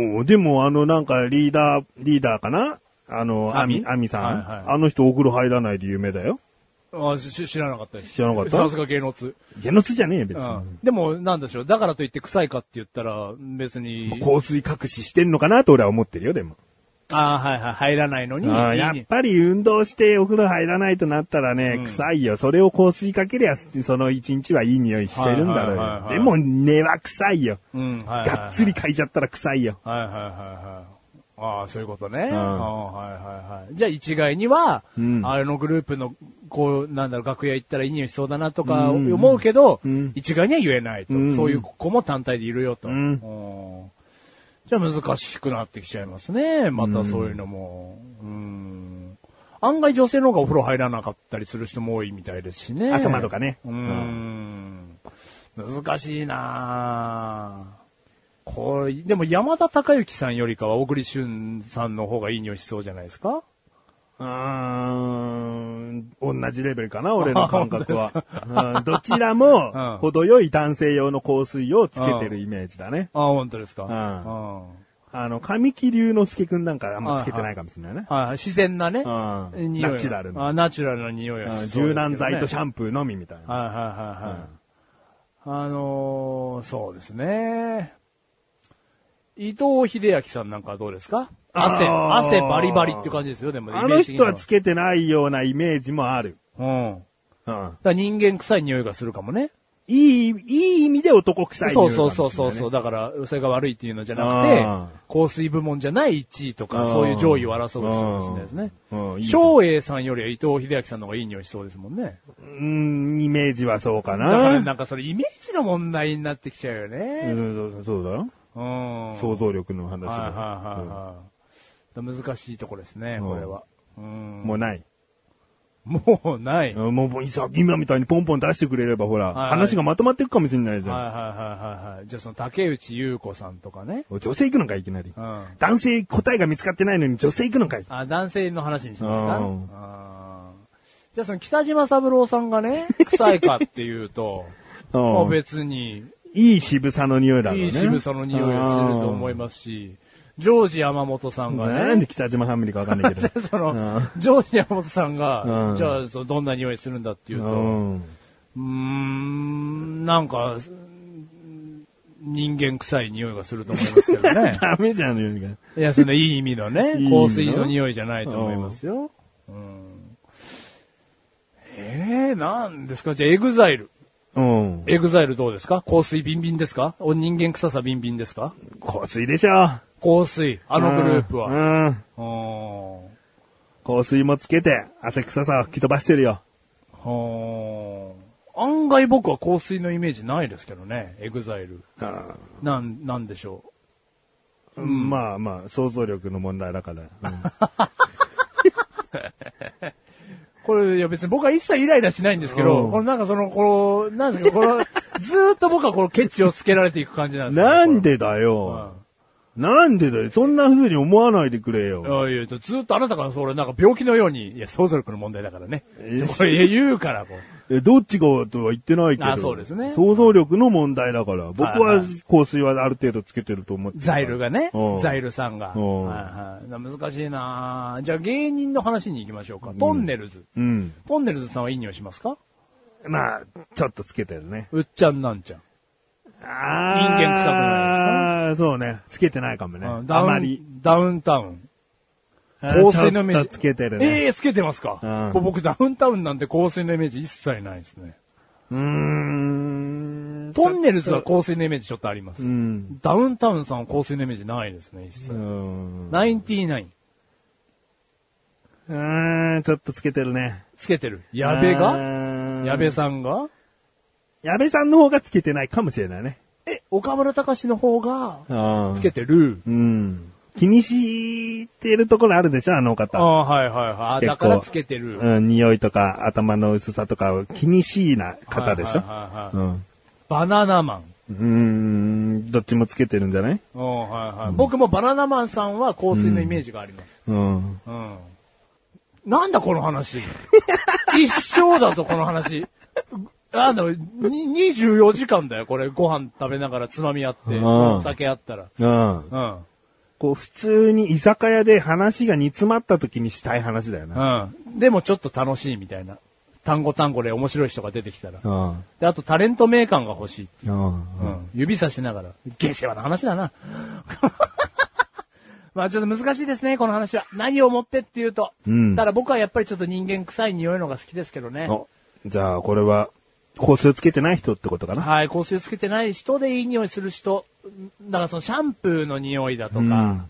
Speaker 2: おでも、あの、なんか、リーダー、リーダーかなあの、ア
Speaker 3: アミ
Speaker 2: ミ、アミさん。
Speaker 3: はいはい
Speaker 2: あの人、お風呂入らないで有名だよ。
Speaker 3: ゃん。あし知らなかったです。
Speaker 2: 知らなかった
Speaker 3: さすが芸能通。
Speaker 2: ゲノツじゃねえよ、別
Speaker 3: う
Speaker 2: に。
Speaker 3: ん。でも、なんでしょう。だからといって臭いかって言ったら、別に。
Speaker 2: 香水隠ししてんのかなと俺は思ってるよ、でも。
Speaker 3: ああ、はいはい、入らないのに。
Speaker 2: ああ
Speaker 3: 家
Speaker 2: やっ
Speaker 3: に
Speaker 2: ぱり運動してお風呂入らないとなったらね、臭いよ。それを香水かけりゃ、その一日はいい匂いしてるんだろう
Speaker 3: はいはいはい
Speaker 2: よ。
Speaker 3: はい
Speaker 2: でも根は臭いよ。
Speaker 3: うん、はいはいはい。
Speaker 2: がっつり嗅いじゃったら臭いよ。
Speaker 3: はいはいはいはい。ああ、そういうことね。
Speaker 2: ん
Speaker 3: ああはいはいはい。じゃあ一概には、
Speaker 2: うん
Speaker 3: あれのグループの、こう、なんだろう、楽屋行ったらいい匂いしそうだなとか思うけど、
Speaker 2: うん
Speaker 3: 一概には言えないと、
Speaker 2: うん
Speaker 3: そういう子も単体でいるよと。
Speaker 2: うん
Speaker 3: うんじゃあ難しくなってきちゃいますね。またそういうのも。うん案外女性の方がお風呂入らなかったりする人も多いみたいですしね。
Speaker 2: 頭とかね
Speaker 3: うーん。難しいなぁこれ、でも山田孝之さんよりかは小栗旬さんの方がいい匂いしそうじゃないですか
Speaker 2: うーん、同じレベルか な、俺の感覚は。うんどちらも、程よい男性用の香水をつけてるイメージだね。
Speaker 3: あ、本当ですか。
Speaker 2: ん
Speaker 3: うん
Speaker 2: あの、神木隆之介くんなんかあんまつけてないかもしれないね。
Speaker 3: はい、自然なね。
Speaker 2: うん
Speaker 3: 匂いは
Speaker 2: ナチュラルな
Speaker 3: あナチュラルな匂いがしそ
Speaker 2: う
Speaker 3: うで
Speaker 2: ん
Speaker 3: すけどね
Speaker 2: 柔軟剤とシャンプーのみみたいな。
Speaker 3: はいはいはいはい。あのー、そうですね。伊藤秀明さんなんかはどうですか汗、
Speaker 2: あー
Speaker 3: 汗バリバリっていう感じですよ、でも、
Speaker 2: あの人はつ
Speaker 3: け。
Speaker 2: けてないようなイメージもある。
Speaker 3: うん。だか
Speaker 2: うん。
Speaker 3: ら人間臭い匂いがするかもね。
Speaker 2: いい、いい意味で男臭い匂
Speaker 3: そ
Speaker 2: いうか
Speaker 3: そ
Speaker 2: も
Speaker 3: う
Speaker 2: しれないね
Speaker 3: そうそうそう。だから、それが悪いっていうのじゃなくて、香水部門じゃない1位とか、
Speaker 2: うん
Speaker 3: そういう上位を争う人かもしれないですね。
Speaker 2: うんうんいい
Speaker 3: 翔英さんよりは伊藤秀明さんの方がいい匂いしそうですもんね。
Speaker 2: うん、イメージはそうか
Speaker 3: だから
Speaker 2: な。
Speaker 3: なんかそれイメージの問題になってきちゃうよ
Speaker 2: うん
Speaker 3: ね。
Speaker 2: そうそうだよ。
Speaker 3: うん。
Speaker 2: 想像力の話
Speaker 3: はいは
Speaker 2: だ
Speaker 3: い
Speaker 2: よ
Speaker 3: はいはい。難しいとこですね、
Speaker 2: うん
Speaker 3: これは。う
Speaker 2: うん
Speaker 3: ん。
Speaker 2: もうない。
Speaker 3: もうない。はい
Speaker 2: うんもうもうさ今みたいにポンポン出してくれればほら、
Speaker 3: はい
Speaker 2: 話がまとまっていくかもしれないじ
Speaker 3: はい
Speaker 2: ゃん。
Speaker 3: はいはいはい。じゃあその竹内優子さんとかね。
Speaker 2: 女性行くのかいきなり
Speaker 3: う。ん。
Speaker 2: 男性答えが見つかってないのに女性行くのかい
Speaker 3: あ、男性の話にしますか
Speaker 2: うん
Speaker 3: あーじゃあその北島三郎さんが ね、臭いかっていうと、
Speaker 2: うん
Speaker 3: まあ別に、
Speaker 2: いい渋さの匂いだろうね。
Speaker 3: いい渋さの匂いをすると思いますし、ジョージ山本さ
Speaker 2: うんん
Speaker 3: が
Speaker 2: なん
Speaker 3: ね
Speaker 2: で、北島ファミリーかわかんないけど
Speaker 3: 。その、
Speaker 2: うん
Speaker 3: ジョージ山本さんが、
Speaker 2: うん
Speaker 3: じゃあそのどんな匂いするんだっていうと、
Speaker 2: うん
Speaker 3: うーん、なんか、人間臭い匂いがすると思いますけどね
Speaker 2: 。ダメじゃん、匂いが。
Speaker 3: いや、そのいい意味のね、
Speaker 2: いい意味の
Speaker 3: 香水の匂いじゃないと思いますよ。うん、えー、なんですかじゃあ、エグザイル。
Speaker 2: うん。
Speaker 3: エグザイルどうですか香水ビンビンですかお人間臭さビンビンですか
Speaker 2: 香水でしょ。
Speaker 3: 香水、あのグループは。
Speaker 2: は。うん。
Speaker 3: うん
Speaker 2: 香水もつけて、汗臭さを吹き飛ばしてるよ。
Speaker 3: うん案外僕は香水のイメージないですけどね、エグザイル。なん、なんでしょう。
Speaker 2: うん、まあまあ、想像力の問題だ から。うん
Speaker 3: これ、いや別に僕は一切イライラしないんですけど、
Speaker 2: うん
Speaker 3: これなんかその、この、なんですか、この、ずーっと僕はこのケチをつけられていく感じなんですよ
Speaker 2: なんでだ
Speaker 3: これ
Speaker 2: よ。なんでだよ。そんな風に思わないでくれよ。
Speaker 3: うんいやいや、ずーっとあなたがそれなんか病気のように、いや、想像力の問題だからね。
Speaker 2: え
Speaker 3: これ言うから、こう。
Speaker 2: え、どっちがとは言ってないけど。
Speaker 3: あそうですね
Speaker 2: 想像力の問題だから。僕
Speaker 3: はい
Speaker 2: は
Speaker 3: はい
Speaker 2: 香水はある程度つけてると思ってるから。
Speaker 3: ザイルがね
Speaker 2: う、ん
Speaker 3: ザイルさんが。
Speaker 2: うん
Speaker 3: はいはい難しいなぁじゃあ芸人の話に行きましょうか。トンネルズ。
Speaker 2: うん。
Speaker 3: トンネルズさんはいい匂いしますか
Speaker 2: まあ、ちょっとつけてるね。
Speaker 3: うっちゃんなんちゃん。
Speaker 2: あ
Speaker 3: 人間臭く
Speaker 2: いですかそうね。つけてないかもね。
Speaker 3: うんダ
Speaker 2: あま
Speaker 3: ウ
Speaker 2: り。
Speaker 3: ン、ダウンタウン。
Speaker 2: あ
Speaker 3: 香水のイメー
Speaker 2: ちょ
Speaker 3: ジ
Speaker 2: っとつけてるね。
Speaker 3: ええつけてますか、
Speaker 2: うん
Speaker 3: 僕、ダウンタウンなんて香水のイメージ一切ないですね。
Speaker 2: うーん。
Speaker 3: トンネルズは香水のイメージちょっとあります。
Speaker 2: うん。
Speaker 3: ダウンタウンさんは香水のイメージないですね、一切。
Speaker 2: うん。
Speaker 3: ナインティナイン。
Speaker 2: うーん、ちょっとつけてるね。
Speaker 3: つけてる。矢部が
Speaker 2: が
Speaker 3: 矢部さんが
Speaker 2: 矢部さんの方がつけてないかもしれないね。
Speaker 3: え、岡村隆史の方が、
Speaker 2: あ
Speaker 3: つけてる。
Speaker 2: うん。気にしてるところあるでしょ、あの
Speaker 3: あ
Speaker 2: 方。
Speaker 3: あ、はいはいはいあ。
Speaker 2: 結
Speaker 3: だ
Speaker 2: 構
Speaker 3: からつけてる。
Speaker 2: うん、匂いとか頭の薄さとかを気にしいな方でしょ
Speaker 3: はい。はいはいはい
Speaker 2: うん。
Speaker 3: バナナマン。
Speaker 2: うーん、どっちもつけてるんじゃない
Speaker 3: うんはいはい僕もバナナマンさんは香水のイメージがあります。
Speaker 2: うん。
Speaker 3: うん。なんだこ の話。一生だぞ、この話。あの、に24時間だよ、これ。ご飯食べながらつまみあって、
Speaker 2: うん
Speaker 3: お酒あったら。
Speaker 2: うん。
Speaker 3: うん。
Speaker 2: こう、普通に居酒屋で話が煮詰まった時にしたい話だよな。
Speaker 3: うん。でもちょっと楽しいみたいな。単語単語で面白い人が出てきたら。
Speaker 2: うん。
Speaker 3: で、あとタレント名感が欲しいっていう
Speaker 2: うん。
Speaker 3: うん。指さしながら。下世話な話だな。 まあちょっと難しいですね、この話は。何を持ってっていうと。
Speaker 2: うん
Speaker 3: ただ僕はやっぱりちょっと人間臭い匂いのが好きですけどね。
Speaker 2: おじゃあ、これは、香水つけてない人ってことかな。
Speaker 3: はい、香水つけてない人でいい匂いする人。だからそのシャンプーの匂いだとか、
Speaker 2: うん
Speaker 3: ま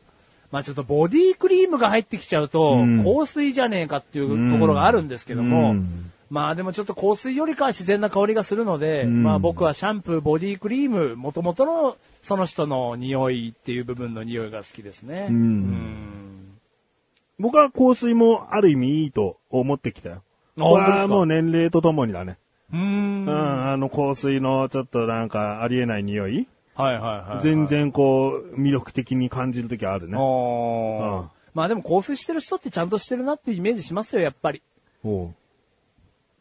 Speaker 3: あちょっとボディクリームが入ってきちゃうと、
Speaker 2: うん
Speaker 3: 香水じゃねえかっていうところがあるんですけども、
Speaker 2: うん
Speaker 3: まあでもちょっと香水よりかは自然な香りがするので、
Speaker 2: ん
Speaker 3: まあ僕はシャンプー、ボディクリーム、元々のその人の匂いっていう部分の匂いが好きですね。
Speaker 2: うん僕は香水もある意味いいと思ってきたよ。
Speaker 3: あ
Speaker 2: これ
Speaker 3: 本当です
Speaker 2: は
Speaker 3: か
Speaker 2: もう年齢とともにだね。
Speaker 3: うん。うん。
Speaker 2: う
Speaker 3: はい
Speaker 2: ん、あの香水のちょっとなんかありえない匂い
Speaker 3: はいはい、はい。
Speaker 2: 全然こう、魅力的に感じるときあるね。
Speaker 3: おー
Speaker 2: うん
Speaker 3: まあでも香水してる人ってちゃんとしてるなっていうイメージしますよ、やっぱり。
Speaker 2: おう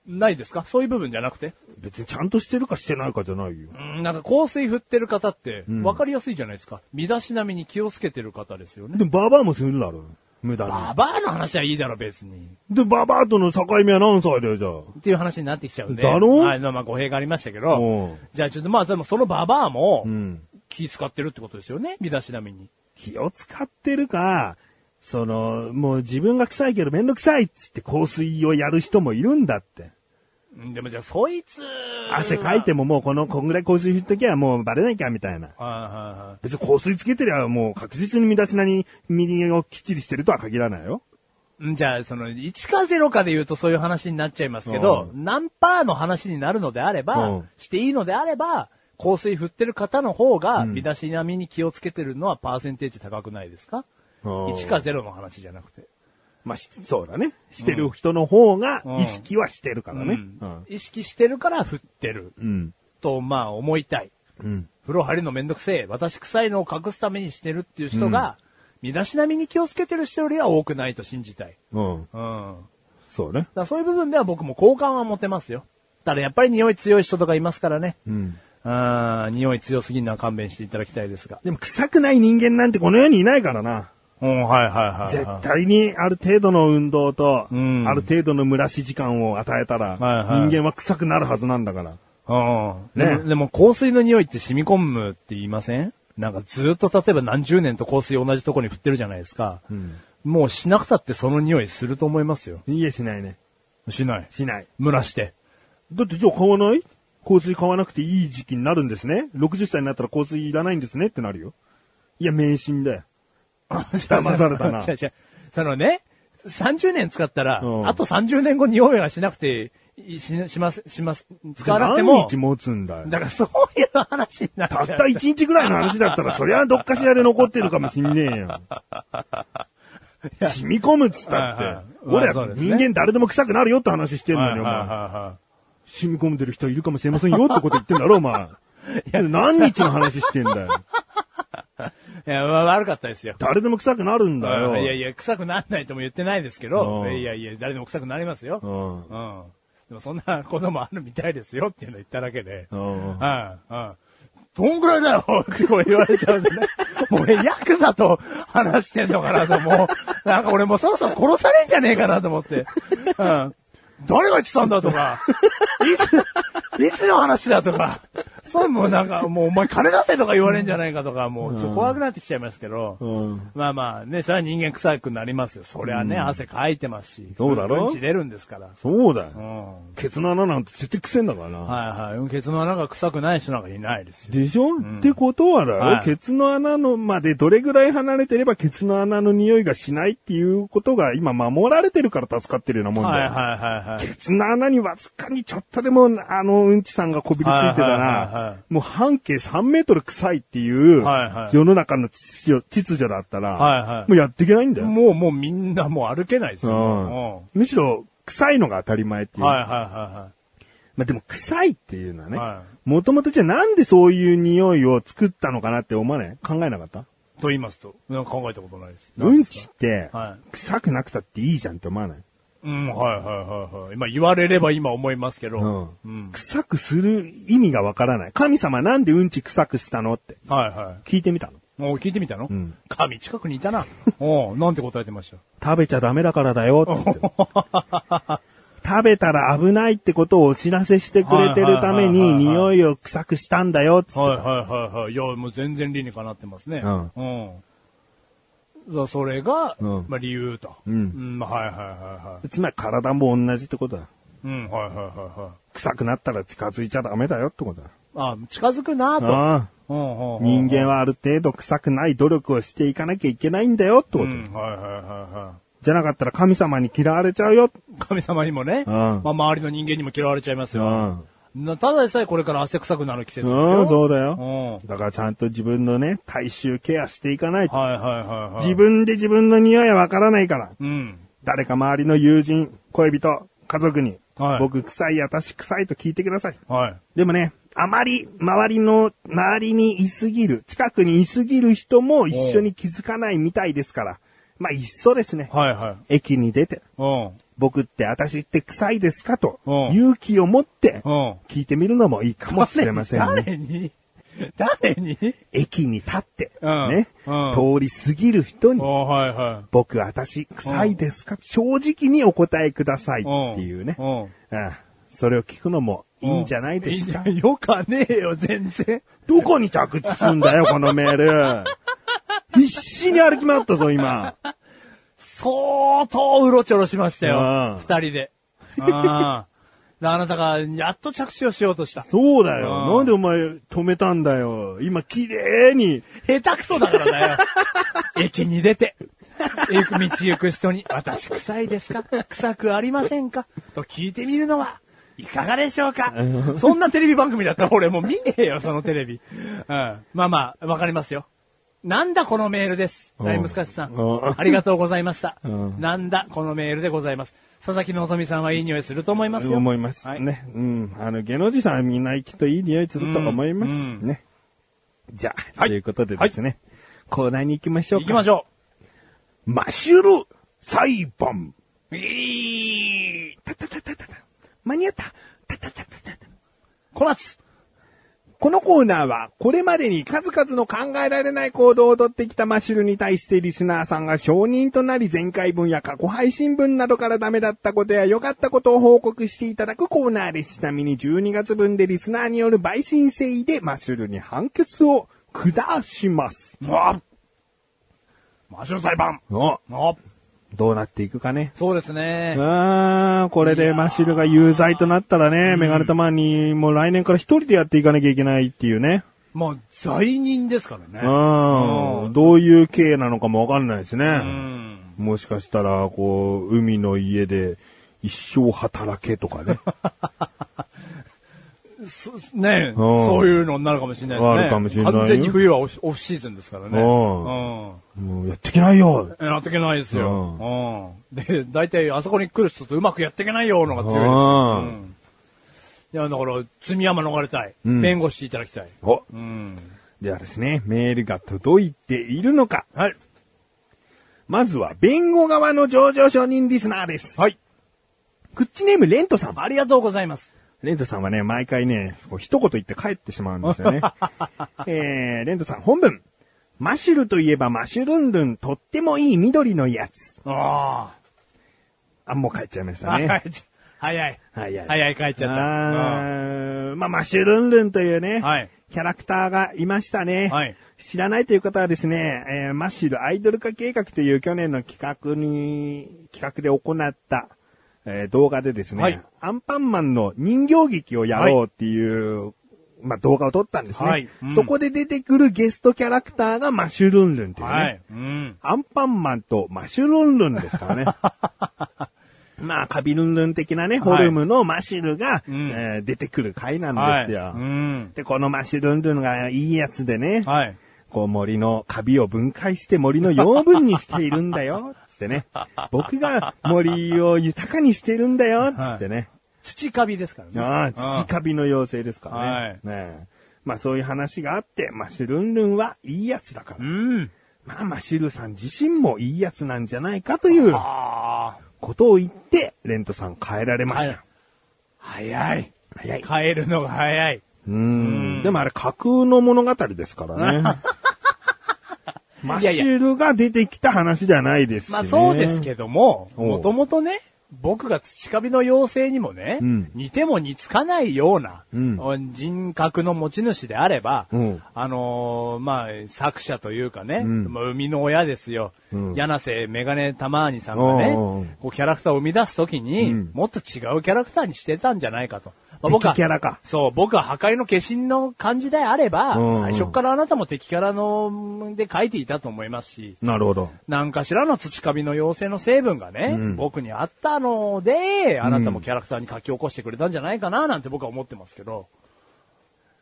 Speaker 3: ないですかそういう部分じゃなくて。
Speaker 2: 別にちゃんとしてるかしてないかじゃないよ。
Speaker 3: うん、なんか香水振ってる方って、わかりやすいじゃないですか。身だしなみに気をつけてる方ですよね。
Speaker 2: でもババアもするだろ。無
Speaker 3: バ
Speaker 2: 駄
Speaker 3: バアの話はいいだろ、別に。
Speaker 2: に。で、ババアとの境目は何歳だよ、じゃあ。
Speaker 3: っていう話になってきちゃうんで。
Speaker 2: だろ
Speaker 3: はい、まあ語弊がありましたけ
Speaker 2: う
Speaker 3: ど
Speaker 2: ん。
Speaker 3: じゃあちょっとまあでもそのババアも
Speaker 2: ん、
Speaker 3: 気使ってるってことですよね、身だしなみに。
Speaker 2: 気を使ってるか、その、もう自分が臭いけどめんどくさいっつって香水をやる人もいるんだって。
Speaker 3: うんでもじゃあそいつ。
Speaker 2: 汗かいてももうこの、こんぐらい香水振っときゃもうバレないかみたいな。
Speaker 3: はいはいはい。
Speaker 2: 別に香水つけてりゃもう確実に身だしなに身をきっちりしてるとは限らないよ。
Speaker 3: うんじゃあ、その、1か0かで言うとそういう話になっちゃいますけど、何パーの話になるのであれば、
Speaker 2: うん
Speaker 3: していいのであれば、香水振ってる方の方が、身だしなみに気をつけてるのはパーセンテージ高くないですか、?1 か0の話じゃなくて。
Speaker 2: まあ、しそうだね。してる人の方が
Speaker 3: うん
Speaker 2: 意識はしてるからね。
Speaker 3: うん意識してるから振ってる。
Speaker 2: うん。
Speaker 3: と、まあ、思いたい。
Speaker 2: うん。
Speaker 3: 風呂入るのめんどくせえ。私臭いのを隠すためにしてるっていう人が、身だしなみに気をつけてる人よりは多くないと信じたい。
Speaker 2: うん。
Speaker 3: うん。
Speaker 2: そうね
Speaker 3: だか。らそういう部分では僕も好感は持てますよ。ただやっぱり匂い強い人とかいますからね。
Speaker 2: うん。
Speaker 3: あー匂い強すぎるのは勘弁していただきたいですが。
Speaker 2: でも臭くない人間なんてこの世にいないからな。
Speaker 3: うん、はいはいはい、
Speaker 2: 絶
Speaker 3: はい。
Speaker 2: 対にある程度の運動と、
Speaker 3: うん
Speaker 2: ある程度の蒸らし時間を与えたら、
Speaker 3: はいはい
Speaker 2: 人間は臭くなるはずなんだから。
Speaker 3: うん。
Speaker 2: ね
Speaker 3: でも、でも香水の匂いって染み込むって言いませんなんかずっと例えば何十年と香水同じとこに振ってるじゃないですか。もうしなくたってその匂いすると思いますよ。
Speaker 2: いいえ、しないね。
Speaker 3: しない。
Speaker 2: しない。
Speaker 3: 蒸らして。
Speaker 2: だってじゃあ買わない香水買わなくていい時期になるんですね。60歳になったら香水いらないんですねってなるよ。いや、迷信だよ。 騙されたな
Speaker 3: 違う違う。そのね、30年使ったら、
Speaker 2: うん
Speaker 3: あと30年後匂いはしなくて、いし、します、します、使わなくても
Speaker 2: 何日、持つんだよ。
Speaker 3: だからそういう話になっちゃ
Speaker 2: た
Speaker 3: う。
Speaker 2: った1日ぐらいの話だったら、そりゃどっかしらで残ってるかもしんねえよ。染み込むっつった
Speaker 3: はいは
Speaker 2: っ
Speaker 3: い
Speaker 2: て。俺
Speaker 3: まあそ
Speaker 2: は
Speaker 3: うですね
Speaker 2: 人間誰でも臭くなるよって話してんの
Speaker 3: はい
Speaker 2: に、お
Speaker 3: はい
Speaker 2: 前。
Speaker 3: は
Speaker 2: 染み込んでる人いるかもしれませんよってこと言ってんだろ、 お前。何日の話してんだよ。
Speaker 3: いはい。いや、わ悪かったですよ。
Speaker 2: 誰でも臭くなるん
Speaker 3: い
Speaker 2: だよ。
Speaker 3: やいや、臭くならないとも言ってないですけど、
Speaker 2: うん
Speaker 3: いやいや、誰でも臭くなりますよ。
Speaker 2: う。
Speaker 3: うんん。でもそんなこともあるみたいですよっていうの言っただけで。
Speaker 2: うん
Speaker 3: はい、うん。どんぐらいだよってこう言われちゃう んでね。もう俺、ヤクザと話してんのかなと、もう。なんか俺もうそろそろ殺されんじゃねえかなと思って。うん。誰が言ってたんだとか、いつ、いつの話だとか、そうもうなんか、もうお前金出せとか言われんじゃないかとか、もうちょっと怖くなってきちゃいますけど。
Speaker 2: うん
Speaker 3: まあまあね、それは人間臭くなりますよ。そりゃね、汗かいてますし。
Speaker 2: そうだろ
Speaker 3: うんち出るんですから。
Speaker 2: そうだ
Speaker 3: う
Speaker 2: よ。
Speaker 3: ん。
Speaker 2: ケツの穴なんて絶対臭いんだからな。
Speaker 3: はいはい。ケツの穴が臭くない人なんかいないですよ。
Speaker 2: でしょ、ってことはだよ、
Speaker 3: はい
Speaker 2: ケツの穴のまでどれぐらい離れてればケツの穴の匂いがしないっていうことが今守られてるから助かってるようなもんだよ。
Speaker 3: はいはいはいはい。
Speaker 2: ケツの穴にわずかにちょっとでも、あの、うんちさんがこびりついてた
Speaker 3: はいはいはいは
Speaker 2: ら、もう半径3メートル臭いっていう
Speaker 3: はいは、い
Speaker 2: 世の中の秩序秩序だったら、
Speaker 3: はいはい
Speaker 2: もうやっていけないんだよ。
Speaker 3: もうもうみんなもう歩けないです
Speaker 2: うん
Speaker 3: よ。
Speaker 2: むしろ、臭いのが当たり前っていうう。
Speaker 3: ん。はいはいは
Speaker 2: まあ、でも臭いっていうのはね、
Speaker 3: は
Speaker 2: もともとじゃあなんでそういう匂いを作ったのかなって思わない考えなかった
Speaker 3: いはい。と言いますと、なんか考えたことないです。
Speaker 2: うんちって
Speaker 3: は、
Speaker 2: 臭くなくたっていいじゃんって思わない、
Speaker 3: うん、はいはいはいはい。今言われれば今思いますけど。うん。
Speaker 2: 臭くする意味がわからない。神様なんでうんち臭くしたのって
Speaker 3: はいは
Speaker 2: 聞いてみたの。
Speaker 3: い。もう聞いてみたの
Speaker 2: ん
Speaker 3: 神近くにい たな。おうなんて答えてました
Speaker 2: 食べちゃダメだからだよって言 ってる食べたら危ないってことをお知らせしてくれてるため
Speaker 3: はい
Speaker 2: に
Speaker 3: はいはいはい
Speaker 2: 匂いを臭くしたんだよっつって
Speaker 3: はいはいはいはい。いや、もう全然理にかなってますね。。
Speaker 2: うん
Speaker 3: そうそれが、
Speaker 2: うん
Speaker 3: まあ理由と。
Speaker 2: うん
Speaker 3: まあはいはいはいはい。
Speaker 2: つまり体も同じってことだ。
Speaker 3: うん、はいはいはいはい。
Speaker 2: 臭くなったら近づいちゃダメだよって ことだ。
Speaker 3: あ、近づくなと。
Speaker 2: ああ。
Speaker 3: うんうんうん
Speaker 2: 人間はある程度臭くない努力をしていかなきゃいけないんだよって
Speaker 3: う
Speaker 2: こと。
Speaker 3: ん、はいはいはいは
Speaker 2: じゃなかったら神様に嫌われちゃうよ。
Speaker 3: い。神様にもね、
Speaker 2: うん
Speaker 3: まあ周りの人間にも嫌われちゃいます
Speaker 2: う
Speaker 3: よ。
Speaker 2: ん。
Speaker 3: なただでさえこれから汗臭くなる季節で
Speaker 2: う
Speaker 3: すよ。
Speaker 2: ん、そうだよ。
Speaker 3: うん。
Speaker 2: だからちゃんと自分のね、体臭ケアしていかないと。
Speaker 3: はいはいはいはい。
Speaker 2: 自。分で自分の匂いはわからないから。
Speaker 3: うん。
Speaker 2: 誰か周りの友人、恋人、家族に、
Speaker 3: はい
Speaker 2: 僕臭い、私臭いと聞いてください。
Speaker 3: はい。
Speaker 2: でもね、あまり周りの、周りにいすぎる、近くにいすぎる人も一緒に気づかないみたいですから。まあ、いっそですね。
Speaker 3: はいはい。
Speaker 2: 駅に出て、
Speaker 3: うん。
Speaker 2: 僕って私って臭いですかと
Speaker 3: うん、
Speaker 2: 勇気を持って、
Speaker 3: うん。
Speaker 2: 聞いてみるのもいいかもしれませんね。
Speaker 3: 誰に誰に
Speaker 2: 駅に立って、
Speaker 3: うん
Speaker 2: ね、
Speaker 3: う
Speaker 2: 通り過ぎる人に、
Speaker 3: おはいは
Speaker 2: 僕、私、臭いですか、正直にお答えくださいっ
Speaker 3: い。うん
Speaker 2: ていうね。
Speaker 3: う
Speaker 2: あ
Speaker 3: ん。
Speaker 2: あそれを聞くのもいいんじゃないですか。
Speaker 3: いいんじゃよかねえよ、全然。
Speaker 2: どこに着地すん だよ、このメール。必死に歩き回ったぞ、今。
Speaker 3: 相当うろちょろしました
Speaker 2: うん
Speaker 3: よ。二人で。うん。であなたが、やっと着手をしようとした。
Speaker 2: そうだよ。
Speaker 3: うん
Speaker 2: なんでお前止めたんだよ。今、綺麗に。
Speaker 3: 下手くそだからだよ。 駅に出て、行く道行く人に、私臭いですか臭くありませんかと聞いてみるのは、いかがでしょうかそんなテレビ番組だったら俺もう見ねえよ、そのテレビ。うん。まあまあ、わかりますよ。なんだこのメールです。
Speaker 2: うん
Speaker 3: 大難しさ
Speaker 2: うん
Speaker 3: ん。ありがとうございました。
Speaker 2: うん
Speaker 3: なんだこのメールでございます。佐々木のぞみさんはいい匂いすると思いますよ。
Speaker 2: 思います。
Speaker 3: はい
Speaker 2: ね。うん。あの、芸能人さんはみんなきっといい匂いすると思います。
Speaker 3: うんうん
Speaker 2: ね。じゃあ、
Speaker 3: はい
Speaker 2: ということでですね、コーナーに行きましょう
Speaker 3: 行
Speaker 2: か。
Speaker 3: きましょ
Speaker 2: マッシュル裁判。
Speaker 3: う。いい
Speaker 2: たたたたたた。間に合った。たたたたたた。
Speaker 3: 小松
Speaker 2: このコーナーは、これまでに数々の考えられない行動をとってきたマッシュルに対してリスナーさんが承認となり、前回分や過去配信分などからダメだったことや良かったことを報告していただくコーナーです。ちなみに12月分でリスナーによる陪審制でマッシュルに判決を下します。
Speaker 3: あマシュル裁判
Speaker 2: お
Speaker 3: あ
Speaker 2: どうなっていくかね。
Speaker 3: そうですね。
Speaker 2: あー、これでマッシュルが有罪となったらね、メガネたまにもう来年から一人でやっていかなきゃいけないっていうね。
Speaker 3: まあ、罪人ですからね。
Speaker 2: うん。
Speaker 3: ん
Speaker 2: どういう経営なのかもわかんないですね。
Speaker 3: ん。
Speaker 2: もしかしたら、こう、海の家で一生働けとか ね。
Speaker 3: そね
Speaker 2: う
Speaker 3: え、
Speaker 2: ん
Speaker 3: そういうのになるかもしれないですね。
Speaker 2: あるかもしれないよ
Speaker 3: 完全に冬はオフオフシーズンですから
Speaker 2: う
Speaker 3: ね。
Speaker 2: ん
Speaker 3: うん。
Speaker 2: もうやってけないよ。
Speaker 3: やっていけないです
Speaker 2: う
Speaker 3: よ。うん。で、大体あそこに来る人とうまくやっていけないよのが強いです。
Speaker 2: うん
Speaker 3: うん。いや、だから、罪山逃れたい。
Speaker 2: ん
Speaker 3: 弁護していただきたい。
Speaker 2: お、
Speaker 3: うん。
Speaker 2: ではですね、メールが届いているのか。
Speaker 3: はい。
Speaker 2: まずは、弁護側の上場承認リスナーです。
Speaker 3: はい。
Speaker 2: クッチネーム、レントさん。
Speaker 3: ありがとうございます。
Speaker 2: レントさんはね、毎回ね、こう一言言って帰ってしまうんですよ ね。えー、レントさん、本文。マシュルといえばマシュルンルン、とってもいい緑のやつ。
Speaker 3: あ
Speaker 2: あ、もう帰っちゃいまし
Speaker 3: あ。
Speaker 2: たね。
Speaker 3: はい 早い。
Speaker 2: はいはい。
Speaker 3: 早い帰っちゃった。うん
Speaker 2: あーまあ、マッシュルンルンというね、
Speaker 3: はい
Speaker 2: キャラクターがいましたね。
Speaker 3: はい
Speaker 2: 知らないという方はですね、えーマッシュルアイドル化計画という去年の企画に、企画で行った、えー動画でですね、
Speaker 3: はい
Speaker 2: アンパンマンの人形劇をやろうっていう、まあ、動画を撮ったんですね、
Speaker 3: はいうん
Speaker 2: そこで出てくるゲストキャラクターがマッシュルンルンというね、
Speaker 3: はい。うん。
Speaker 2: アンパンマンとマシュルンルンですからね。 まあ、カビルンルン的なね、フォルムのマシュルが、
Speaker 3: うん
Speaker 2: えー出てくる回なんですよ、
Speaker 3: はいうん。
Speaker 2: で、このマシュルンルンがいいやつでね、
Speaker 3: はい。
Speaker 2: こう森のカビを分解して森の養分にしているんだ よ、つってね。僕が森を豊かにしてるんだよ、つってね。
Speaker 3: 土カビですからね。
Speaker 2: ああ、土カビの妖精ですからね。ねえまあそういう話があって、マシュルンルンはいいやつだから
Speaker 3: う。ん。
Speaker 2: まあ、マシルさん自身もいいやつなんじゃないかという
Speaker 3: あ
Speaker 2: ことを言って、レントさん変えられました。
Speaker 3: 早い。
Speaker 2: 早い。
Speaker 3: 変えるのが早い。
Speaker 2: うーん。でもあれ架空の物語です からね。マシルが出てきた話ではないですし、ね。
Speaker 3: まあそうですけども、
Speaker 2: おう
Speaker 3: もともとね、僕が土壁の妖精にもね、
Speaker 2: うん
Speaker 3: 似ても似つかないような、
Speaker 2: うん
Speaker 3: 人格の持ち主であれば、
Speaker 2: うん
Speaker 3: あのーまあ、作者というかね、
Speaker 2: ん
Speaker 3: まあ生みの親ですよ。
Speaker 2: うん
Speaker 3: 柳瀬メガネたまーにさんがね、
Speaker 2: おうおうおう
Speaker 3: こうキャラクターを生み出すときに、
Speaker 2: うん
Speaker 3: もっと違うキャラクターにしてたんじゃないかと。まあ僕は
Speaker 2: 敵キャラか
Speaker 3: そう、僕は破壊の化身の感じであれば、
Speaker 2: うんうん
Speaker 3: 最初からあなたも敵キャラの、で書いていたと思いますし、
Speaker 2: なるほど。
Speaker 3: なんかしらの土カビの妖精の成分がね、
Speaker 2: うん
Speaker 3: 僕にあったので、あなたもキャラクターに書き起こしてくれたんじゃないかな、なんて僕は思ってますけど。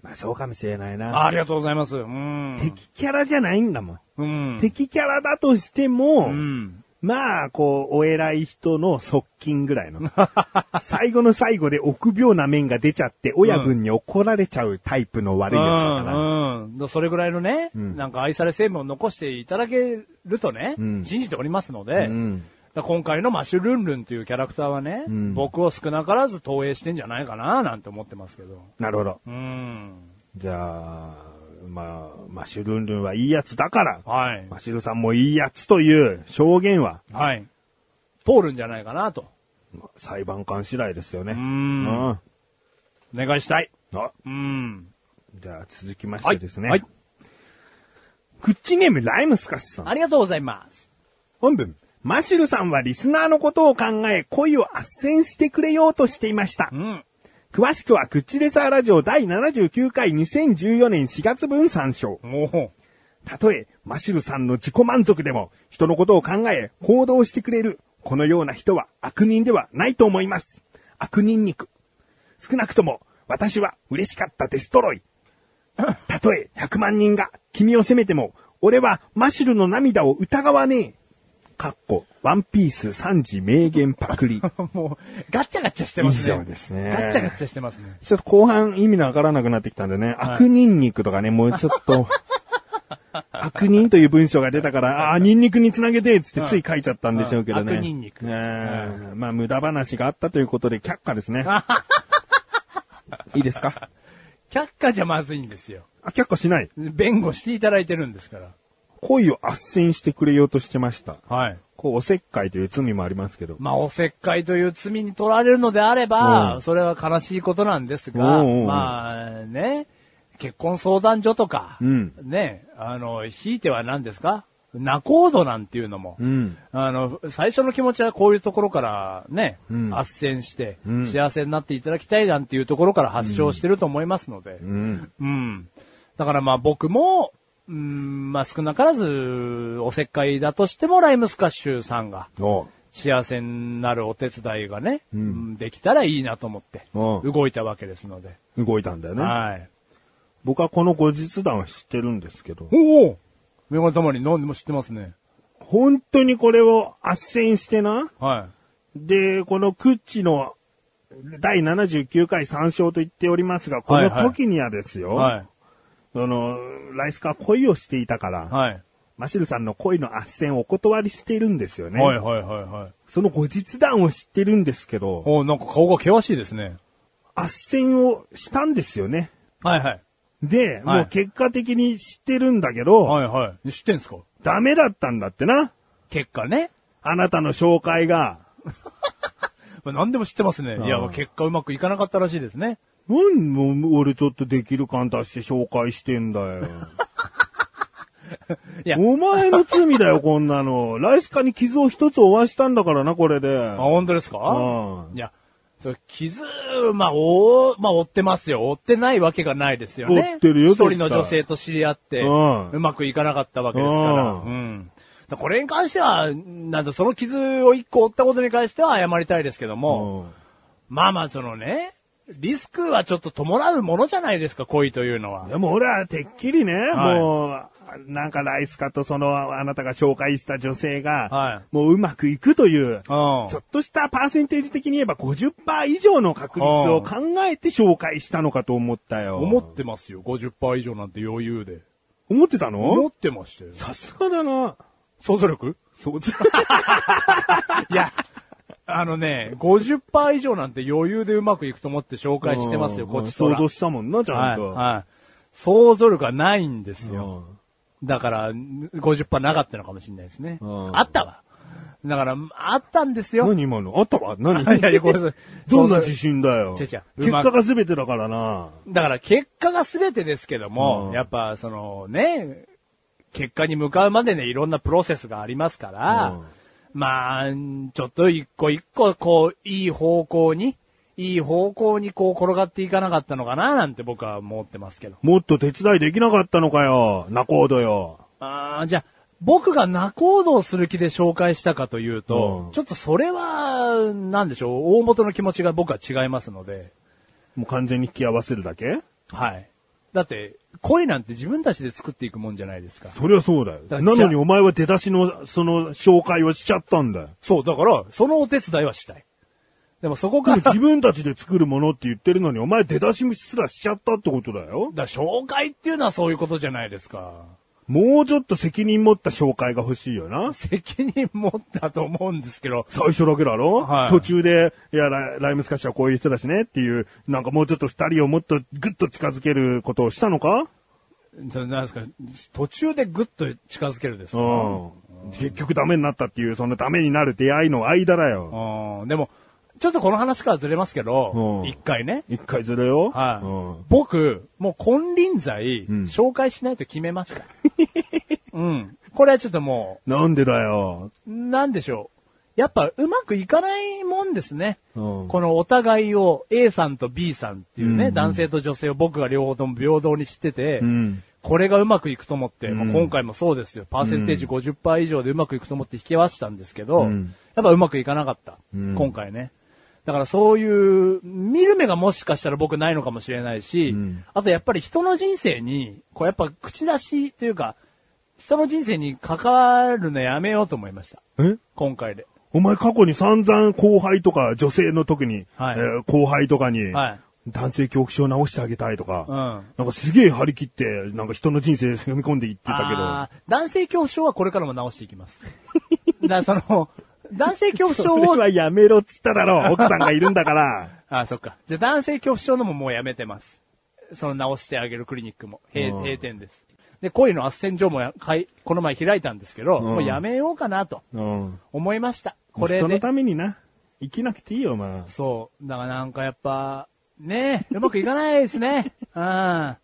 Speaker 2: まあそうかもしれないな。
Speaker 3: ありがとうございます。うん。
Speaker 2: 敵キャラじゃないんだもん。
Speaker 3: うん。
Speaker 2: 敵キャラだとしても、
Speaker 3: うん。
Speaker 2: まあ、こう、お偉い人の側近ぐらいの。 最後の最後で臆病な面が出ちゃって、親分に怒られちゃうタイプの悪いやつだから。
Speaker 3: うん、うんだそれぐらいのね、
Speaker 2: うん
Speaker 3: なんか愛され成分を残していただけるとね、
Speaker 2: うん
Speaker 3: 信じておりますので、
Speaker 2: うん
Speaker 3: だ今回のマシュルンルンというキャラクターはね、
Speaker 2: ん
Speaker 3: 僕を少なからず投影してんじゃないかな、なんて思ってますけど。
Speaker 2: なるほど。
Speaker 3: うん。
Speaker 2: じゃあ、まあ、マシュルンルンはいいやつだから、
Speaker 3: はい。
Speaker 2: マシュルさんもいいやつという証言は、
Speaker 3: はい。通るんじゃないかなと。
Speaker 2: 裁判官次第ですよね。うんあ
Speaker 3: お願いしたい。うん。
Speaker 2: じゃあ続きまし
Speaker 3: は
Speaker 2: て
Speaker 3: い。
Speaker 2: ですね。
Speaker 3: はい。
Speaker 2: クッチネームライムスカスさん。
Speaker 3: ありがとうございます。
Speaker 2: 本文。マシュルさんはリスナーのことを考え、恋を斡旋してくれようとしていました
Speaker 3: う。ん。
Speaker 2: 詳しくは、クッチレサーラジオ第79回2014年4月分参照。
Speaker 3: も
Speaker 2: たとえ、マシュルさんの自己満足でも、人のことを考え、行動してくれる、このような人は悪人ではないと思います。悪人肉。少なくとも、私は嬉しかったデストロイ。たとえ100万人が君を責めても、俺はマシュルの涙を疑わねえ。かっこ、ワンピース3時名言パクリ。ちょ
Speaker 3: う、 もう、ガッチャガッチャしてますね。
Speaker 2: 以上ですね
Speaker 3: ガッチャガッチャしてますね。
Speaker 2: っと後半意味のわからなくなってきたんでね、
Speaker 3: い
Speaker 2: 悪ニンニクとかね、もうちょっ と、悪人という文章が出たから、ああー、ニンニクにつなげて、つってつい書いちゃったんでしょうけどね。
Speaker 3: うん悪ニンニク
Speaker 2: ねえまあ、無駄話があったということで、却下 ですね。いいですか
Speaker 3: 却下じゃまずいんですよ。
Speaker 2: あ、却下しない。
Speaker 3: 弁護していただいてるんですから。
Speaker 2: 恋を斡旋してくれようとしてました。
Speaker 3: はい。
Speaker 2: こう、おせっかいという罪もありますけど。
Speaker 3: まあ、おせっかいという罪に取られるのであれば、
Speaker 2: うん
Speaker 3: それは悲しいことなんですが、
Speaker 2: うんうんうん
Speaker 3: まあね、結婚相談所とか、
Speaker 2: うん
Speaker 3: ね、あの、ひいては何ですか仲人なんていうのも、
Speaker 2: うん
Speaker 3: あの、最初の気持ちはこういうところからね、
Speaker 2: ん
Speaker 3: 斡旋して、
Speaker 2: ん
Speaker 3: 幸せになっていただきたいなんていうところから発症してると思いますので、
Speaker 2: うん。
Speaker 3: うん。だからまあ僕も、うん、まあ少なからず、おせっかいだとしても、ライムスカッシュさんが、
Speaker 2: おう
Speaker 3: 幸せになるお手伝いがね、うんできたらいいなと思って、
Speaker 2: うん
Speaker 3: 動いたわけですので。
Speaker 2: 動いたんだよね。
Speaker 3: はい。
Speaker 2: 僕はこの後日談は知ってるんですけど、
Speaker 3: おおメガネたまに何でも知ってますね。
Speaker 2: 本当にこれを斡旋してな。
Speaker 3: は
Speaker 2: で、このクッチの第79回参照と言っておりますが、この時にはです
Speaker 3: い。
Speaker 2: よ、
Speaker 3: は
Speaker 2: その、ライスカは恋をしていたから、
Speaker 3: い。はい。
Speaker 2: マシルさんの恋の斡旋をお断りしているんですよね。
Speaker 3: はいはいはいはい。
Speaker 2: その後日談を知ってるんですけど、
Speaker 3: おーなんか顔が険しいですね。
Speaker 2: 斡旋をしたんですよね。
Speaker 3: はいはい。
Speaker 2: で、
Speaker 3: はい
Speaker 2: もう結果的に知ってるんだけど、
Speaker 3: はいはい。知ってんすか
Speaker 2: ダメだったんだってな。
Speaker 3: 結果ね。
Speaker 2: あなたの紹介が。
Speaker 3: まあ何でも知ってますね。いや
Speaker 2: うん、
Speaker 3: 結果うまくいかなかったらしいですね。
Speaker 2: なんもう俺ちょっとできる感出して紹介してんだよ。
Speaker 3: いや、
Speaker 2: お前の罪だよ、こんなの。ライスカに傷を一つ負わしたんだからな、これで。
Speaker 3: あ、本当ですか
Speaker 2: うん
Speaker 3: いや、それ傷、まあ、おまあ、追ってますよ。追ってないわけがないですよね。
Speaker 2: 追ってるよ
Speaker 3: 一人
Speaker 2: 絶対
Speaker 3: の女性と知り合って、
Speaker 2: うん
Speaker 3: うまくいかなかったわけですから。
Speaker 2: うん
Speaker 3: うん。だからこれに関しては、なんだ、その傷を一個負ったことに関しては謝りたいですけども、
Speaker 2: うん
Speaker 3: まあまあ、そのね、リスクはちょっと伴うものじゃないですか、恋というのは。
Speaker 2: でも俺はてっきりね、
Speaker 3: はい
Speaker 2: もう、なんかライスカとその、あなたが紹介した女性が、
Speaker 3: は
Speaker 2: もううまくいくという、ち
Speaker 3: うん
Speaker 2: ょっとしたパーセンテージ的に言えば50%以上の確率を考えて紹介したのかと思ったよ。
Speaker 3: 思ってますよ、50%以上なんて余裕で。
Speaker 2: 思ってたの
Speaker 3: 思ってましたよ。
Speaker 2: さすがだな。
Speaker 3: 想像力
Speaker 2: そう、
Speaker 3: いや、あのね、50%以上なんて余裕でうまくいくと思って紹介してますよ、
Speaker 2: うん
Speaker 3: こっちと
Speaker 2: 想
Speaker 3: ら。
Speaker 2: 像したもんな、ちゃん
Speaker 3: はい、
Speaker 2: と。
Speaker 3: はい。想像力がないんです
Speaker 2: う
Speaker 3: よ。
Speaker 2: ん
Speaker 3: だから、50%なかったのかもしれないですね。
Speaker 2: うん
Speaker 3: あったわ。だから、あったんですよ。
Speaker 2: 何今のあったわ何
Speaker 3: いやいやごめんなさい
Speaker 2: どんな自信だよ。
Speaker 3: 違う違
Speaker 2: 結
Speaker 3: う
Speaker 2: 果が全てだからな。
Speaker 3: だから結果が全てですけども、
Speaker 2: うん
Speaker 3: やっぱそのね、結果に向かうまでね、いろんなプロセスがありますから、
Speaker 2: うん
Speaker 3: まあ、ちょっと一個一個、こう、いい方向に、いい方向にこう転がっていかなかったのかな、なんて僕は思ってますけど。
Speaker 2: もっと手伝いできなかったのかよ。ナコードよ。
Speaker 3: あーじゃあ、僕が仲人をする気で紹介したかというと、
Speaker 2: うん
Speaker 3: ちょっとそれは、なんでしょう、大元の気持ちが僕は違いますので、
Speaker 2: もう完全に引き合わせるだけ
Speaker 3: はい。だって、恋なんて自分たちで作っていくもんじゃないですか。
Speaker 2: そりゃそうだよ。
Speaker 3: だ
Speaker 2: なのにお前は出だしの、その、紹介をしちゃったんだよ。
Speaker 3: そう、だから、そのお手伝いはしたい。でもそこ
Speaker 2: で
Speaker 3: か
Speaker 2: も
Speaker 3: ら、だ
Speaker 2: 自分たちで作るものって言ってるのに、お前出だしすらしちゃったってことだよ。
Speaker 3: 紹介っていうのはそういうことじゃないですか。
Speaker 2: もうちょっと責任持った紹介が欲しいよな。
Speaker 3: 責任持ったと思うんですけど、
Speaker 2: 最初だけだろ、
Speaker 3: はい
Speaker 2: 途中で、いやライ、ライムスカッシュはこういう人だしねっていう、なんかもうちょっと二人をもっとぐっと近づけることをしたのか
Speaker 3: それなんですか、途中でぐっと近づけるですか
Speaker 2: うん。結局ダメになったっていう、そのダメになる出会いの間だよ。
Speaker 3: うんでも、ちょっとこの話からずれますけど
Speaker 2: う、ん
Speaker 3: 一回ね。
Speaker 2: 一回ずれよ。
Speaker 3: はい、
Speaker 2: うん
Speaker 3: 僕、もう金輪際、
Speaker 2: ん
Speaker 3: 紹介しないと決めました。うん。これはちょっとも
Speaker 2: なんでだよ。
Speaker 3: う、なんでしょう。やっぱうまくいかないもんですね。
Speaker 2: うん
Speaker 3: このお互いを A さんと B さんっていうね、
Speaker 2: うん
Speaker 3: 男性と女性を僕が両方とも平等に知ってて、
Speaker 2: うん
Speaker 3: これがうまくいくと思って、まあ
Speaker 2: うん
Speaker 3: 今回もそうですよ。パーセンテージ50%以上でうまくいくと思って引き合わせたんですけど、
Speaker 2: うん
Speaker 3: やっぱうまくいかなかった。
Speaker 2: うん
Speaker 3: 今回ね。だからそういう、見る目がもしかしたら僕ないのかもしれないし、
Speaker 2: うん
Speaker 3: あとやっぱり人の人生に、こうやっぱ口出しというか、人の人生に関わるのやめようと思いました。
Speaker 2: え
Speaker 3: 今回で。
Speaker 2: お前過去に散々後輩とか、女性の特に、
Speaker 3: はい
Speaker 2: えー後輩とかに、
Speaker 3: はい
Speaker 2: 男性恐怖症直してあげたいとか、
Speaker 3: うん
Speaker 2: なんかすげえ張り切って、なんか人の人生踏み込んでいってたけど
Speaker 3: あ、ー男性恐怖症はこれからも直していきます。 だからその、男性恐怖 症を、
Speaker 2: はやめろっつっただ ろ、奥さんがいるんだから。
Speaker 3: あー、そっか。じゃあ男性恐怖症のももうやめてます。その直してあげるクリニックも、閉
Speaker 2: うん
Speaker 3: 閉店です。で、恋の斡旋所もや開この前開いたんですけど、
Speaker 2: ん
Speaker 3: もうやめ ようかなと
Speaker 2: うん。
Speaker 3: 思いました。これ
Speaker 2: 人の
Speaker 3: で。
Speaker 2: ためにな、生きなくていいよ、お前。
Speaker 3: そう。だからなんかやっぱ、ねえ、うまくいかないで すね。うん。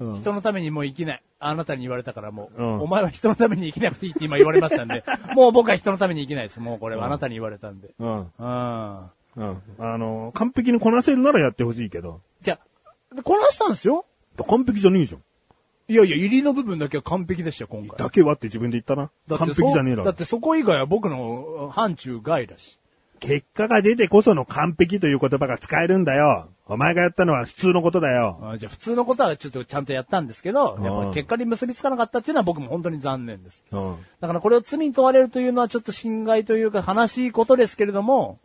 Speaker 2: うん
Speaker 3: 人のためにもう生きない。あなたに言われたからもう、
Speaker 2: うん
Speaker 3: お前は人のために生きなくていいって今言われました んで、もう僕は人のために生きないです。もうこれはあなたに言われたんで。うん。
Speaker 2: うん。
Speaker 3: じ
Speaker 2: うん。あの、完璧にこなせるならやってほしいけど。
Speaker 3: ゃあ、こなしたんですよ
Speaker 2: 完璧じゃねえじゃん。
Speaker 3: いやいや、入りの部分だけは完璧でしたよ、今回。
Speaker 2: だけはって自分で言ったな。
Speaker 3: だ
Speaker 2: 完璧じゃねえだ
Speaker 3: だ
Speaker 2: ろ
Speaker 3: っ。てそこ以外は僕の範疇外だし。
Speaker 2: 結果が出てこその完璧という言葉が使えるんだよ。お前がやったのは普通のことだよ。
Speaker 3: あじゃあ普通のことはちょっとちゃんとやったんですけど、やっ
Speaker 2: う
Speaker 3: ぱ
Speaker 2: ん
Speaker 3: 結果に結びつかなかったっていうのは僕も本当に残念です。
Speaker 2: うん。
Speaker 3: だからこれを罪に問われるというのはちょっと侵害というか悲しいことですけれども、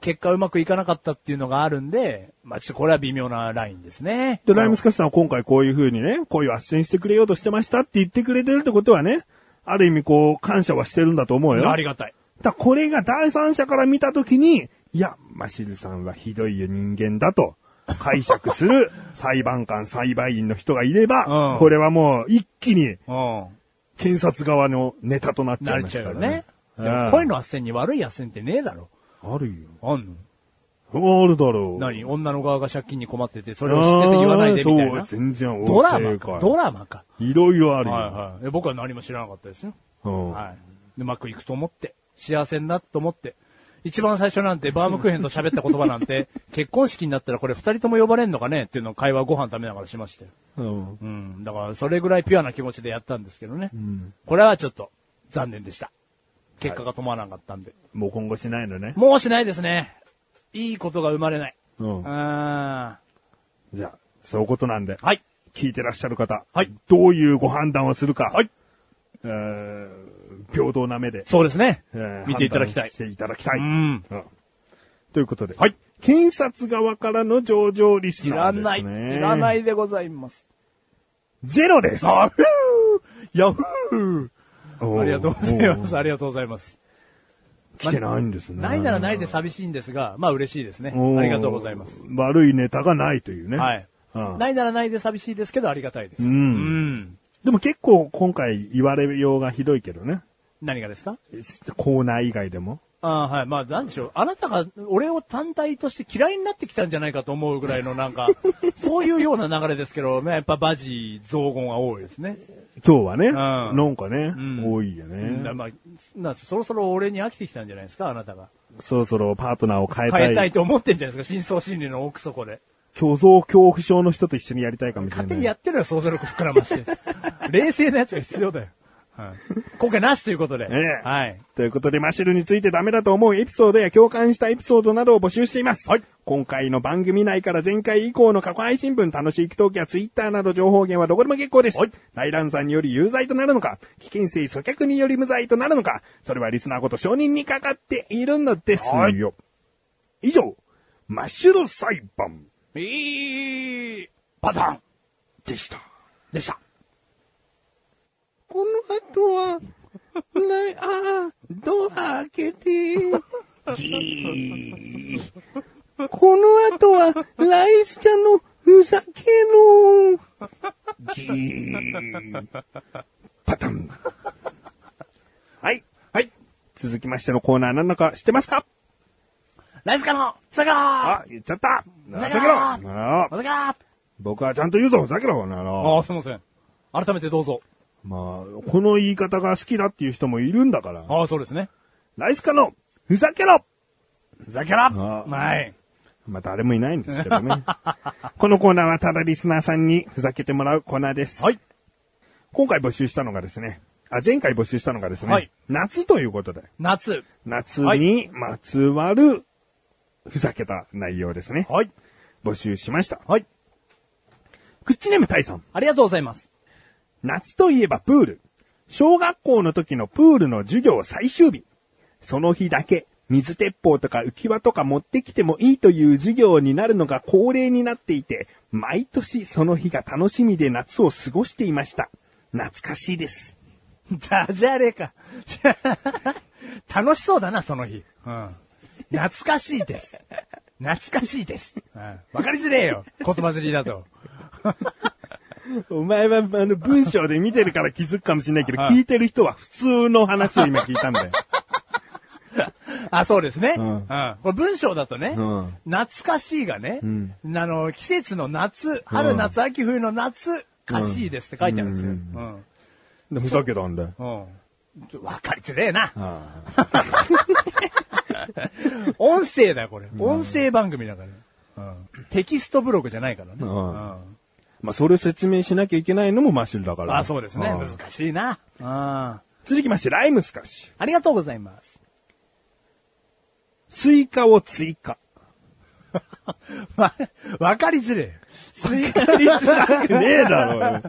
Speaker 3: 結果うまくいかなかったっていうのがあるんで、まあちょっとこれは微妙なラインですね。
Speaker 2: で、ライムスカスさんは今回こういう風にね、こういう斡旋してくれようとしてましたって言ってくれてるってことはね、ある意味こう、感謝はしてるんだと思うよ。
Speaker 3: ありがたい。
Speaker 2: だからこれが第三者から見たときに、いや、マシルさんはひどい人間だと解釈す る裁判官、裁判員の人がいれば、
Speaker 3: うん
Speaker 2: これはもう一気に
Speaker 3: うん。
Speaker 2: 検察側のネタとなっちゃ
Speaker 3: ないれ
Speaker 2: まし
Speaker 3: ちゃ
Speaker 2: た
Speaker 3: う
Speaker 2: か
Speaker 3: よ
Speaker 2: ら
Speaker 3: ね
Speaker 2: ね。。
Speaker 3: でも
Speaker 2: こうい
Speaker 3: 恋の斡旋に悪い斡旋ってねえだろ。
Speaker 2: あるよ。
Speaker 3: あんの
Speaker 2: あるだろう。
Speaker 3: 何女の側が借金に困ってて、それを知ってて言わないでみたい
Speaker 2: あー
Speaker 3: な。
Speaker 2: そう、全然
Speaker 3: ドラマ
Speaker 2: 正
Speaker 3: か。
Speaker 2: 解
Speaker 3: ドラマか。
Speaker 2: いろいろあ
Speaker 3: はい
Speaker 2: るよ。
Speaker 3: はい。で僕は何も知らなかったですよ。
Speaker 2: うん
Speaker 3: はい。うまくいくと思って、幸せになったと思って、一番最初なんてバームクーヘンと喋った言葉な んて、結婚式になったらこれ二人とも呼ばれんのかねっていうのを会話ご飯食べながらしましたよ。
Speaker 2: うん
Speaker 3: うん。だからそれぐらいピュアな気持ちでやったんですけどね。これはちょっと残念でした。結果が伴わなかったんで。
Speaker 2: もう今後しないのね。
Speaker 3: もうしないですね。いいことが生まれない。
Speaker 2: うん
Speaker 3: あ
Speaker 2: じゃあ、そういうことなんで。
Speaker 3: ーはい。
Speaker 2: 聞いてらっしゃる方。
Speaker 3: はい
Speaker 2: どういうご判断をするか。はい。えー、平等な目で。
Speaker 3: そうですね。
Speaker 2: えー
Speaker 3: 見ていただきた
Speaker 2: 判断
Speaker 3: い
Speaker 2: し。ていただきたい。
Speaker 3: うん
Speaker 2: うんということで。
Speaker 3: はい。
Speaker 2: 検察側からの上場リス
Speaker 3: い
Speaker 2: ナ
Speaker 3: ら
Speaker 2: ー
Speaker 3: ない。
Speaker 2: ですね。。
Speaker 3: いらないいでございます。
Speaker 2: ゼロです。
Speaker 3: あふーやふー
Speaker 2: おー
Speaker 3: ありがとうございま
Speaker 2: お
Speaker 3: す。
Speaker 2: ー
Speaker 3: ありがとうございます。
Speaker 2: 来てないんですね。
Speaker 3: ないならないで寂しいんですが、まあ嬉しいですね。
Speaker 2: おー
Speaker 3: ありがとうございます。。
Speaker 2: 悪いネタがないというね。
Speaker 3: はい。
Speaker 2: うん
Speaker 3: ないならないで寂しいですけど、ありがたいです。
Speaker 2: うん
Speaker 3: うん
Speaker 2: でも結構今回言われようがひどいけどね。
Speaker 3: 何がですか
Speaker 2: コーナー以外でも。
Speaker 3: ああはい。まあ、なんでしょう。あなたが、俺を単体として嫌いになってきたんじゃないかと思うぐらいの、な んか、そういうような流れですけど、まあやっぱバジ、造言は多いですね。
Speaker 2: 今日はね、
Speaker 3: ん
Speaker 2: なんかね、
Speaker 3: ん
Speaker 2: 多いよ
Speaker 3: うん
Speaker 2: ね、
Speaker 3: まあ、なんそろそろ俺に飽きてきたんじゃないですか、あなたが。
Speaker 2: そろそろパートナーを変えたい。
Speaker 3: 変えたいと思ってんじゃないですか、深層心理の奥底で。
Speaker 2: 虚像恐怖症の人と一緒にやりたいかもしれ
Speaker 3: 勝
Speaker 2: な
Speaker 3: 手
Speaker 2: い。
Speaker 3: にやってるよ、想像力膨らまして。 冷静なやつが必要だよ。はい。今回なしということで。
Speaker 2: ええ
Speaker 3: はい。
Speaker 2: ということで、マシルについてダメだと思うエピソードや共感したエピソードなどを募集しています。
Speaker 3: はい
Speaker 2: 今回の番組内から前回以降の過去配信分、楽しいトークやツイッターなど情報源はどこでも結構です。
Speaker 3: はい
Speaker 2: 内乱さんにより有罪となるのか、危険性阻却により無罪となるのか、それはリスナーこと承認にかかっているのですよ。
Speaker 3: はい
Speaker 2: 以上、マシュル裁判
Speaker 3: いいパターン
Speaker 2: でした。
Speaker 3: でした。
Speaker 2: この後は、ない、 ああ、ドア開けて。ギーこの後は、ライスカのふざけろ。ギーパタン。はい。はい。続きましてのコーナー何のか知ってますか
Speaker 3: ナイスカのふざけろー
Speaker 2: あ、言っちゃったふざけろ
Speaker 3: ふざけろ
Speaker 2: なあ
Speaker 3: ふざけろー
Speaker 2: 僕はちゃんと言うぞふざけろな
Speaker 3: あ
Speaker 2: あ
Speaker 3: あ、すいません。改めてどうぞ。
Speaker 2: まあ、この言い方が好きだっていう人もいるんだから。
Speaker 3: ああ、そうですね。
Speaker 2: ライスカのふざけろ
Speaker 3: ふざけろ
Speaker 2: あ
Speaker 3: はい。
Speaker 2: まあ誰もいないんですけど ね。このコーナーはただリスナーさんにふざけてもらうコーナーです。
Speaker 3: はい。
Speaker 2: 今回募集したのがですね、あ、前回募集したのがですね、
Speaker 3: はい
Speaker 2: 夏ということで、
Speaker 3: 夏。
Speaker 2: 夏
Speaker 3: は
Speaker 2: にまつわるふざけた内容ですね。
Speaker 3: はい。
Speaker 2: 募集しました。
Speaker 3: はい。
Speaker 2: クッチネームタイさん。
Speaker 3: ありがとうございます。
Speaker 2: 夏といえばプール。小学校の時のプールの授業最終日。その日だけ、水鉄砲とか浮き輪とか持ってきてもいいという授業になるのが恒例になっていて、毎年その日が楽しみで夏を過ごしていました。懐かしいです。
Speaker 3: ダジャレか。 楽しそうだな、その日。うん。懐かしいです。懐かしいです。うんわかりづれえよ。言葉釣りだと。
Speaker 2: お前は、あの、文章で見てるから気づくかもしれないけど、
Speaker 3: はい
Speaker 2: 聞いてる人は普通の話を今聞いたん だよ。
Speaker 3: あ、そうですね。
Speaker 2: う
Speaker 3: うんん。これ文章だとね、
Speaker 2: うん
Speaker 3: 懐かしいがね、
Speaker 2: ん
Speaker 3: あの、季節の夏、春、夏、秋、冬の夏、かしいですって書いてあるんですよ。
Speaker 2: う
Speaker 3: うん。
Speaker 2: でふざけたんだよ。
Speaker 3: うん。ちょわかりづれえな。
Speaker 2: ああ
Speaker 3: 音声だよ、これ。音声番組だから。うん。テキストブログじゃないからね。
Speaker 2: う
Speaker 3: うんん。
Speaker 2: まあ、それを説明しなきゃいけないのもマシュルだから。
Speaker 3: あ、そうですね。
Speaker 2: ん
Speaker 3: 難しいな。うん。あ
Speaker 2: 続きまして、ライムスカッシュ。
Speaker 3: りがとうございます。
Speaker 2: スイカを追加。
Speaker 3: わ、わかりづれえ。スイカ
Speaker 2: りづらくねえだろうよ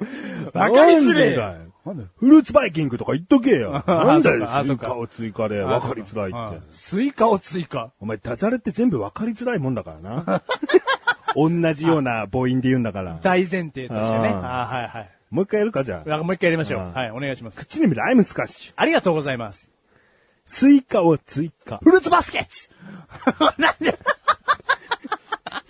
Speaker 3: わかりづれえよ
Speaker 2: なんでだ よ
Speaker 3: なんだよ
Speaker 2: フルーツバイキングとか言っとけよ。なんだよ
Speaker 3: あ、
Speaker 2: ス
Speaker 3: そ
Speaker 2: イ
Speaker 3: っかあ
Speaker 2: カを追加でわかりづらいって。
Speaker 3: スイカを追加。
Speaker 2: お前、ダジャレって全部わかりづらいもんだから な。同じような母音で言うんだから。
Speaker 3: 大前提としてね。
Speaker 2: あ
Speaker 3: あはいはい。
Speaker 2: もう一回やるか、じゃあ。
Speaker 3: わもう一回やりましょう。
Speaker 2: うん
Speaker 3: はい、お願いします。
Speaker 2: 口に見るライムスカッシュ。
Speaker 3: ありがとうございます。
Speaker 2: スイカを追加。
Speaker 3: フルーツバスケッツ なんで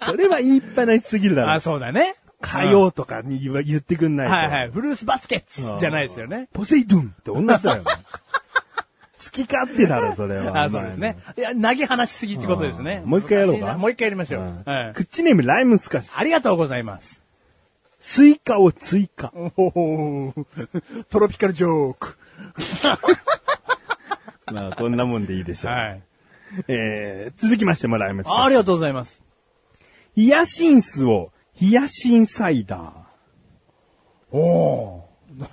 Speaker 2: それは言いっぱなしすぎるだ
Speaker 3: あ、
Speaker 2: ろ。
Speaker 3: そうだね。
Speaker 2: かようとかに言わ言ってくんないと。
Speaker 3: はいはい。フルーツバスケッツじゃないですよね。
Speaker 2: ポセイドゥンって同じだよ。 好き勝手だろ、それは。
Speaker 3: あ、そうですね。いや、投げ話しすぎってことですね
Speaker 2: あ。ーもう一回やろうか
Speaker 3: 難しいなもう一回やりましょ
Speaker 2: お前
Speaker 3: う
Speaker 2: ね。。
Speaker 3: は
Speaker 2: うん
Speaker 3: い
Speaker 2: クッチネームライムスカッシュ。
Speaker 3: ありがとうございます。
Speaker 2: スイカを追加。
Speaker 3: おおトロピカルジョーク。
Speaker 2: まあ、こんなもんでいいでしょう。
Speaker 3: はい。
Speaker 2: えー、続きましてもライムスカ
Speaker 3: あ
Speaker 2: ッ
Speaker 3: り
Speaker 2: シュ。
Speaker 3: がとうございます。
Speaker 2: ヒヤシンスを、ヒヤシンサイダー。
Speaker 3: おお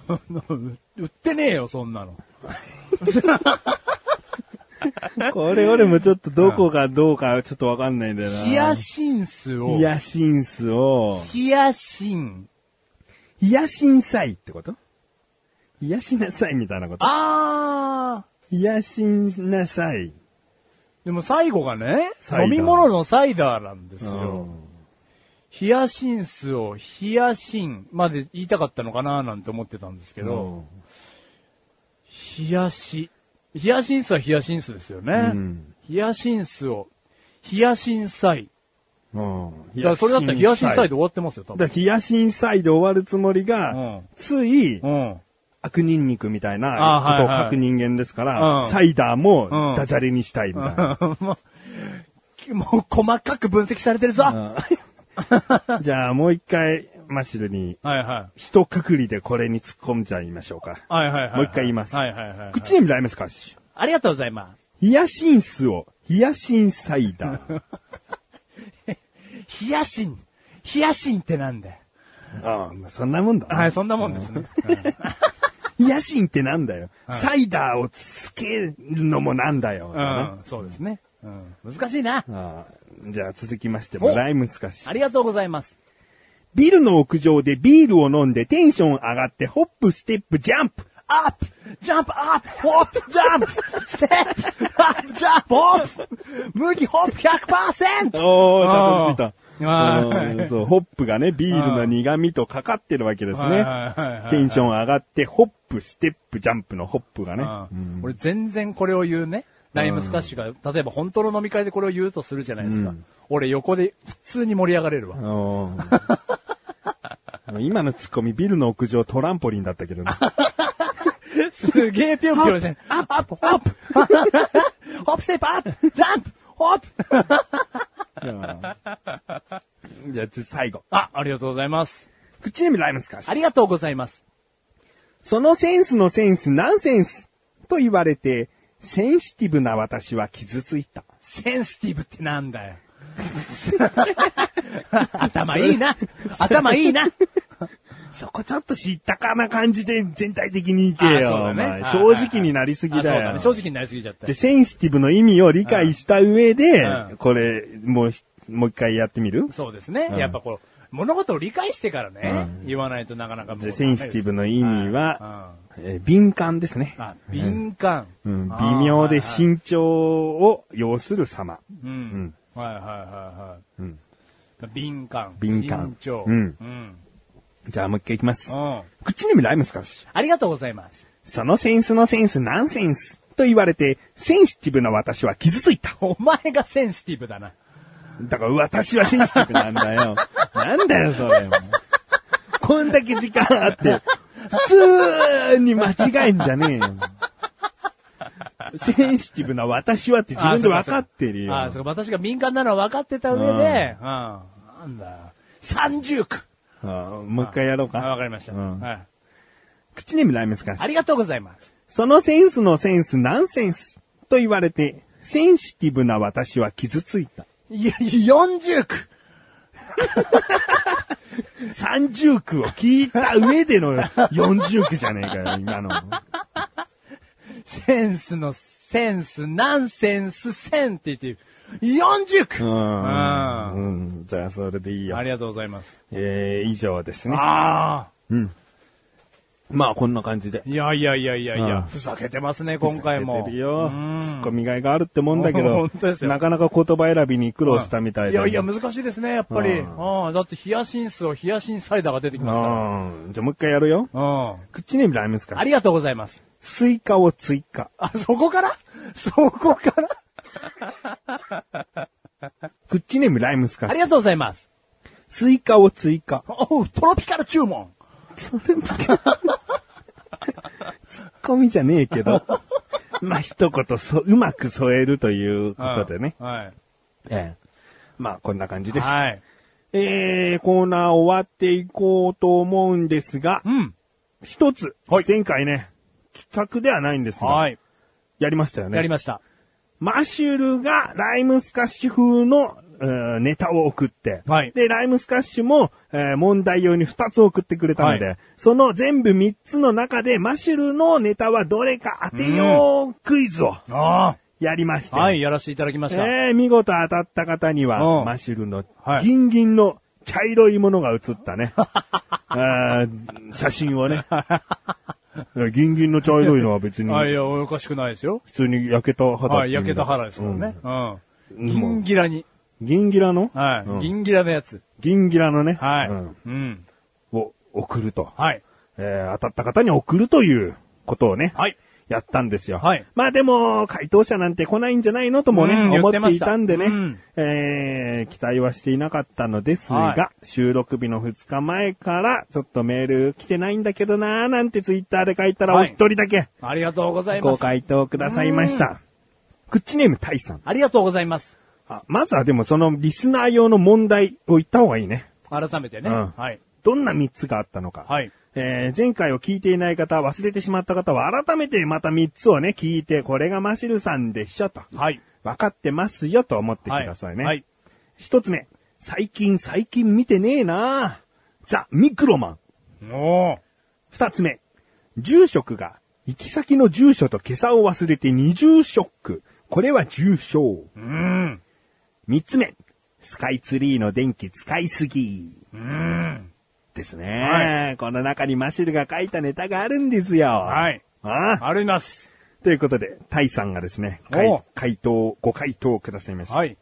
Speaker 3: ー 売ってねえよ、そん なの。
Speaker 2: これ俺もちょっとどこがどうかちょっとわかんないんだよな。
Speaker 3: ヒヤシンスを
Speaker 2: ヒ、ヤシンスを、
Speaker 3: ヒヤシン。
Speaker 2: ヒヤシンサイってことヒヤシなさいみたいなこと。
Speaker 3: あー。
Speaker 2: ヒヤシンなさい。
Speaker 3: でも最後がね、
Speaker 2: サイダー
Speaker 3: 飲み物のサイダーなんです
Speaker 2: う
Speaker 3: よ。
Speaker 2: ん
Speaker 3: ヒヤシンスをヒヤシンまで言いたかったのかななんて思ってたんですけど、冷やし。冷やしんすは冷やしんすですよね。
Speaker 2: うん
Speaker 3: 冷やしんすを、冷やしんさい。
Speaker 2: うん。
Speaker 3: だからそれだったら冷やしんさいで
Speaker 2: ド。
Speaker 3: 終わってますよ、多
Speaker 2: だ
Speaker 3: 分。
Speaker 2: からヒヤシンサイで終わるつもりが、
Speaker 3: うん
Speaker 2: つい、
Speaker 3: うん。
Speaker 2: 悪人肉みたい
Speaker 3: あ
Speaker 2: な
Speaker 3: は
Speaker 2: ことを
Speaker 3: いはい
Speaker 2: 書く人間ですから、
Speaker 3: うん
Speaker 2: サイダーも
Speaker 3: うん
Speaker 2: ダジャレにしたいみたいな。
Speaker 3: もう、もう細かく分析されてるぞ、はい
Speaker 2: うん じゃあもう一回、マシルに、
Speaker 3: は
Speaker 2: 一括りでこれに突っ込んじゃいましょうか。
Speaker 3: い。はいはいはい。
Speaker 2: もう一回言います
Speaker 3: はいはいはいはい。
Speaker 2: 口にライムスカッシュ。
Speaker 3: ありがとうございま
Speaker 2: ヒヤシン酢を、ヒヤシンサイダ ー。
Speaker 3: す。冷やしん。冷やしんってなんだよ。
Speaker 2: ああ、まあそんなもんだな。
Speaker 3: はい、そんなもんですね。
Speaker 2: ヒヤシンってなんだよ。サイダーをつけるのもなんだよ。
Speaker 3: うん、そうですね。うん、難しいな。
Speaker 2: ああじゃあ続きましても、
Speaker 3: お
Speaker 2: ライムスカッシュ
Speaker 3: あ。りがとうございます。
Speaker 2: ビルの屋上でビールを飲んでテンション上がってホップ、ステップ、ジャンプ。
Speaker 3: アップジャンプアップホップジャンプステップアップジャンプホップ麦ホップ 100%!
Speaker 2: お
Speaker 3: ーちゃんとつい
Speaker 2: た
Speaker 3: た。
Speaker 2: うんそう、ホップがね、ビールの苦味とかかってるわけです
Speaker 3: はい
Speaker 2: ね
Speaker 3: はいはいはい。
Speaker 2: テンション上がって、ホップ、ステップ、ジャンプのホップがね。
Speaker 3: うん俺全然これを言うね。ライムスカッシュが、例えば本当の飲み会でこれを言うとするじゃないですか。俺横で普通に盛り上がれるわ。
Speaker 2: うん今のツッコミ、ビルの屋上トランポリンだったけどね。
Speaker 3: すげえぴょんぴょんしてるアップアップ アップホップステップアップジャンプホップ
Speaker 2: じゃあ、つ最後。
Speaker 3: あ、ありがとうございます。
Speaker 2: 口にもライムスカッシ
Speaker 3: あ
Speaker 2: ュ。
Speaker 3: りがとうございます。
Speaker 2: そのセンスのセンス、ナンセンスと言われて、センシティブな私は傷ついた。
Speaker 3: センシティブってな んだよ。頭い いな。頭いいな。
Speaker 2: そこちょっと知ったかな感じで全体的にいけ
Speaker 3: あ
Speaker 2: よ。
Speaker 3: そうだね
Speaker 2: お前正直になりすぎ
Speaker 3: あそう
Speaker 2: だ
Speaker 3: だ
Speaker 2: よ。
Speaker 3: ね。正直になりすぎちゃった
Speaker 2: で、。センシティブの意味を理解した上で、
Speaker 3: うん
Speaker 2: これ、もうひ、もう一回やってみる
Speaker 3: そうですね。
Speaker 2: うん
Speaker 3: やっぱこう、物事を理解してからね、言わないとなかなかも
Speaker 2: で
Speaker 3: う。
Speaker 2: センシティブの意味は
Speaker 3: は、
Speaker 2: えー敏感ですね。
Speaker 3: あ、敏感。
Speaker 2: うん、
Speaker 3: あ
Speaker 2: 微
Speaker 3: ー
Speaker 2: 妙で
Speaker 3: はい
Speaker 2: 慎重を要する様。
Speaker 3: うん。はいはいはいはい。敏感。
Speaker 2: 敏感
Speaker 3: 慎重。
Speaker 2: うん
Speaker 3: うん。
Speaker 2: じゃあもう一回いきます
Speaker 3: う。ん。
Speaker 2: 口にもライムスカッシュ。
Speaker 3: ありがとうございます。
Speaker 2: そのセンスのセンス、ナンセンスと言われて、センシティブな私は傷ついた。
Speaker 3: お前がセンシティブだな。
Speaker 2: だから私はセンシティブなんだよ。 なんだよ、それ。こんだけ時間あって、普通に間違えんじゃねえよ。センシティブな私はって自分で分かってるよ。
Speaker 3: あー、そうか。私が敏感なのは分かってた上で、うん。なんだよ。三重苦。
Speaker 2: ああもう一回やろうか。
Speaker 3: あわかりました。
Speaker 2: うん
Speaker 3: はい。
Speaker 2: 口にもライムスカッシ
Speaker 3: あ
Speaker 2: ュ
Speaker 3: りがとうございます。
Speaker 2: そのセンスのセンス、ナンセンスと言われて、センシティブな私は傷ついた。
Speaker 3: いや、40区
Speaker 2: 三重苦を聞いた上での四重苦じゃねえかよ、今の。
Speaker 3: センスのセンス、ナンセンス、センって言って、40区
Speaker 2: うん
Speaker 3: うん
Speaker 2: うん。じゃあ、それでいいよ
Speaker 3: あ。りがとうございます。
Speaker 2: えー、以上ですね。
Speaker 3: あ
Speaker 2: まあ、こんな感じで
Speaker 3: あ。。いやいやいやいやいや、
Speaker 2: うん
Speaker 3: ふざけてますね、今回も。
Speaker 2: 出てるよ。
Speaker 3: う
Speaker 2: ツ
Speaker 3: ん
Speaker 2: ッコミがいがあるってもんだけど
Speaker 3: 本当です、よ
Speaker 2: なかなか言葉選びに苦労したみたい
Speaker 3: い
Speaker 2: だ
Speaker 3: や
Speaker 2: け
Speaker 3: い
Speaker 2: ど
Speaker 3: や、難しいですね、やっぱり。
Speaker 2: うん
Speaker 3: ああだって、ヒヤシンスをヒヤシンサイダーが出てきますか
Speaker 2: うん。じゃあ、もう一回やるよ。
Speaker 3: ら。うん。
Speaker 2: 口にライムスカッ
Speaker 3: あ
Speaker 2: シュ。
Speaker 3: りがとうございます。
Speaker 2: スイカを追加。
Speaker 3: あ、そこからそこから
Speaker 2: 口にライムスカッ
Speaker 3: あ
Speaker 2: シ
Speaker 3: り
Speaker 2: ュ。
Speaker 3: がとうございます。
Speaker 2: スイカを追加。
Speaker 3: おう、トロピカル注文。
Speaker 2: 込みじゃねえけ ど。まあ、一言、そ、うまく添えるということでね。
Speaker 3: うんはい。
Speaker 2: ええ。まあ、こんな感じです。
Speaker 3: はい。
Speaker 2: えー、コーナー終わっていこうと思うんですが
Speaker 3: う、ん。
Speaker 2: 一つ、
Speaker 3: はい
Speaker 2: 前回ね、企画ではないんですが、
Speaker 3: はい。
Speaker 2: やりましたよね。
Speaker 3: やりました。
Speaker 2: マシュルがライムスカッシュ風の、えーネタを送って、
Speaker 3: はい
Speaker 2: で、ライムスカッシュも、えー問題用に2つ送ってくれたので、
Speaker 3: は
Speaker 2: その全部3つの中でマシュルのネタはどれか当てようクイズを
Speaker 3: あ
Speaker 2: やりまして、
Speaker 3: あ。はい、やらせていただきました。
Speaker 2: えー見事当たった方には、
Speaker 3: うん
Speaker 2: マシュルの
Speaker 3: はい
Speaker 2: ギンギンの茶色いものが写った ね。あー写真をね。 ギンギンの茶色いのは別に、
Speaker 3: あ、いや、おかしくないですよ。
Speaker 2: 普通に焼けた肌
Speaker 3: は
Speaker 2: って
Speaker 3: い、
Speaker 2: いうんだ
Speaker 3: 焼けた腹ですからね。うん。ギンギラに。
Speaker 2: ギンギラの、
Speaker 3: はい、
Speaker 2: うん
Speaker 3: ギンギラのやつ。
Speaker 2: ギンギラのね、
Speaker 3: はい。
Speaker 2: う
Speaker 3: うんん。
Speaker 2: を送ると、
Speaker 3: はい。
Speaker 2: えー当たった方に送るということをね、
Speaker 3: はい。
Speaker 2: やったんですよ。
Speaker 3: はい
Speaker 2: まあでも、回答者なんて来ないんじゃないのともね、
Speaker 3: うん言
Speaker 2: 思
Speaker 3: って
Speaker 2: っ
Speaker 3: ま
Speaker 2: て
Speaker 3: し
Speaker 2: い
Speaker 3: た
Speaker 2: たんでね、
Speaker 3: うん
Speaker 2: えー、期待はしていなかったのですが、
Speaker 3: は
Speaker 2: 収録日の2日前から、ちょっとメール来てないんだけどなーなんてツイッターで書いたら、
Speaker 3: はい
Speaker 2: お一人だけ、
Speaker 3: ありがとうございま
Speaker 2: ご
Speaker 3: す。
Speaker 2: 回答くださいました。クッチネームタイさん。
Speaker 3: ありがとうございます。
Speaker 2: あまずはでもそのリスナー用の問題を言った方がいいね。
Speaker 3: 改めてね。
Speaker 2: うん
Speaker 3: はい。
Speaker 2: どんな3つがあったのか。
Speaker 3: はい
Speaker 2: えー前回を聞いていない方、忘れてしまった方は改めてまた3つをね、聞いて、これがマシルさんでしょと。
Speaker 3: はい。
Speaker 2: 分かってますよと思ってくださいね。
Speaker 3: はい。
Speaker 2: 1つ目。最近最近見てねえなあザ・ミクロマン。
Speaker 3: おー
Speaker 2: 2つ目。住職が行き先の住所と今朝を忘れて二重ショック。これは重症。
Speaker 3: うん。
Speaker 2: 三つ目、スカイツリーの電気使いすぎ。ですね、この中にマシルが書いたネタがあるんですよ。
Speaker 3: はい
Speaker 2: ああ
Speaker 3: あります。
Speaker 2: ということで、タイさんがですね、かい
Speaker 3: お
Speaker 2: う回答、ご回答くださいました。
Speaker 3: はい。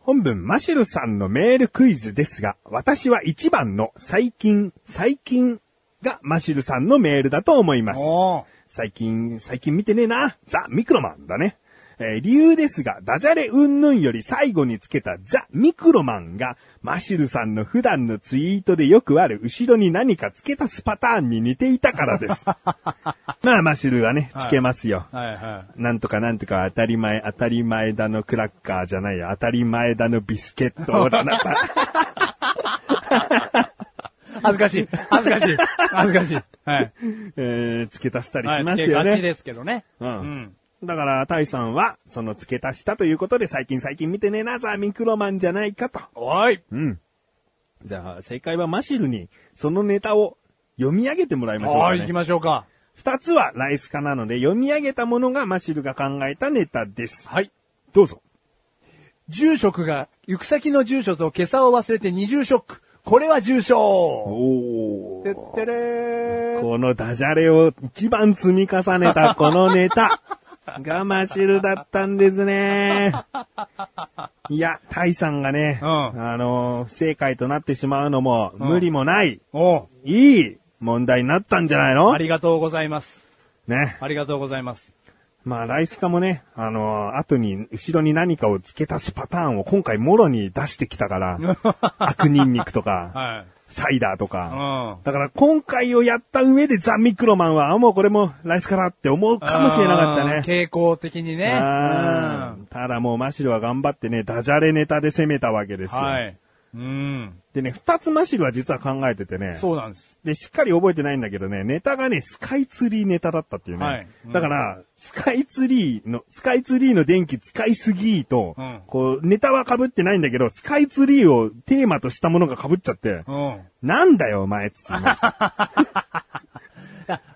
Speaker 2: 本文、マシルさんのメールクイズですが、私は一番の最近、最近がマシルさんのメールだと思います。
Speaker 3: おー
Speaker 2: 最近、最近見てねえな。ザ・ミクロマンだね。えー理由ですが、ダジャレ云々より最後につけたザ・ミクロマンが、マシルさんの普段のツイートでよくある後ろに何か付け足すパターンに似ていたから です。まあ、マシルはね、つけますよ。
Speaker 3: はいはい。
Speaker 2: なんとかなんとか当たり前、当たり前だのクラッカーじゃないや、当たり前だのビスケットだな。
Speaker 3: 恥ずかしい。恥ずかしい。恥ずかしい。はい。
Speaker 2: えー付け足したり
Speaker 3: は
Speaker 2: し
Speaker 3: い。
Speaker 2: ます
Speaker 3: つ
Speaker 2: よ
Speaker 3: け
Speaker 2: ね。
Speaker 3: がちですけどね。
Speaker 2: うん。だから、タイさんは、その付け足したということで、最近最近見てねえな、ザ・ミクロマンじゃないかと。
Speaker 3: おい。
Speaker 2: うん。じゃあ、正解はマシルに、そのネタを読み上げてもらいましょうか、
Speaker 3: は
Speaker 2: ね。
Speaker 3: い、行きましょうか。
Speaker 2: 二つはライス化なので、読み上げたものがマシルが考えたネタです。
Speaker 3: はい。
Speaker 2: どうぞ。
Speaker 3: 住職が、行く先の住所と今朝を忘れて二重ショック。これは重症
Speaker 2: お
Speaker 3: てってれー。
Speaker 2: このダジャレを一番積み重ね たこのネタがマシルだったんですね。いや、タイさんがね、
Speaker 3: うん
Speaker 2: あのー不正解となってしまうのも無理もない、
Speaker 3: おう
Speaker 2: いい問題になったんじゃないの
Speaker 3: ありがとうございます。
Speaker 2: ね。
Speaker 3: ありがとうございます。
Speaker 2: まあ、ライス化もね、あのー後に、後ろに何かを付け足すパターンを今回もろに出してきた から、悪ニンニクとか、
Speaker 3: はい。
Speaker 2: サイダーと
Speaker 3: う
Speaker 2: か、
Speaker 3: ん。
Speaker 2: だから今回をやった上でザ・ミクロマンは、あもうこれもライスからって思うかもしれなかった
Speaker 3: あ
Speaker 2: ね
Speaker 3: ー。傾向的にね。
Speaker 2: あーただもうマシルは頑張ってね、ダジャレネタで攻めたわけです
Speaker 3: うん
Speaker 2: よ。
Speaker 3: はい。うん。
Speaker 2: でね、二つマシルは実は考えててね、
Speaker 3: そうなんです。
Speaker 2: で、しっかり覚えてないんだけどね、ネタがね、スカイツリーネタだったっていうね。
Speaker 3: はいうん
Speaker 2: だから、スカイツリーの、スカイツリーの電気使いすぎと、
Speaker 3: うん
Speaker 2: こう、ネタは被ってないんだけど、スカイツリーをテーマとしたものが被っちゃって、
Speaker 3: うん。
Speaker 2: なんだよ、お前っつってます。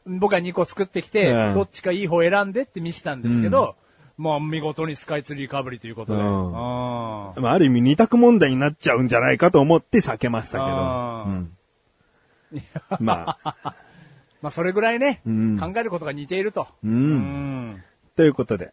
Speaker 3: 僕は2個作ってきて、
Speaker 2: うん
Speaker 3: どっちかいい方選んでって見せたんですけど、まあ見事にスカイツリーかぶりということで。
Speaker 2: う
Speaker 3: うんん。あ
Speaker 2: まあ、ある意味二択問題になっちゃうんじゃないかと思って避けましたけど。
Speaker 3: あー
Speaker 2: うんまあ、
Speaker 3: まあそれぐらいね、
Speaker 2: うん
Speaker 3: 考えることが似ていると。
Speaker 2: う。
Speaker 3: うんん。
Speaker 2: ということで、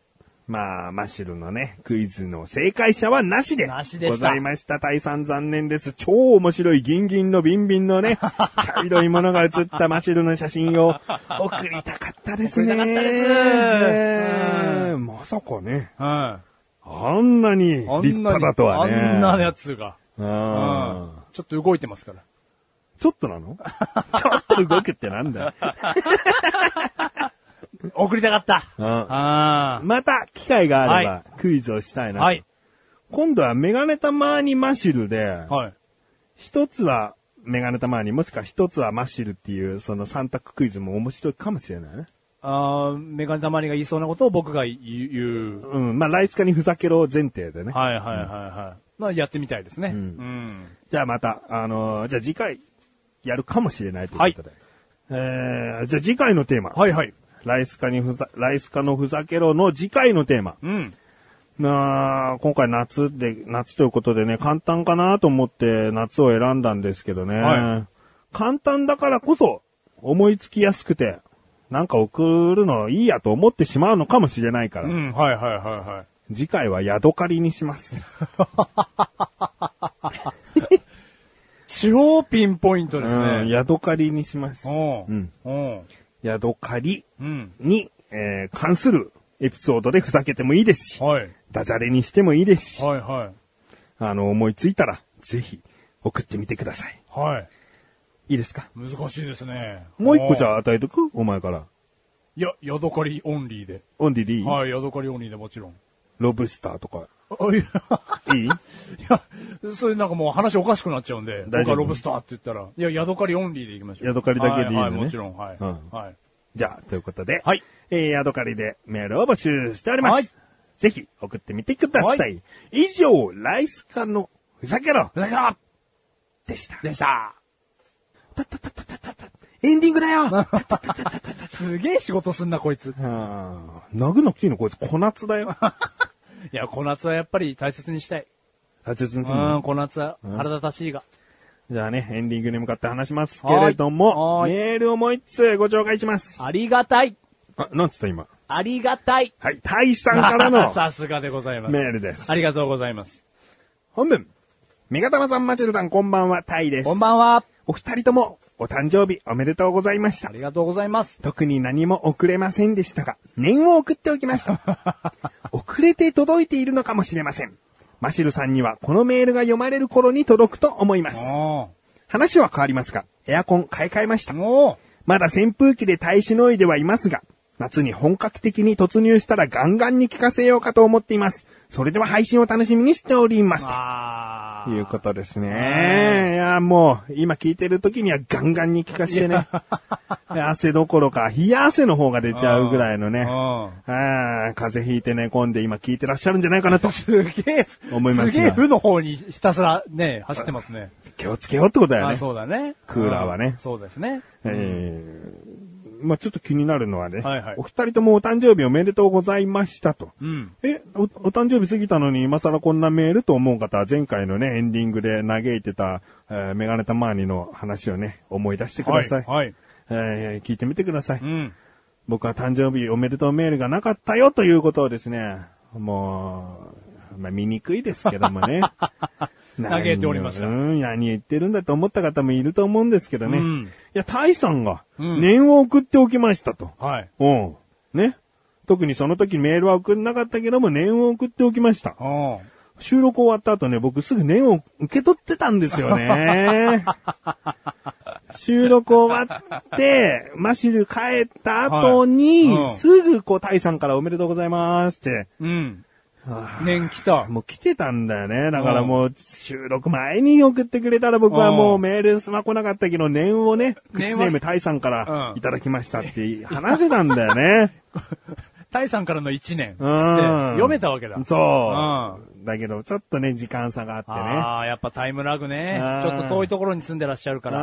Speaker 2: まあ、マシルのね、クイズの正解者はなしで。
Speaker 3: なしでした
Speaker 2: ございました。大さん残念です。超面白いギンギンのビンビンのね、 茶色いものが写ったマシルの写真を送りたかったですね。
Speaker 3: 送りたかったです
Speaker 2: ねまさかね、
Speaker 3: は
Speaker 2: あんなに立
Speaker 3: い。あんなに
Speaker 2: 派だとはね。
Speaker 3: あんなやつが。う
Speaker 2: うん
Speaker 3: ん。ちょっと動いてますから。
Speaker 2: ちょっとな のちょっと動くってなんだよ。
Speaker 3: 送りたかった。
Speaker 2: うん
Speaker 3: あ
Speaker 2: また機会があれば
Speaker 3: は
Speaker 2: クイズをしたい
Speaker 3: あ。
Speaker 2: な。
Speaker 3: はい。
Speaker 2: 今度はメガネたまにマシルで、
Speaker 3: はい。
Speaker 2: 一つはメガネたまにもしくは一つはマシルっていうその三択クイズも面白いかもしれないね。
Speaker 3: あーメガネたまりが言いそうなことを僕が言う言う。
Speaker 2: うん。まあ、ライスカにふざけろ前提でね。
Speaker 3: はいはいはいはい。まあやってみたいですね。うんん。
Speaker 2: じゃあまた、あのーじゃあ次回やるかもしれないということで。えー、じゃあ次回のテーマ。
Speaker 3: はいはい。
Speaker 2: ライスカにふざ、ライスカのふざけろの次回のテーマ。
Speaker 3: うん。
Speaker 2: なあ、今回夏で、夏ということでね、簡単かなと思って夏を選んだんですけどね。
Speaker 3: は
Speaker 2: 簡単だからこそ、思いつきやすくて、なんか送るのいいやと思ってしまうのかもしれないから、
Speaker 3: うん、はいはいはいはい。
Speaker 2: 次回はヤドカリにします。
Speaker 3: 超ピンポイントです
Speaker 2: うん、
Speaker 3: ね。
Speaker 2: ヤドカリにします。
Speaker 3: おう
Speaker 2: うん
Speaker 3: おう
Speaker 2: ヤドカリ
Speaker 3: うん。
Speaker 2: に、えー、関するエピソードでふざけてもいいですし、
Speaker 3: はい。
Speaker 2: ダジャレにしてもいいですし、
Speaker 3: はい、はい。
Speaker 2: あの、思いついたら、ぜひ、送ってみてください。
Speaker 3: はい。
Speaker 2: いいですか
Speaker 3: 難しいですね。
Speaker 2: もう一個じゃ
Speaker 3: あ。
Speaker 2: あ与えとくお前から。
Speaker 3: いや、ヤドカリオンリーで。
Speaker 2: オンディリー、
Speaker 3: はい、ヤドカリオンリーでもちろん。
Speaker 2: ロブスターとか。
Speaker 3: あ、いや、
Speaker 2: い い
Speaker 3: いや、それなんかもう話おかしくなっちゃうん
Speaker 2: 大
Speaker 3: で、僕
Speaker 2: 丈夫
Speaker 3: はロブスターって言ったら、いや、ヤドカリオンリーで行きましょう。
Speaker 2: ヤドカリだけでいいのね
Speaker 3: はい、はいもちろん、はい。
Speaker 2: うん
Speaker 3: はい。
Speaker 2: じゃあ、ということで、
Speaker 3: はい
Speaker 2: えー、ヤドカリでメールを募集しております。
Speaker 3: はい
Speaker 2: ぜひ、送ってみてください。
Speaker 3: は
Speaker 2: 以上、ライスカのふざけろ
Speaker 3: ふざけろ
Speaker 2: でした。
Speaker 3: でした
Speaker 2: エンディングだ よあ
Speaker 3: すげえ仕事すんな、こいつ。
Speaker 2: ー殴んなくていいのこいつ、小夏だ よ。
Speaker 3: いや、小夏はやっぱり大切にしたい。
Speaker 2: 大切にす
Speaker 3: う
Speaker 2: るの
Speaker 3: ん、小夏は腹立たしいが。
Speaker 2: じゃあね、エンディングに向かって話しますけれども、
Speaker 3: はいは
Speaker 2: メールをもう一通ご紹介します。
Speaker 3: ありがたい
Speaker 2: あ、なんつった今。
Speaker 3: ありがたい
Speaker 2: はい、タイさんから の
Speaker 3: さすがでございます。
Speaker 2: メールです。
Speaker 3: ありがとうございます。
Speaker 2: 本文。メガタマさん、マチルさん、こんばんは、タイです。
Speaker 3: こんばんは。
Speaker 2: お二人とも、お誕生日おめでとうございまし
Speaker 3: あ
Speaker 2: た。
Speaker 3: りがとうございます。
Speaker 2: 特に何も遅れませんでしたが、念を送っておきました。遅れて届いているのかもしれません。マシルさんにはこのメールが読まれる頃に届くと思います。
Speaker 3: お
Speaker 2: 話は変わりますが、エアコン買い替えました
Speaker 3: ー。も
Speaker 2: まだ扇風機で耐えしのいではいますが、夏に本格的に突入したらガンガンに効かせようかと思っています。それでは配信を楽しみにしております
Speaker 3: う。。あ
Speaker 2: ということです
Speaker 3: ね
Speaker 2: ね。いや、もう、今聞いてる時にはガンガンに効かして ね。汗どころか、冷や汗の方が出ちゃうぐらいのね。
Speaker 3: うんうん
Speaker 2: あー風邪ひいて寝込んで今聞いてらっしゃるんじゃないかなと。
Speaker 3: すげえ、
Speaker 2: 思いますが
Speaker 3: すげえ、負の方にひたすらね、走ってますね。
Speaker 2: 気をつけようってことだよ
Speaker 3: あ
Speaker 2: ね。
Speaker 3: そうだね。
Speaker 2: クーラーはね
Speaker 3: うんそうですね。
Speaker 2: えーまあちょっと気になるのはね、
Speaker 3: はいはい
Speaker 2: お二人ともお誕生日おめでとうございましたと。
Speaker 3: うん。
Speaker 2: え、お、お誕生日過ぎたのに今更こんなメールと思う方は前回のね、エンディングで嘆いてた、えーメガネたまーにの話をね、思い出してください。
Speaker 3: はい。
Speaker 2: えー聞いてみてください。
Speaker 3: うん。
Speaker 2: 僕は誕生日おめでとうメールがなかったよということをですね、もう、まあ、見にくいですけどもね。
Speaker 3: 嘆いておりました
Speaker 2: うん、何言ってるんだと思った方もいると思うんですけどね。
Speaker 3: うん
Speaker 2: いや、タイさんが、
Speaker 3: うん
Speaker 2: 念を送っておきましたと。
Speaker 3: はい。
Speaker 2: うん。ね。特にその時メールは送んなかったけども、念を送っておきました。
Speaker 3: お
Speaker 2: 収録終わった後ね、僕すぐ念を受け取ってたんですよ ね。収録終わって、マシル帰った後に、
Speaker 3: はいうん
Speaker 2: すぐこう、タイさんからおめでとうございますって。
Speaker 3: うん。
Speaker 2: あ
Speaker 3: 年来た
Speaker 2: ー。もう来てたんだよね。だからもう、収録前に送ってくれたら僕はもう
Speaker 3: うん
Speaker 2: メールすま来なかったけど、念をね、口ネ
Speaker 3: 念は
Speaker 2: ームタイさんから
Speaker 3: うん
Speaker 2: いただきましたって話せたんだよ ね。
Speaker 3: タイさんからの1年。つって、
Speaker 2: うん
Speaker 3: 読めたわけだ。
Speaker 2: そう。だけど、ちょっとね、時間差があってね。
Speaker 3: ああ、やっぱタイムラグね
Speaker 2: あ。
Speaker 3: ち
Speaker 2: ー
Speaker 3: ょっと遠いところに住んでらっしゃるか
Speaker 2: あーだ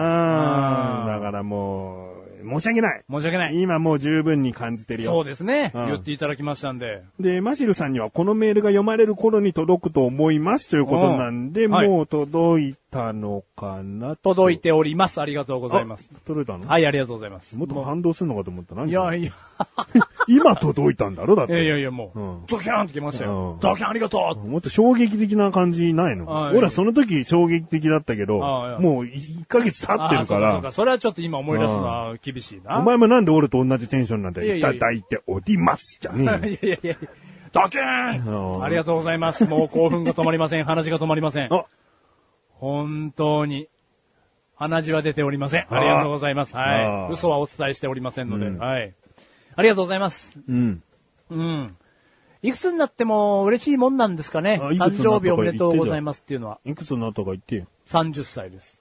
Speaker 3: ら。うん
Speaker 2: からもう、申し訳ない。
Speaker 3: 申し訳ない。
Speaker 2: 今もう十分に感じてる
Speaker 3: そう
Speaker 2: よ。
Speaker 3: ですね。
Speaker 2: うん
Speaker 3: 言っていただきましたんで。
Speaker 2: で、マシルさんにはこのメールが読まれる頃に届くと思いますということなんで、
Speaker 3: うんはい
Speaker 2: もう届いたのかなと
Speaker 3: 届いております。ありがとうございます。。
Speaker 2: あ届いたの
Speaker 3: はい、ありがとうございます。
Speaker 2: もっと感動するのかと思ったな。
Speaker 3: いやいや、
Speaker 2: 今届いたんだろだっ
Speaker 3: いやいや
Speaker 2: て。
Speaker 3: いや、も
Speaker 2: うん
Speaker 3: う、ドキャーンってきました
Speaker 2: う
Speaker 3: よ
Speaker 2: ん。
Speaker 3: ドキャーンありがとう
Speaker 2: もっと衝撃的な感じないの
Speaker 3: はい
Speaker 2: 俺はその時衝撃的だったけど、
Speaker 3: あいや
Speaker 2: もう1ヶ月経
Speaker 3: あ
Speaker 2: ってるか
Speaker 3: あそうかそう
Speaker 2: ら
Speaker 3: か、それはちょっと今思い出すのは厳しいな。
Speaker 2: お前もなんで俺と同じテンションなんだよ。
Speaker 3: いや
Speaker 2: い
Speaker 3: いや
Speaker 2: た
Speaker 3: いや
Speaker 2: だいておりますじゃねえよ
Speaker 3: いやいや いや。ドキュ
Speaker 2: う
Speaker 3: ー
Speaker 2: ん
Speaker 3: ンありがとうございます。もう興奮が止まりません。 鼻血が止まりません。
Speaker 2: あ
Speaker 3: 本当に。鼻血は出ておりません。ありがとうございます。
Speaker 2: あ
Speaker 3: は
Speaker 2: ー
Speaker 3: い。嘘はお伝えしておりませんので。
Speaker 2: うん
Speaker 3: はい。ありがとうございます。
Speaker 2: うん。
Speaker 3: うん。いくつになっても嬉しいもんなんですかね。
Speaker 2: あいくつになったか
Speaker 3: 誕生日おめでとうございますっていうのは。
Speaker 2: いくつになったか言ってよ。
Speaker 3: 30歳です。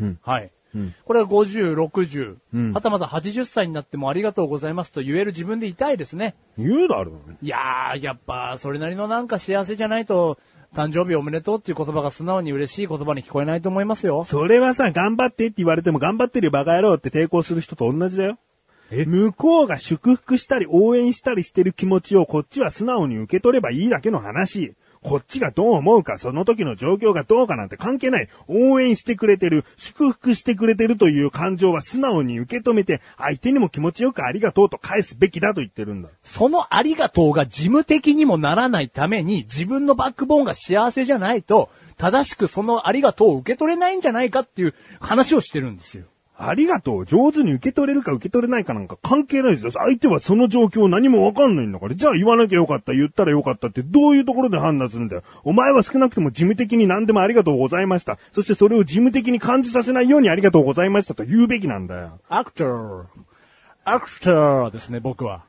Speaker 2: うん
Speaker 3: はい。
Speaker 2: うん
Speaker 3: これは50、60、
Speaker 2: うん
Speaker 3: はたまた80歳になってもありがとうございますと言える自分でいたいですね。
Speaker 2: 言うだろうね。
Speaker 3: いやー、やっぱ、それなりのなんか幸せじゃないと、誕生日おめでとうっていう言葉が素直に嬉しい言葉に聞こえないと思いますよ。
Speaker 2: それはさ、頑張ってって言われても頑張ってるよバカ野郎って抵抗する人と同じだよ。向こうが祝福したり応援したりしてる気持ちをこっちは素直に受け取ればいいだけの話。こっちがどう思うか、その時の状況がどうかなんて関係ない。応援してくれてる、祝福してくれてるという感情は素直に受け止めて、相手にも気持ちよくありがとうと返すべきだと言ってるんだ。
Speaker 3: そのありがとうが事務的にもならないために、自分のバックボーンが幸せじゃないと、正しくそのありがとうを受け取れないんじゃないかっていう話をしてるんですよ。
Speaker 2: ありがとう。上手に受け取れるか受け取れないかなんか関係ないですよ。相手はその状況何もわかんないんだから。じゃあ言わなきゃよかった、言ったらよかったってどういうところで判断するんだよ。お前は少なくとも事務的に何でもありがとうございました。そしてそれを事務的に感じさせないようにありがとうございましたと言うべきなんだよ。
Speaker 3: アクター。アクターですね、僕は。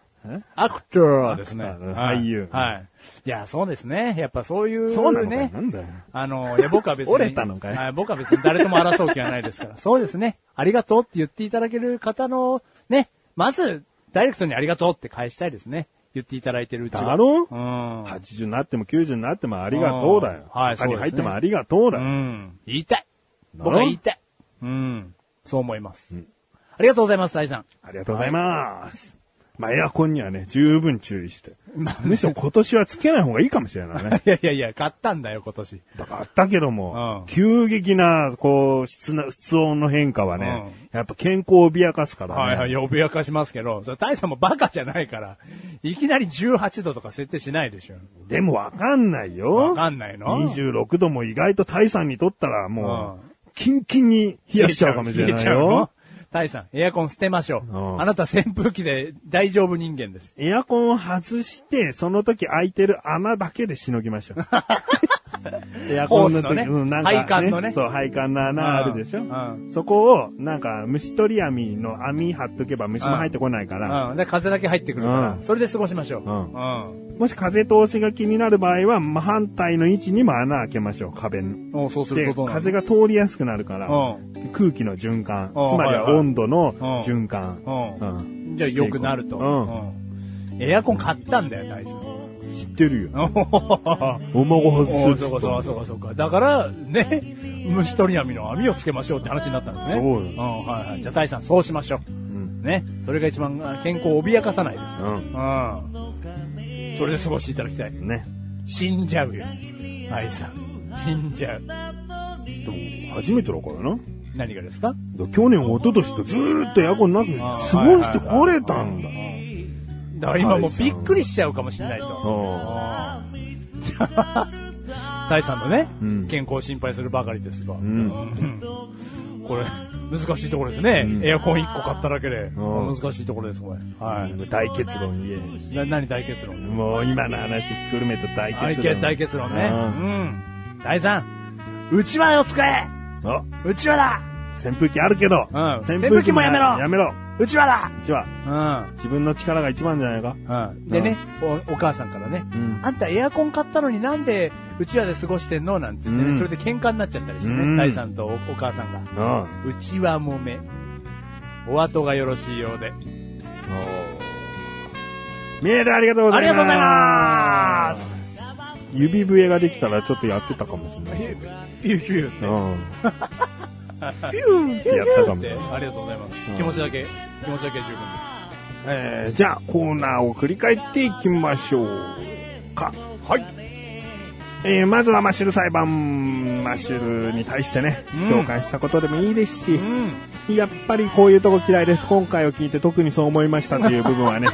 Speaker 3: アクターですね。
Speaker 2: アクター
Speaker 3: はい
Speaker 2: 俳優
Speaker 3: はい。いや、そうですね。やっぱそういうね。
Speaker 2: そうなのかよなんだよ
Speaker 3: あの、いや、僕は別に。
Speaker 2: 折れたのかよ
Speaker 3: はい、僕は別に誰とも争う気はないですから。そうですね。ありがとうって言っていただける方の、ね、まず、ダイレクトにありがとうって返したいですね。言っていただいてるうちは
Speaker 2: だろ
Speaker 3: うん。
Speaker 2: 80になっても90になってもありがとうだよ。
Speaker 3: うんはい
Speaker 2: 他に
Speaker 3: そ
Speaker 2: 入
Speaker 3: うで
Speaker 2: っ
Speaker 3: す
Speaker 2: て
Speaker 3: ね
Speaker 2: もありがとうだ
Speaker 3: う
Speaker 2: よ。
Speaker 3: ん。言いたい。
Speaker 2: だろ
Speaker 3: 僕は言いたい。うん。そう思います。ありがとうございます、大地さん。
Speaker 2: ありがとうございます。まあ、エアコンにはね、十分注意して。むしろ今年はつけない方がいいかもしれないね。
Speaker 3: いやいやいや、買ったんだよ、今年。
Speaker 2: だからあったけども、
Speaker 3: うん
Speaker 2: 急激な、こう、質な、室温の変化はね、やっぱ健康を脅かすからね。
Speaker 3: はいはい、呼びやかしますけど、それ大さんもバカじゃないから、いきなり18度とか設定しないでしょ。
Speaker 2: でもわかんないよ。
Speaker 3: わかんないの
Speaker 2: 26度も意外とタイさんにとったらも
Speaker 3: う
Speaker 2: う、キンキンに冷やしちゃうかもしれ
Speaker 3: 冷え
Speaker 2: ない
Speaker 3: ちゃうの
Speaker 2: よ。。
Speaker 3: 大さん、エアコン捨てましょう。
Speaker 2: うん
Speaker 3: あなた扇風機で大丈夫人間です。
Speaker 2: エアコンを外して、その時空いてる穴だけでしのぎましょう。エアコンの時、
Speaker 3: ホースのね
Speaker 2: うんなんか、
Speaker 3: 配管のね
Speaker 2: そう、配管の穴あるでしょ、
Speaker 3: うん
Speaker 2: そこを、なんか、虫取り網の網貼っとけば虫も入ってこないから、
Speaker 3: うん。で、風だけ入ってくるから、
Speaker 2: うん
Speaker 3: それで過ごしましょう。
Speaker 2: うん
Speaker 3: うん。
Speaker 2: もし風通しが気になる場合は、真反対の位置にも穴開けましょう、壁に。
Speaker 3: うんそうする
Speaker 2: で
Speaker 3: とどう、なる
Speaker 2: 風が通りやすくなるから、
Speaker 3: うん
Speaker 2: 空気の循環、
Speaker 3: うん
Speaker 2: つまり
Speaker 3: はい
Speaker 2: は
Speaker 3: はい
Speaker 2: 温度の
Speaker 3: うん
Speaker 2: 循環。
Speaker 3: うん
Speaker 2: うん
Speaker 3: じゃあ良くなると。
Speaker 2: うん
Speaker 3: うんエアコン買ったんだよ、大さん。
Speaker 2: 知ってるよ。
Speaker 3: お
Speaker 2: お孫
Speaker 3: お
Speaker 2: 外
Speaker 3: ー
Speaker 2: す。
Speaker 3: そうかそうかそうかそうか。だから、ね、虫取り網の網をつけましょうって話になったんですね。
Speaker 2: そうよ
Speaker 3: ん、はいはい。じゃあ、大さん、そうしましょう。
Speaker 2: ん
Speaker 3: ね。それが一番あ健康を脅かさないですよ。
Speaker 2: うん
Speaker 3: うん。それで過ごしていただきたい。
Speaker 2: ね。
Speaker 3: 死んじゃうよ。大さん。死んじゃう。
Speaker 2: でも、初めてだからな。
Speaker 3: 何がですか
Speaker 2: だ去年、一昨年とずーっとエアコンなく過
Speaker 3: あー
Speaker 2: ごしてこれたんだ。
Speaker 3: だから今もうびっくりしちゃうかもしれないと。
Speaker 2: あ
Speaker 3: うんじゃあ、大さんのね、
Speaker 2: うん
Speaker 3: 健康を心配するばかりですが。
Speaker 2: ーうん。
Speaker 3: これ、難しいところですね。
Speaker 2: ん
Speaker 3: エアコン1個買っただけで。
Speaker 2: ん
Speaker 3: 難しいところです、これ。はい。
Speaker 2: 大結論言え。
Speaker 3: な、何大結論
Speaker 2: もう今の話ひっくるめた大
Speaker 3: 大
Speaker 2: 結
Speaker 3: 結
Speaker 2: 論。
Speaker 3: 大結論
Speaker 2: う
Speaker 3: ね。う
Speaker 2: ん
Speaker 3: ん。大さん、内輪を使え
Speaker 2: あ、
Speaker 3: 内輪だ
Speaker 2: 扇風機あるけど、
Speaker 3: うん扇風機もやめろ
Speaker 2: やめろ
Speaker 3: 内輪だ
Speaker 2: うちは、
Speaker 3: うん。
Speaker 2: 自分の力が一番じゃないか
Speaker 3: うん。でね、お、お母さんからね、
Speaker 2: ん
Speaker 3: あんたエアコン買ったのになんでうちわで過ごしてんのなんて言ってね、
Speaker 2: うん
Speaker 3: それで喧嘩になっちゃったりしてね、
Speaker 2: うん
Speaker 3: 大さんとおお母さんが。
Speaker 2: うん。
Speaker 3: うちわもめ。お後がよろしいようで。
Speaker 2: メールありがとうございます。
Speaker 3: ありがとうございます
Speaker 2: 指笛ができたらちょっとやってたかもしれ ない。
Speaker 3: ピューピューって。
Speaker 2: うん。ピューってやったかも
Speaker 3: っ。てありがとうございます。
Speaker 2: うん
Speaker 3: 気持ちだけ、気持ちだけ十分です。
Speaker 2: えー、じゃあコーナーを繰り返っていきましょうか。はい。えー、まずはマッシュル裁判、マッシュルに対してね
Speaker 3: う、ん
Speaker 2: 共感したことでもいいですし、
Speaker 3: うん。
Speaker 2: やっぱりこういうとこ嫌いです。今回を聞いて特にそう思いましたっていう部分は ね、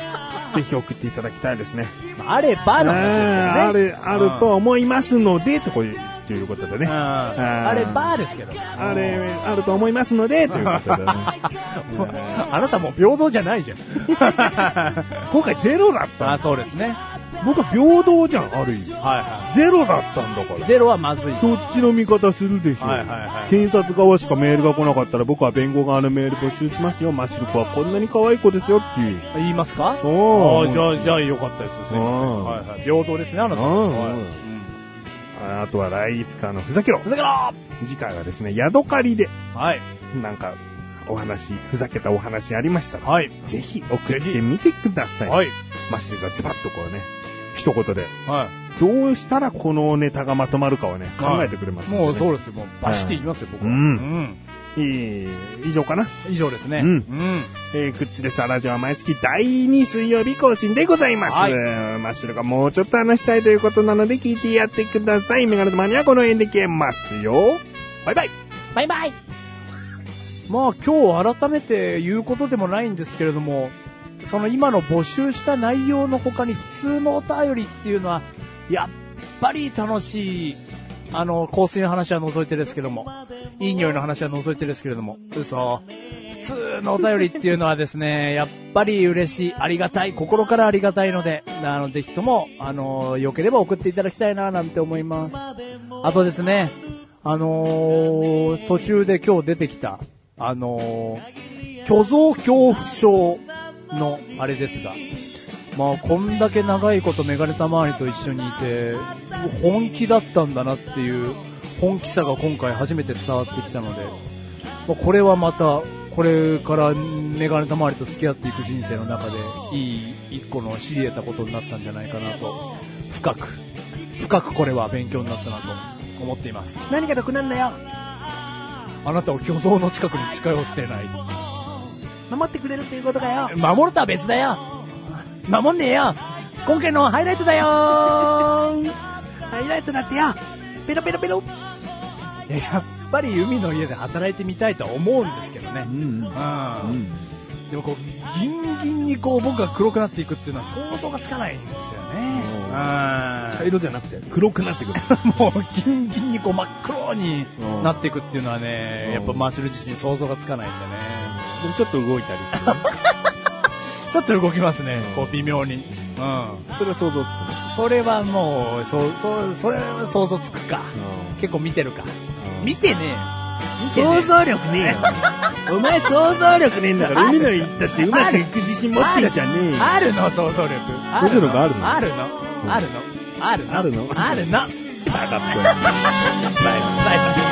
Speaker 2: ぜひ送っていただきたいですね。
Speaker 3: あればの話ですけどね。
Speaker 2: ある、あると思いますので、とこういう、ということでね。
Speaker 3: うん。
Speaker 2: ー
Speaker 3: あればですけど。
Speaker 2: あれ、あると思いますの で、ということでね。
Speaker 3: あなたもう平等じゃないじゃん。
Speaker 2: 今回ゼロだった
Speaker 3: あ、
Speaker 2: の
Speaker 3: そうですね。
Speaker 2: 僕は平等じゃん、ある意味。
Speaker 3: はいは
Speaker 2: ゼロだったんだから
Speaker 3: い。。ゼロはまずい。
Speaker 2: そっちの見方するでしょ。
Speaker 3: はいはいはい
Speaker 2: 検察側しかメールが来なかったら僕は弁護側のメール募集しますよ。マシルコはこんなに可愛い子ですよっていう。
Speaker 3: 言いますか
Speaker 2: おー
Speaker 3: あーじゃあ、じゃあよかったです。すいません。
Speaker 2: うん
Speaker 3: はいはい。平等ですね、あなた
Speaker 2: う
Speaker 3: は。
Speaker 2: ん
Speaker 3: はいうん
Speaker 2: ああとはライスカーのふざけろ
Speaker 3: ふざけろ
Speaker 2: 次回はですね、ヤドカリで、
Speaker 3: はい。
Speaker 2: なんか、お話、ふざけたお話ありましたら、
Speaker 3: はい。
Speaker 2: ぜひ送ってみてください。
Speaker 3: はい。
Speaker 2: マッシュがズバッとこうね、一言で、
Speaker 3: は
Speaker 2: どうしたらこのネタがまとまるかをね、考えてくれます
Speaker 3: い。
Speaker 2: のでね、
Speaker 3: もうそうですよ。もうバシっていきますよ、僕は。
Speaker 2: うん
Speaker 3: うん。
Speaker 2: えー以上かな。
Speaker 3: 以上ですね。
Speaker 2: うん
Speaker 3: うん。
Speaker 2: えー、くっちです。ラジオは毎月第2水曜日更新でございます。
Speaker 3: はい
Speaker 2: マッシュルがもうちょっと話したいということなので聞いてやってください。メガネとマニアこの辺で消えますよ。バイバイ
Speaker 4: バイバイ
Speaker 3: まあ今日改めて言うことでもないんですけれども、その今の募集した内容の他に普通のお便りっていうのは、やっぱり楽しい。あの、香水の話は除いてですけども、いい匂いの話は除いてですけれども、嘘。通のお便りっていうのはですね、 やっぱり嬉しい、ありがたい、心からありがたいので、あの、ぜひとも、あの、良ければ送っていただきたいな、なんて思います。あとですね、あのー途中で今日出てきた、あのー虚像恐怖症のあれですが、まあ、こんだけ長いことメガネタ周りと一緒にいて、本気だったんだなっていう、本気さが今回初めて伝わってきたので、まあこれはまた、これからメガネたまわりと付き合っていく人生の中で、いい一個の知り得たことになったんじゃないかなと、深く、深くこれは勉強になったなと思っています。
Speaker 4: 何が毒なんだよ
Speaker 3: あなたを虚像の近くに近寄せない。
Speaker 4: 守ってくれるっていうことかよ
Speaker 3: 守るとは別だよ守んねえよ今回のハイライトだよ
Speaker 4: ハイライトだってよペロペロペロ
Speaker 3: いややっぱり海の家で働いてみたいとは思うんですけどね。
Speaker 2: うん
Speaker 3: う
Speaker 2: うんん。
Speaker 3: でもこう、ギンギンにこう僕が黒くなっていくっていうのは想像がつかないんですよね。
Speaker 2: 茶色じゃなくて黒くなってくる。
Speaker 3: うん。もうギンギンにこう真っ黒に
Speaker 2: うん
Speaker 3: なっていくっていうのはね
Speaker 2: う、ん
Speaker 3: やっぱマッシュル自身想像がつかないんでね。
Speaker 2: 僕ちょっと動いたりする。
Speaker 3: ちょっと動きますね、こう微妙に。うん。
Speaker 2: それは想像つく
Speaker 3: それはもう、そう、そう、それは想像つくか。結構見てるか。見てねえよ。
Speaker 2: 想像力ねえ よ。お前想像力ねえんだから海の行ったってうまくいく自信持ってんじゃねえよ。
Speaker 3: あるの、想像力。
Speaker 2: 想像力あるの
Speaker 3: あるのあるのある の
Speaker 2: あるの
Speaker 3: あるの
Speaker 2: バカっぽい。
Speaker 3: バイバイ。